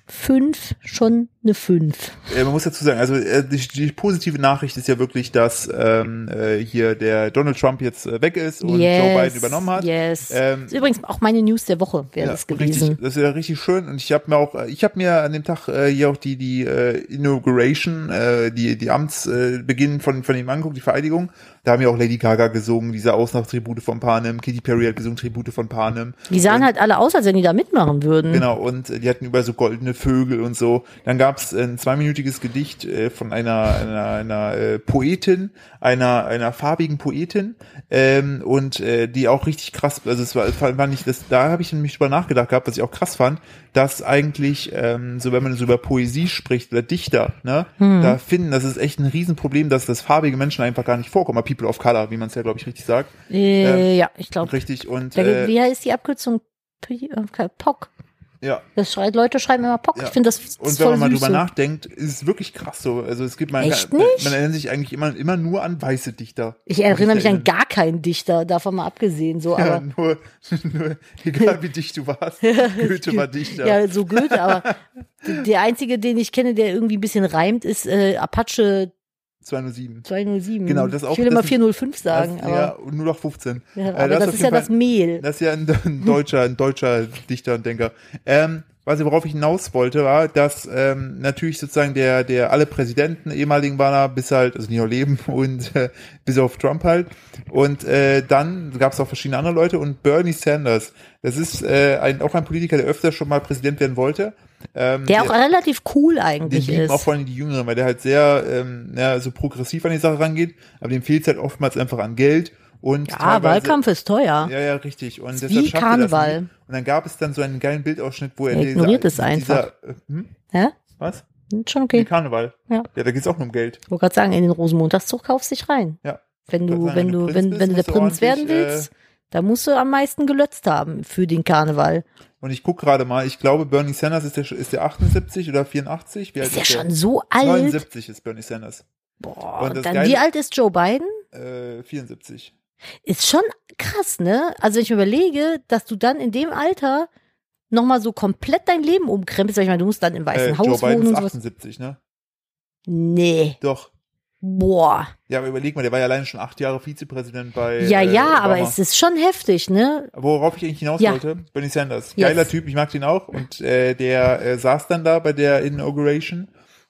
[SPEAKER 1] 5 schon eine 5.
[SPEAKER 2] Äh, man muss dazu sagen, also äh, die, die positive Nachricht ist ja wirklich, dass ähm, äh, hier der Donald Trump jetzt äh, weg ist und
[SPEAKER 1] yes,
[SPEAKER 2] Joe Biden übernommen hat.
[SPEAKER 1] Yes.
[SPEAKER 2] Ähm,
[SPEAKER 1] ist übrigens auch meine News der Woche, wäre
[SPEAKER 2] ja,
[SPEAKER 1] das gewesen.
[SPEAKER 2] Richtig, das ist ja richtig schön. Und ich habe mir auch, äh, ich habe mir an dem Tag äh, hier auch die die äh, Inauguration, äh, die die Amtsbeginn äh, Beginn von von ihm anguckt, die Vereidigung. Da haben ja auch Lady Gaga gesungen, diese Ausnahmetribute von Panem. Katy Perry hat gesungen Tribute von Panem.
[SPEAKER 1] Die sahen halt alle aus, als wenn die da mitmachen würden.
[SPEAKER 2] Genau, und äh, die hatten über so goldene Vögel und so. Dann gab's äh, ein zweiminütiges Gedicht äh, von einer, einer, einer äh, Poetin, einer, einer farbigen Poetin, ähm, und äh, die auch richtig krass, also es war, fand ich, das, da habe ich nämlich drüber nachgedacht gehabt, was ich auch krass fand, dass eigentlich, ähm, so wenn man so über Poesie spricht oder Dichter, ne, da finden, das ist echt ein Riesenproblem, dass das farbige Menschen einfach gar nicht vorkommen, aber People of Color, wie man es ja, glaube ich, richtig sagt.
[SPEAKER 1] Äh, ja, ich glaube.
[SPEAKER 2] Richtig, und Ähm, äh,
[SPEAKER 1] Wie heißt die Abkürzung? P- äh, POC.
[SPEAKER 2] ja.
[SPEAKER 1] Das schreit, Leute schreiben immer POC.
[SPEAKER 2] Ja.
[SPEAKER 1] Ich finde das, das
[SPEAKER 2] Und
[SPEAKER 1] ist
[SPEAKER 2] wenn
[SPEAKER 1] voll
[SPEAKER 2] man mal
[SPEAKER 1] süß.
[SPEAKER 2] drüber
[SPEAKER 1] so.
[SPEAKER 2] nachdenkt, ist es wirklich krass so. Also es gibt man,
[SPEAKER 1] Echt
[SPEAKER 2] man,
[SPEAKER 1] nicht?
[SPEAKER 2] man erinnert sich eigentlich immer, immer nur an weiße Dichter.
[SPEAKER 1] Ich erinnere mich an
[SPEAKER 2] Dichterinnen.
[SPEAKER 1] gar keinen Dichter, davon mal abgesehen. So,
[SPEAKER 2] ja,
[SPEAKER 1] aber
[SPEAKER 2] nur, nur, egal wie dicht du warst, Goethe war Dichter.
[SPEAKER 1] Ja, so Goethe, aber d- der einzige, den ich kenne, der irgendwie ein bisschen reimt, ist äh, Apache
[SPEAKER 2] 207.
[SPEAKER 1] 207.
[SPEAKER 2] Genau, das auch-
[SPEAKER 1] Ich will
[SPEAKER 2] das
[SPEAKER 1] immer
[SPEAKER 2] ist-
[SPEAKER 1] 405 sagen,
[SPEAKER 2] das,
[SPEAKER 1] aber,
[SPEAKER 2] ja, und nur noch 15.
[SPEAKER 1] ja,
[SPEAKER 2] Äh,
[SPEAKER 1] aber das,
[SPEAKER 2] auf
[SPEAKER 1] ist
[SPEAKER 2] jeden
[SPEAKER 1] ja
[SPEAKER 2] Fall-
[SPEAKER 1] das Mehl.
[SPEAKER 2] Das ist ja ein, ein deutscher, ein deutscher Dichter und Denker. Ähm, was worauf ich hinaus wollte, war, dass ähm, natürlich sozusagen der, der alle Präsidenten ehemaligen waren da, bis halt, also nicht nur Leben und äh, bis auf Trump halt. Und äh, dann gab es auch verschiedene andere Leute und Bernie Sanders, das ist äh, ein, auch ein Politiker, der öfter schon mal Präsident werden wollte. Ähm,
[SPEAKER 1] der auch relativ cool
[SPEAKER 2] den
[SPEAKER 1] eigentlich
[SPEAKER 2] lieben
[SPEAKER 1] ist.
[SPEAKER 2] auch vor allem die Jüngeren, weil der halt sehr ähm, ja, so progressiv an die Sache rangeht, aber dem fehlt halt oftmals einfach an Geld und
[SPEAKER 1] ja,
[SPEAKER 2] teilweise-
[SPEAKER 1] Wahlkampf ist teuer.
[SPEAKER 2] ja, ja, richtig. Und
[SPEAKER 1] Wie
[SPEAKER 2] deshalb schafft er das
[SPEAKER 1] Karneval.
[SPEAKER 2] nicht. Und dann gab es dann so einen geilen Bildausschnitt, wo er,
[SPEAKER 1] Er ignoriert es einfach.
[SPEAKER 2] Dieser, äh, hm?
[SPEAKER 1] Ja?
[SPEAKER 2] Was?
[SPEAKER 1] Hm, Schon
[SPEAKER 2] Wie
[SPEAKER 1] okay.
[SPEAKER 2] Karneval.
[SPEAKER 1] Ja.
[SPEAKER 2] Ja, da geht's auch nur um Geld.
[SPEAKER 1] Ich wollte gerade sagen, in den Rosenmontagszug kaufst dich rein.
[SPEAKER 2] Ja.
[SPEAKER 1] Wenn
[SPEAKER 2] Ich
[SPEAKER 1] du,
[SPEAKER 2] wollte sagen,
[SPEAKER 1] wenn du, wenn,
[SPEAKER 2] Prinz
[SPEAKER 1] wenn du der
[SPEAKER 2] bist, musst
[SPEAKER 1] Prinz werden
[SPEAKER 2] ordentlich,
[SPEAKER 1] willst,
[SPEAKER 2] äh,
[SPEAKER 1] Da musst du am meisten gelötzt haben für den Karneval.
[SPEAKER 2] Und ich gucke gerade mal, ich glaube, Bernie Sanders ist der, ist der 78 oder 84. Wie alt
[SPEAKER 1] Ist ja
[SPEAKER 2] der?
[SPEAKER 1] schon so alt.
[SPEAKER 2] 79 ist Bernie Sanders.
[SPEAKER 1] Boah,
[SPEAKER 2] Und das
[SPEAKER 1] dann
[SPEAKER 2] Geile-
[SPEAKER 1] wie alt ist Joe Biden?
[SPEAKER 2] Äh, 74.
[SPEAKER 1] Ist schon krass, ne? Also wenn ich mir überlege, dass du dann in dem Alter nochmal so komplett dein Leben umkrempelst, weil ich meine, du musst dann im Weißen
[SPEAKER 2] Äh, Joe
[SPEAKER 1] Haus
[SPEAKER 2] Biden
[SPEAKER 1] wohnen
[SPEAKER 2] ist
[SPEAKER 1] und sowas.
[SPEAKER 2] 78, ne?
[SPEAKER 1] Nee.
[SPEAKER 2] Doch.
[SPEAKER 1] Boah.
[SPEAKER 2] Ja, aber überleg mal, der war ja alleine schon acht Jahre Vizepräsident bei.
[SPEAKER 1] Ja,
[SPEAKER 2] äh,
[SPEAKER 1] ja, aber
[SPEAKER 2] Obama.
[SPEAKER 1] es ist schon heftig, ne?
[SPEAKER 2] Worauf ich eigentlich hinaus
[SPEAKER 1] Ja.
[SPEAKER 2] wollte, Bernie Sanders.
[SPEAKER 1] Yes.
[SPEAKER 2] Geiler Typ, ich mag den auch. Und äh, der äh, saß dann da bei der Inauguration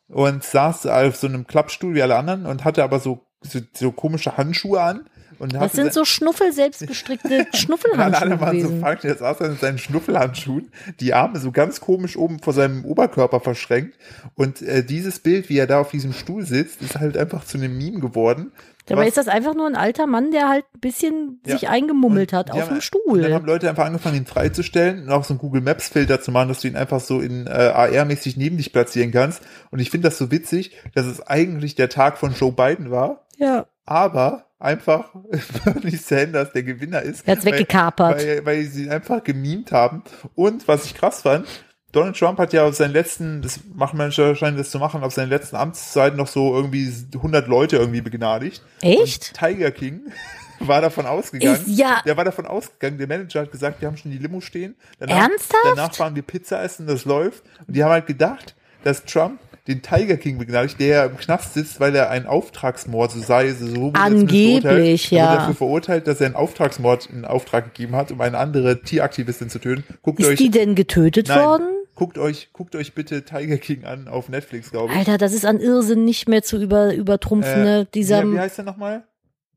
[SPEAKER 2] und saß auf so einem Klappstuhl wie alle anderen und hatte aber so, so, so komische Handschuhe an. Und
[SPEAKER 1] Das
[SPEAKER 2] hatte
[SPEAKER 1] sind so Schnuffel, selbstgestrickte Schnuffelhandschuhe
[SPEAKER 2] alle waren so
[SPEAKER 1] gewesen.
[SPEAKER 2] funky, der saß dann mit seinen Schnuffelhandschuhen, die Arme so ganz komisch oben vor seinem Oberkörper verschränkt. Und äh, dieses Bild, wie er da auf diesem Stuhl sitzt, ist halt einfach zu einem Meme geworden.
[SPEAKER 1] Dabei
[SPEAKER 2] was-
[SPEAKER 1] ist das einfach nur ein alter Mann, der halt ein bisschen
[SPEAKER 2] Ja.
[SPEAKER 1] sich eingemummelt
[SPEAKER 2] Und
[SPEAKER 1] hat
[SPEAKER 2] die
[SPEAKER 1] auf
[SPEAKER 2] haben-
[SPEAKER 1] dem
[SPEAKER 2] Und dann
[SPEAKER 1] Stuhl.
[SPEAKER 2] haben Leute einfach angefangen, ihn freizustellen und auch so einen Google Maps Filter zu machen, dass du ihn einfach so in äh, AR-mäßig neben dich platzieren kannst. Und ich finde das so witzig, dass es eigentlich der Tag von Joe Biden war,
[SPEAKER 1] Ja.
[SPEAKER 2] aber einfach Bernie Sanders der Gewinner ist.
[SPEAKER 1] Er hat's
[SPEAKER 2] weil-
[SPEAKER 1] weggekapert.
[SPEAKER 2] Weil, weil sie ihn einfach gemimt haben. Und was ich krass fand, Donald Trump hat ja auf seinen letzten, das machen Menschen scheinen das zu machen, auf seinen letzten Amtszeiten noch so irgendwie 100 Leute irgendwie begnadigt.
[SPEAKER 1] Echt?
[SPEAKER 2] Tiger King war davon ausgegangen.
[SPEAKER 1] Ist ja-
[SPEAKER 2] Der war davon ausgegangen. Der Manager hat gesagt, wir haben schon die Limo stehen.
[SPEAKER 1] Ernsthaft?
[SPEAKER 2] Danach waren wir Pizza essen, das läuft. Und die haben halt gedacht, dass Trump den Tiger King begnadigt, der ja im Knast sitzt, weil er einen Auftragsmord, so sei es, so wurde er zumindest
[SPEAKER 1] Angeblich,
[SPEAKER 2] verurteilt, Er wurde
[SPEAKER 1] ja.
[SPEAKER 2] dafür verurteilt, dass er einen Auftragsmord in Auftrag gegeben hat, um eine andere Tieraktivistin zu töten. Guckt euch,
[SPEAKER 1] Ist die denn getötet
[SPEAKER 2] nein,
[SPEAKER 1] worden?
[SPEAKER 2] guckt euch, guckt euch bitte Tiger King an auf Netflix, glaube ich.
[SPEAKER 1] Alter, das ist an Irrsinn nicht mehr zu über, übertrumpfen,
[SPEAKER 2] Äh,
[SPEAKER 1] ne? Dieser
[SPEAKER 2] wie, wie heißt der nochmal?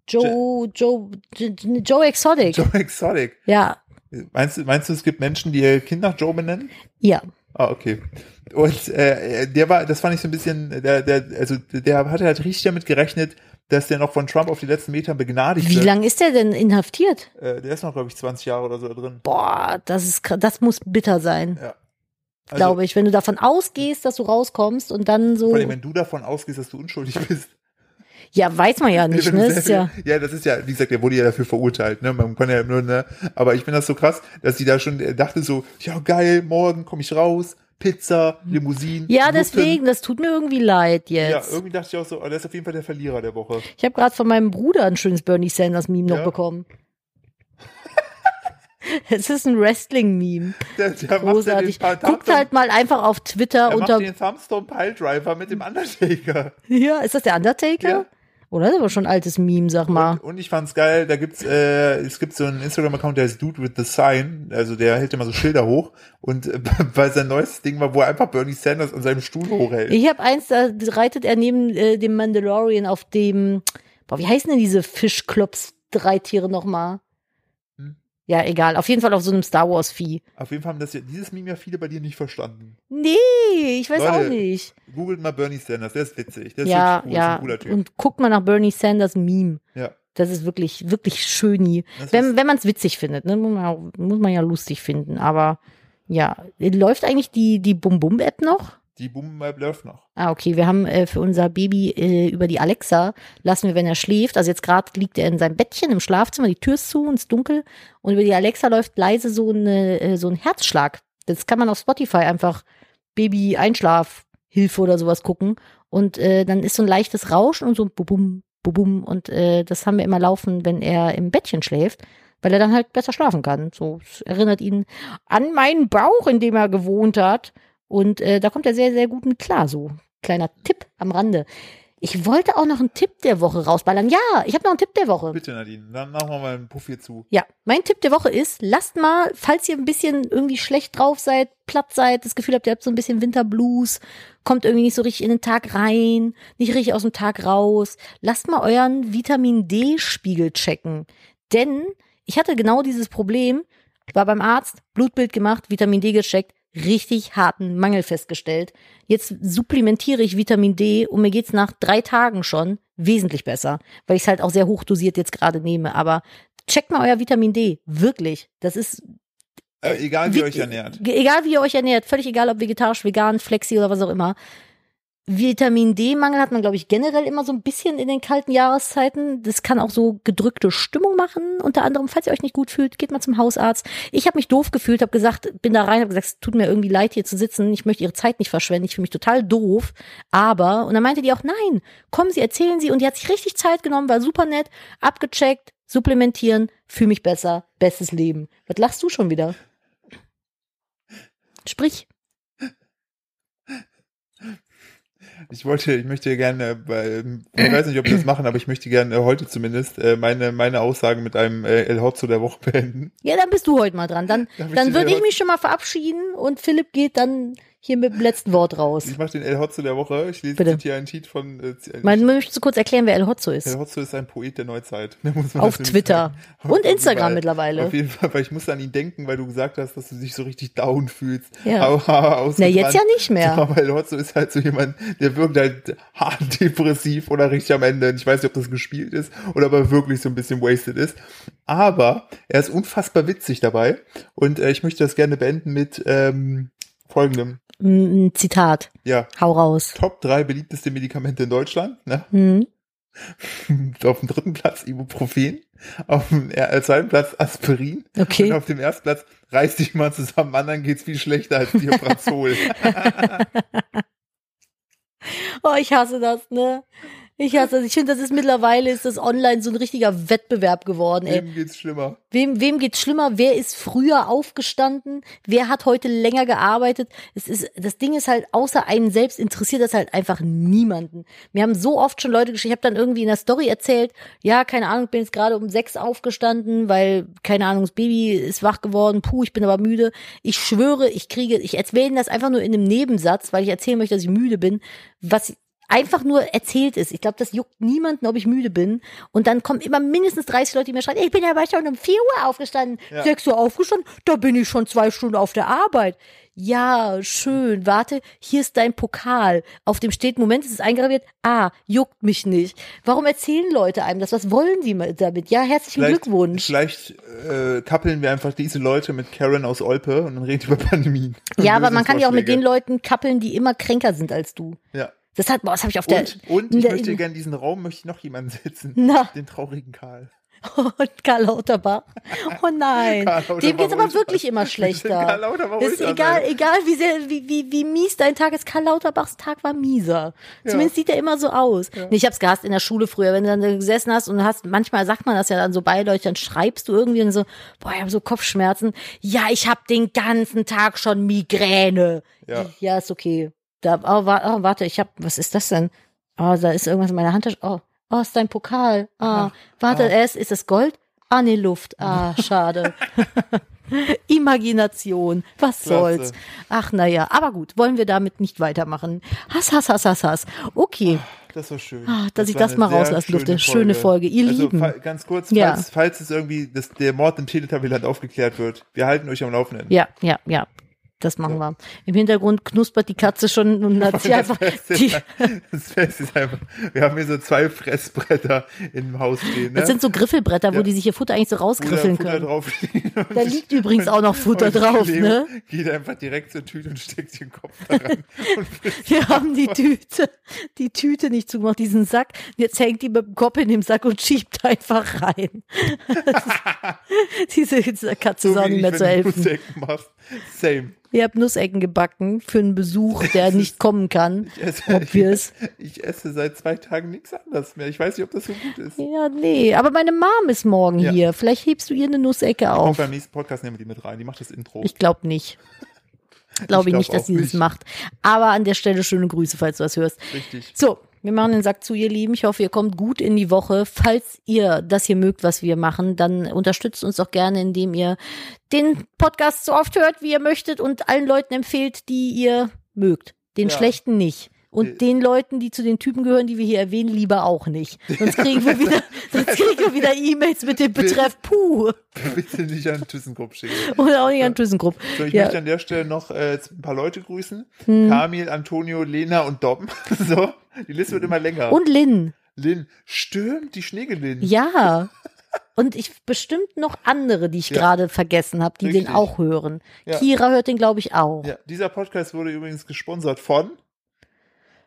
[SPEAKER 1] Joe, Joe, J- Joe Exotic.
[SPEAKER 2] Joe Exotic.
[SPEAKER 1] Ja,
[SPEAKER 2] Meinst du, meinst du, es gibt Menschen, die ihr Kind nach Joe benennen?
[SPEAKER 1] ja.
[SPEAKER 2] Ah, okay. Und äh, der war, das fand ich so ein bisschen, der, der, also der hatte halt richtig damit gerechnet, dass der noch von Trump auf die letzten Metern begnadigt
[SPEAKER 1] Wie
[SPEAKER 2] wird.
[SPEAKER 1] lang ist der denn inhaftiert?
[SPEAKER 2] Äh, der ist noch, glaube ich, 20 Jahre oder so da drin.
[SPEAKER 1] Boah, das ist kr- das muss bitter sein,
[SPEAKER 2] Ja. Also,
[SPEAKER 1] glaube ich, wenn du davon ausgehst, dass du rauskommst und dann so
[SPEAKER 2] Vor allem, wenn du davon ausgehst, dass du unschuldig bist.
[SPEAKER 1] Ja, weiß man ja nicht,
[SPEAKER 2] Wenn du
[SPEAKER 1] ne?
[SPEAKER 2] selber-
[SPEAKER 1] Ist ja
[SPEAKER 2] ja, das ist ja, wie gesagt, der wurde ja dafür verurteilt, ne? Man kann ja nur, ne? Aber ich finde das so krass, dass die da schon äh, dachte so, ja geil, morgen komme ich raus, Pizza,
[SPEAKER 1] Hm.
[SPEAKER 2] Limousinen.
[SPEAKER 1] Ja,
[SPEAKER 2] Nutten.
[SPEAKER 1] deswegen, das tut mir irgendwie leid
[SPEAKER 2] Ja,
[SPEAKER 1] jetzt.
[SPEAKER 2] irgendwie dachte ich auch so, oh, der ist auf jeden Fall der Verlierer der Woche.
[SPEAKER 1] ich habe gerade von meinem Bruder ein schönes Bernie Sanders Meme
[SPEAKER 2] Ja.
[SPEAKER 1] noch bekommen. Es ist ein Wrestling-Meme.
[SPEAKER 2] Der, der
[SPEAKER 1] Großartig.
[SPEAKER 2] Macht ja den Part-
[SPEAKER 1] Guckt halt mal einfach auf Twitter
[SPEAKER 2] Er
[SPEAKER 1] unter.
[SPEAKER 2] macht den Thumbstorm Piledriver mit dem Undertaker.
[SPEAKER 1] Ja, ist das der Undertaker?
[SPEAKER 2] Ja.
[SPEAKER 1] Oh, das ist aber schon ein altes Meme, sag mal.
[SPEAKER 2] Und, und ich fand's geil, da gibt's, äh, es gibt so einen Instagram-Account, der heißt Dude with the Sign, also der hält immer so Schilder hoch und äh, weil sein neues Ding war, wo er einfach Bernie Sanders an seinem Stuhl hochhält.
[SPEAKER 1] Ich habe eins, da reitet er neben äh, dem Mandalorian auf dem. Boah, wie heißen denn diese Fischklops-Dreitiere nochmal?
[SPEAKER 2] Hm.
[SPEAKER 1] Ja, egal. Auf jeden Fall auf so einem Star Wars-Vieh.
[SPEAKER 2] Auf jeden Fall haben das ja, dieses Meme ja viele bei dir nicht verstanden.
[SPEAKER 1] Nee, ich weiß
[SPEAKER 2] Leute,
[SPEAKER 1] auch nicht.
[SPEAKER 2] Googelt mal Bernie Sanders, der ist witzig, der ist
[SPEAKER 1] Ja,
[SPEAKER 2] wirklich cool, ist
[SPEAKER 1] ja.
[SPEAKER 2] ein cooler Typ.
[SPEAKER 1] Und guck mal nach Bernie Sanders Meme.
[SPEAKER 2] ja.
[SPEAKER 1] Das ist wirklich, wirklich schön.
[SPEAKER 2] Das
[SPEAKER 1] Wenn,
[SPEAKER 2] ist-
[SPEAKER 1] wenn man es witzig findet, ne? muss, man, auch- muss man ja lustig finden. Aber ja, läuft eigentlich die, die Bum-Bum-App noch?
[SPEAKER 2] Die Boom Map läuft noch.
[SPEAKER 1] Ah, okay. Wir haben äh, für unser Baby äh, über die Alexa, lassen wir, wenn er schläft, also jetzt gerade liegt er in seinem Bettchen im Schlafzimmer, die Tür ist zu und ist dunkel. Und über die Alexa läuft leise so, eine, äh, so ein Herzschlag. Das kann man auf Spotify einfach Baby-Einschlafhilfe oder sowas gucken. Und äh, dann ist so ein leichtes Rauschen und so ein Bubum, Bubum. Und äh, das haben wir immer laufen, wenn er im Bettchen schläft, weil er dann halt besser schlafen kann. So es erinnert ihn an meinen Bauch, in dem er gewohnt hat. Und äh, da kommt er sehr, sehr gut mit klar, so kleiner Tipp am Rande. Ich wollte auch noch einen Tipp der Woche rausballern. Ja, ich habe noch einen Tipp der Woche.
[SPEAKER 2] Bitte Nadine, dann machen wir mal einen Puff hier zu.
[SPEAKER 1] Ja, mein Tipp der Woche ist, lasst mal, falls ihr ein bisschen irgendwie schlecht drauf seid, platt seid, das Gefühl habt, ihr habt so ein bisschen Winterblues, kommt irgendwie nicht so richtig in den Tag rein, nicht richtig aus dem Tag raus, lasst mal euren Vitamin D-Spiegel checken. Denn ich hatte genau dieses Problem, war beim Arzt, Blutbild gemacht, Vitamin D gecheckt, richtig harten Mangel festgestellt. Jetzt supplementiere ich Vitamin D und mir geht's nach drei Tagen schon wesentlich besser, weil ich es halt auch sehr hochdosiert jetzt gerade nehme. Aber checkt mal euer Vitamin D, wirklich. Das ist
[SPEAKER 2] Äh, egal wie ihr
[SPEAKER 1] Wit-
[SPEAKER 2] euch ernährt.
[SPEAKER 1] Egal wie ihr euch ernährt, völlig egal ob vegetarisch, vegan, flexi oder was auch immer. Vitamin D-Mangel hat man, glaube ich, generell immer so ein bisschen in den kalten Jahreszeiten. Das kann auch so gedrückte Stimmung machen. Unter anderem, falls ihr euch nicht gut fühlt, geht mal zum Hausarzt. Ich habe mich doof gefühlt, habe gesagt, bin da rein, habe gesagt, es tut mir irgendwie leid, hier zu sitzen. Ich möchte ihre Zeit nicht verschwenden. Ich fühle mich total doof. Aber, und dann meinte die auch, nein, kommen Sie, erzählen Sie. Und die hat sich richtig Zeit genommen, war super nett, abgecheckt, supplementieren, fühle mich besser, bestes Leben. Was lachst du schon wieder? Sprich.
[SPEAKER 2] Ich wollte, ich möchte gerne, äh, ich weiß nicht, ob wir das machen, aber ich möchte gerne äh, heute zumindest äh, meine, meine Aussagen mit einem äh, El Hotzo der Woche beenden.
[SPEAKER 1] Ja, dann bist du heute mal dran. Dann,
[SPEAKER 2] Darf ich
[SPEAKER 1] dann
[SPEAKER 2] den
[SPEAKER 1] würde
[SPEAKER 2] El
[SPEAKER 1] ich mich schon mal verabschieden und Philipp geht dann hier mit dem letzten Wort raus.
[SPEAKER 2] Ich mache den El Hotzo der Woche. Ich lese
[SPEAKER 1] Bitte.
[SPEAKER 2] jetzt hier einen Tweet von äh,
[SPEAKER 1] Man möchte kurz erklären, wer El Hotzo
[SPEAKER 2] El
[SPEAKER 1] ist.
[SPEAKER 2] Hotzo ist ein Poet der Neuzeit. Da muss man
[SPEAKER 1] Auf
[SPEAKER 2] das nämlich
[SPEAKER 1] Twitter
[SPEAKER 2] sagen.
[SPEAKER 1] und Instagram
[SPEAKER 2] Überall.
[SPEAKER 1] mittlerweile.
[SPEAKER 2] Auf jeden Fall, weil ich muss an ihn denken, weil du gesagt hast, dass du dich so richtig down fühlst.
[SPEAKER 1] Ja.
[SPEAKER 2] Aber
[SPEAKER 1] Na, jetzt ja nicht mehr.
[SPEAKER 2] Aber El Hotzo ist halt so jemand, der wirkt halt hart depressiv oder richtig am Ende. Und Ich weiß nicht, ob das gespielt ist oder ob er wirklich so ein bisschen wasted ist. Aber er ist unfassbar witzig dabei. Und äh, ich möchte das gerne beenden mit ähm, folgendem.
[SPEAKER 1] Mm, Ein Zitat.
[SPEAKER 2] Ja,
[SPEAKER 1] Hau raus.
[SPEAKER 2] Top drei beliebteste Medikamente in Deutschland. Ne?
[SPEAKER 1] Hm.
[SPEAKER 2] auf dem dritten Platz Ibuprofen, auf dem er- zweiten Platz Aspirin und
[SPEAKER 1] Okay.
[SPEAKER 2] auf dem ersten Platz reiß dich mal zusammen, Mann, dann geht's viel schlechter als dir Brazol.
[SPEAKER 1] Oh, ich hasse das, ne? Ich hasse das. Ich finde, das ist mittlerweile ist das online so ein richtiger Wettbewerb geworden, ey.
[SPEAKER 2] Dem geht's schlimmer.
[SPEAKER 1] Wem, wem geht's schlimmer? Wer ist früher aufgestanden? Wer hat heute länger gearbeitet? Es ist, das Ding ist halt, außer einen selbst interessiert das halt einfach niemanden. Mir haben so oft schon Leute geschrieben, ich habe dann irgendwie in der Story erzählt, ja, keine Ahnung, ich bin jetzt gerade um sechs aufgestanden, weil, keine Ahnung, das Baby ist wach geworden, puh, ich bin aber müde. Ich schwöre, ich kriege, ich erzähle das einfach nur in einem Nebensatz, weil ich erzählen möchte, dass ich müde bin, was einfach nur erzählt ist. Ich glaube, das juckt niemanden, ob ich müde bin. Und dann kommen immer mindestens 30 Leute, die mir schreiben, ich bin aber schon um 4 Uhr aufgestanden.
[SPEAKER 2] Ja.
[SPEAKER 1] 6 Uhr aufgestanden, da bin ich schon zwei Stunden auf der Arbeit. Ja, schön, warte, hier ist dein Pokal. Auf dem steht, Moment, es ist eingraviert, ah, juckt mich nicht. Warum erzählen Leute einem das? Was wollen die ma- damit? Ja, herzlichen Glückwunsch.
[SPEAKER 2] Vielleicht äh, kappeln wir einfach diese Leute mit Karen aus Olpe und dann reden wir über Pandemien. Und
[SPEAKER 1] Ja, aber man kann ja auch mit den
[SPEAKER 2] Lösungsvorschläge.
[SPEAKER 1] Leuten kappeln, die immer kränker sind als du.
[SPEAKER 2] Ja.
[SPEAKER 1] Das hat, boah, das habe ich auf der.
[SPEAKER 2] Und, und ich
[SPEAKER 1] in der-
[SPEAKER 2] möchte gerne diesen Raum, möchte ich noch jemanden setzen.
[SPEAKER 1] Na.
[SPEAKER 2] Den traurigen Karl.
[SPEAKER 1] Und Karl Lauterbach. Oh nein.
[SPEAKER 2] Karl Lauterbach
[SPEAKER 1] Dem geht's aber
[SPEAKER 2] Ultra.
[SPEAKER 1] wirklich immer schlechter.
[SPEAKER 2] Karl Lauterbach
[SPEAKER 1] ist
[SPEAKER 2] Ultra
[SPEAKER 1] egal,
[SPEAKER 2] sein.
[SPEAKER 1] egal wie, sehr, wie, wie, wie mies dein Tag ist. Karl Lauterbachs Tag war mieser. Zumindest sieht er immer so aus. Nee, ich hab's gehasst in der Schule früher, wenn du dann da gesessen hast und hast, manchmal sagt man das ja dann so bei Leuten, dann schreibst du irgendwie und so, boah, ich habe so Kopfschmerzen. Ja, ich habe den ganzen Tag schon Migräne.
[SPEAKER 2] Ja.
[SPEAKER 1] ja ist okay. Da, oh, wa- oh, warte, ich hab, was ist das denn? Oh, da ist irgendwas in meiner Handtasche. Oh, oh, ist dein Pokal. Ah,
[SPEAKER 2] Ah,
[SPEAKER 1] warte,
[SPEAKER 2] ah.
[SPEAKER 1] es ist das Gold? Ah, nee, Luft. Ah, schade. Imagination. Was
[SPEAKER 2] Klasse.
[SPEAKER 1] soll's? Ach, naja. Aber gut, wollen wir damit nicht weitermachen. Hass, Hass, Hass, Hass, Hass. Okay.
[SPEAKER 2] Das war schön.
[SPEAKER 1] Ah, dass ich
[SPEAKER 2] war
[SPEAKER 1] das
[SPEAKER 2] eine
[SPEAKER 1] mal
[SPEAKER 2] sehr
[SPEAKER 1] rauslassen durfte. Schöne Folge. Ihr
[SPEAKER 2] also,
[SPEAKER 1] Lieben.
[SPEAKER 2] fa- Ganz kurz, falls,
[SPEAKER 1] Ja.
[SPEAKER 2] falls es irgendwie das, der Mord im Teletubbyland aufgeklärt wird, wir halten euch am Laufenden.
[SPEAKER 1] Ja, ja, ja. Das machen wir. Im Hintergrund knuspert die Katze schon und hat sie einfach die,
[SPEAKER 2] Das Fest ist einfach, wir haben hier so zwei Fressbretter im Haus stehen. Ne?
[SPEAKER 1] das sind so Griffelbretter, wo
[SPEAKER 2] Ja.
[SPEAKER 1] die sich ihr Futter eigentlich so
[SPEAKER 2] Wo da
[SPEAKER 1] rausgriffeln
[SPEAKER 2] Futter
[SPEAKER 1] können.
[SPEAKER 2] drauf liegt.
[SPEAKER 1] Da liegt übrigens auch noch Futter
[SPEAKER 2] Und
[SPEAKER 1] drauf,
[SPEAKER 2] Leo
[SPEAKER 1] ne?
[SPEAKER 2] Geht einfach direkt zur Tüte und steckt den Kopf da rein.
[SPEAKER 1] Wir haben die Tüte, die Tüte nicht zugemacht, diesen Sack. Und Jetzt hängt die mit dem Kopf in dem Sack und schiebt einfach rein. Diese diese Katze ist auch nicht
[SPEAKER 2] wie
[SPEAKER 1] mehr
[SPEAKER 2] ich,
[SPEAKER 1] zu
[SPEAKER 2] wenn du
[SPEAKER 1] helfen.
[SPEAKER 2] Steak machst. Same.
[SPEAKER 1] Ihr habt Nussecken gebacken für einen Besuch, der nicht kommen kann.
[SPEAKER 2] Ich esse,
[SPEAKER 1] Obvious.
[SPEAKER 2] Ich, ich esse seit zwei Tagen nichts anderes mehr. Ich weiß nicht, ob das so gut ist.
[SPEAKER 1] Ja, nee. Aber meine Mom ist morgen
[SPEAKER 2] Ja.
[SPEAKER 1] hier. Vielleicht hebst du ihr eine Nussecke
[SPEAKER 2] Und
[SPEAKER 1] auf.
[SPEAKER 2] beim nächsten Podcast nehmen wir die mit rein. Die macht das Intro.
[SPEAKER 1] Ich glaube nicht. Glaube ich,
[SPEAKER 2] glaub
[SPEAKER 1] nicht, dass
[SPEAKER 2] auch
[SPEAKER 1] sie das
[SPEAKER 2] nicht.
[SPEAKER 1] macht. Aber an der Stelle schöne Grüße, falls du das hörst.
[SPEAKER 2] Richtig.
[SPEAKER 1] So, wir machen den Sack zu, ihr Lieben. Ich hoffe, ihr kommt gut in die Woche. Falls ihr das hier mögt, was wir machen, dann unterstützt uns doch gerne, indem ihr den Podcast so oft hört, wie ihr möchtet und allen Leuten empfehlt, die ihr mögt. Den
[SPEAKER 2] Ja.
[SPEAKER 1] schlechten nicht. Und
[SPEAKER 2] Äh.
[SPEAKER 1] den Leuten, die zu den Typen gehören, die wir hier erwähnen, lieber auch nicht. Sonst kriegen wir wieder, sonst kriegen wir wieder E-Mails mit dem Betreff Puh.
[SPEAKER 2] Bitte nicht an ThyssenKrupp schicken.
[SPEAKER 1] Oder auch nicht an ThyssenKrupp.
[SPEAKER 2] So, ich
[SPEAKER 1] Ja. Hm.
[SPEAKER 2] möchte an der Stelle noch äh, ein paar Leute grüßen. Kamil, Antonio, Lena und Dom. So, die Liste wird immer länger.
[SPEAKER 1] Hm. Und Lynn.
[SPEAKER 2] Lin, stimmt, die Schneegelin.
[SPEAKER 1] Ja. Und ich bestimmt noch andere, die ich
[SPEAKER 2] Ja.
[SPEAKER 1] gerade vergessen habe, die den
[SPEAKER 2] Richtig.
[SPEAKER 1] auch hören.
[SPEAKER 2] Ja.
[SPEAKER 1] Kira hört den, glaube ich, auch.
[SPEAKER 2] Ja, dieser Podcast wurde übrigens gesponsert von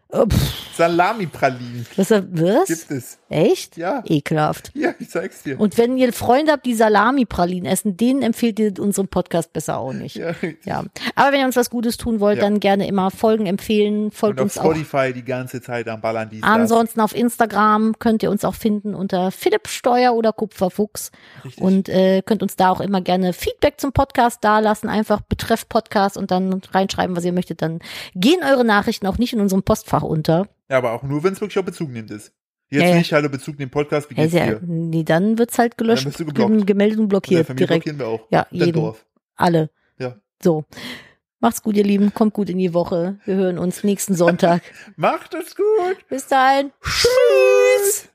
[SPEAKER 1] Äh, pff,
[SPEAKER 2] Salami-Pralinen
[SPEAKER 1] was? äh, was?
[SPEAKER 2] gibt es.
[SPEAKER 1] Echt?
[SPEAKER 2] Ja.
[SPEAKER 1] Ekelhaft.
[SPEAKER 2] Hier, ich zeig's dir.
[SPEAKER 1] Und wenn ihr Freunde habt, die Salami-Pralinen essen, denen empfehlt ihr unseren Podcast besser auch nicht.
[SPEAKER 2] Ja, richtig.
[SPEAKER 1] Ja. Aber wenn ihr uns was Gutes tun wollt,
[SPEAKER 2] Ja.
[SPEAKER 1] dann gerne immer Folgen empfehlen, folgt
[SPEAKER 2] Und auf
[SPEAKER 1] uns auch.
[SPEAKER 2] Spotify die ganze Zeit am Ballern dies, das.
[SPEAKER 1] Ansonsten auf Instagram könnt ihr uns auch finden unter Philipp Steuer oder Kupferfuchs.
[SPEAKER 2] Richtig.
[SPEAKER 1] Und äh, könnt uns da auch immer gerne Feedback zum Podcast dalassen. Einfach betreff Podcast und dann reinschreiben, was ihr möchtet. Dann gehen eure Nachrichten auch nicht in unserem Postfach unter.
[SPEAKER 2] Ja, aber auch nur, wenn es wirklich auf Bezug nimmt ist. Jetzt
[SPEAKER 1] Ja, ja.
[SPEAKER 2] nicht, hallo Bezug nimmt Podcast, wie
[SPEAKER 1] Hey,
[SPEAKER 2] geht's
[SPEAKER 1] ja,
[SPEAKER 2] dir?
[SPEAKER 1] nee, dann wird's halt gelöscht,
[SPEAKER 2] Dann bist du geblockt.
[SPEAKER 1] gemeldet und
[SPEAKER 2] Hier,
[SPEAKER 1] blockiert
[SPEAKER 2] Familie
[SPEAKER 1] direkt.
[SPEAKER 2] blockieren wir auch.
[SPEAKER 1] Ja,
[SPEAKER 2] Dein
[SPEAKER 1] jeden.
[SPEAKER 2] Dorf.
[SPEAKER 1] Alle.
[SPEAKER 2] Ja.
[SPEAKER 1] So. Macht's gut, ihr Lieben. Kommt gut in die Woche. Wir hören uns nächsten Sonntag.
[SPEAKER 2] Macht es gut.
[SPEAKER 1] Bis dahin.
[SPEAKER 2] Tschüss.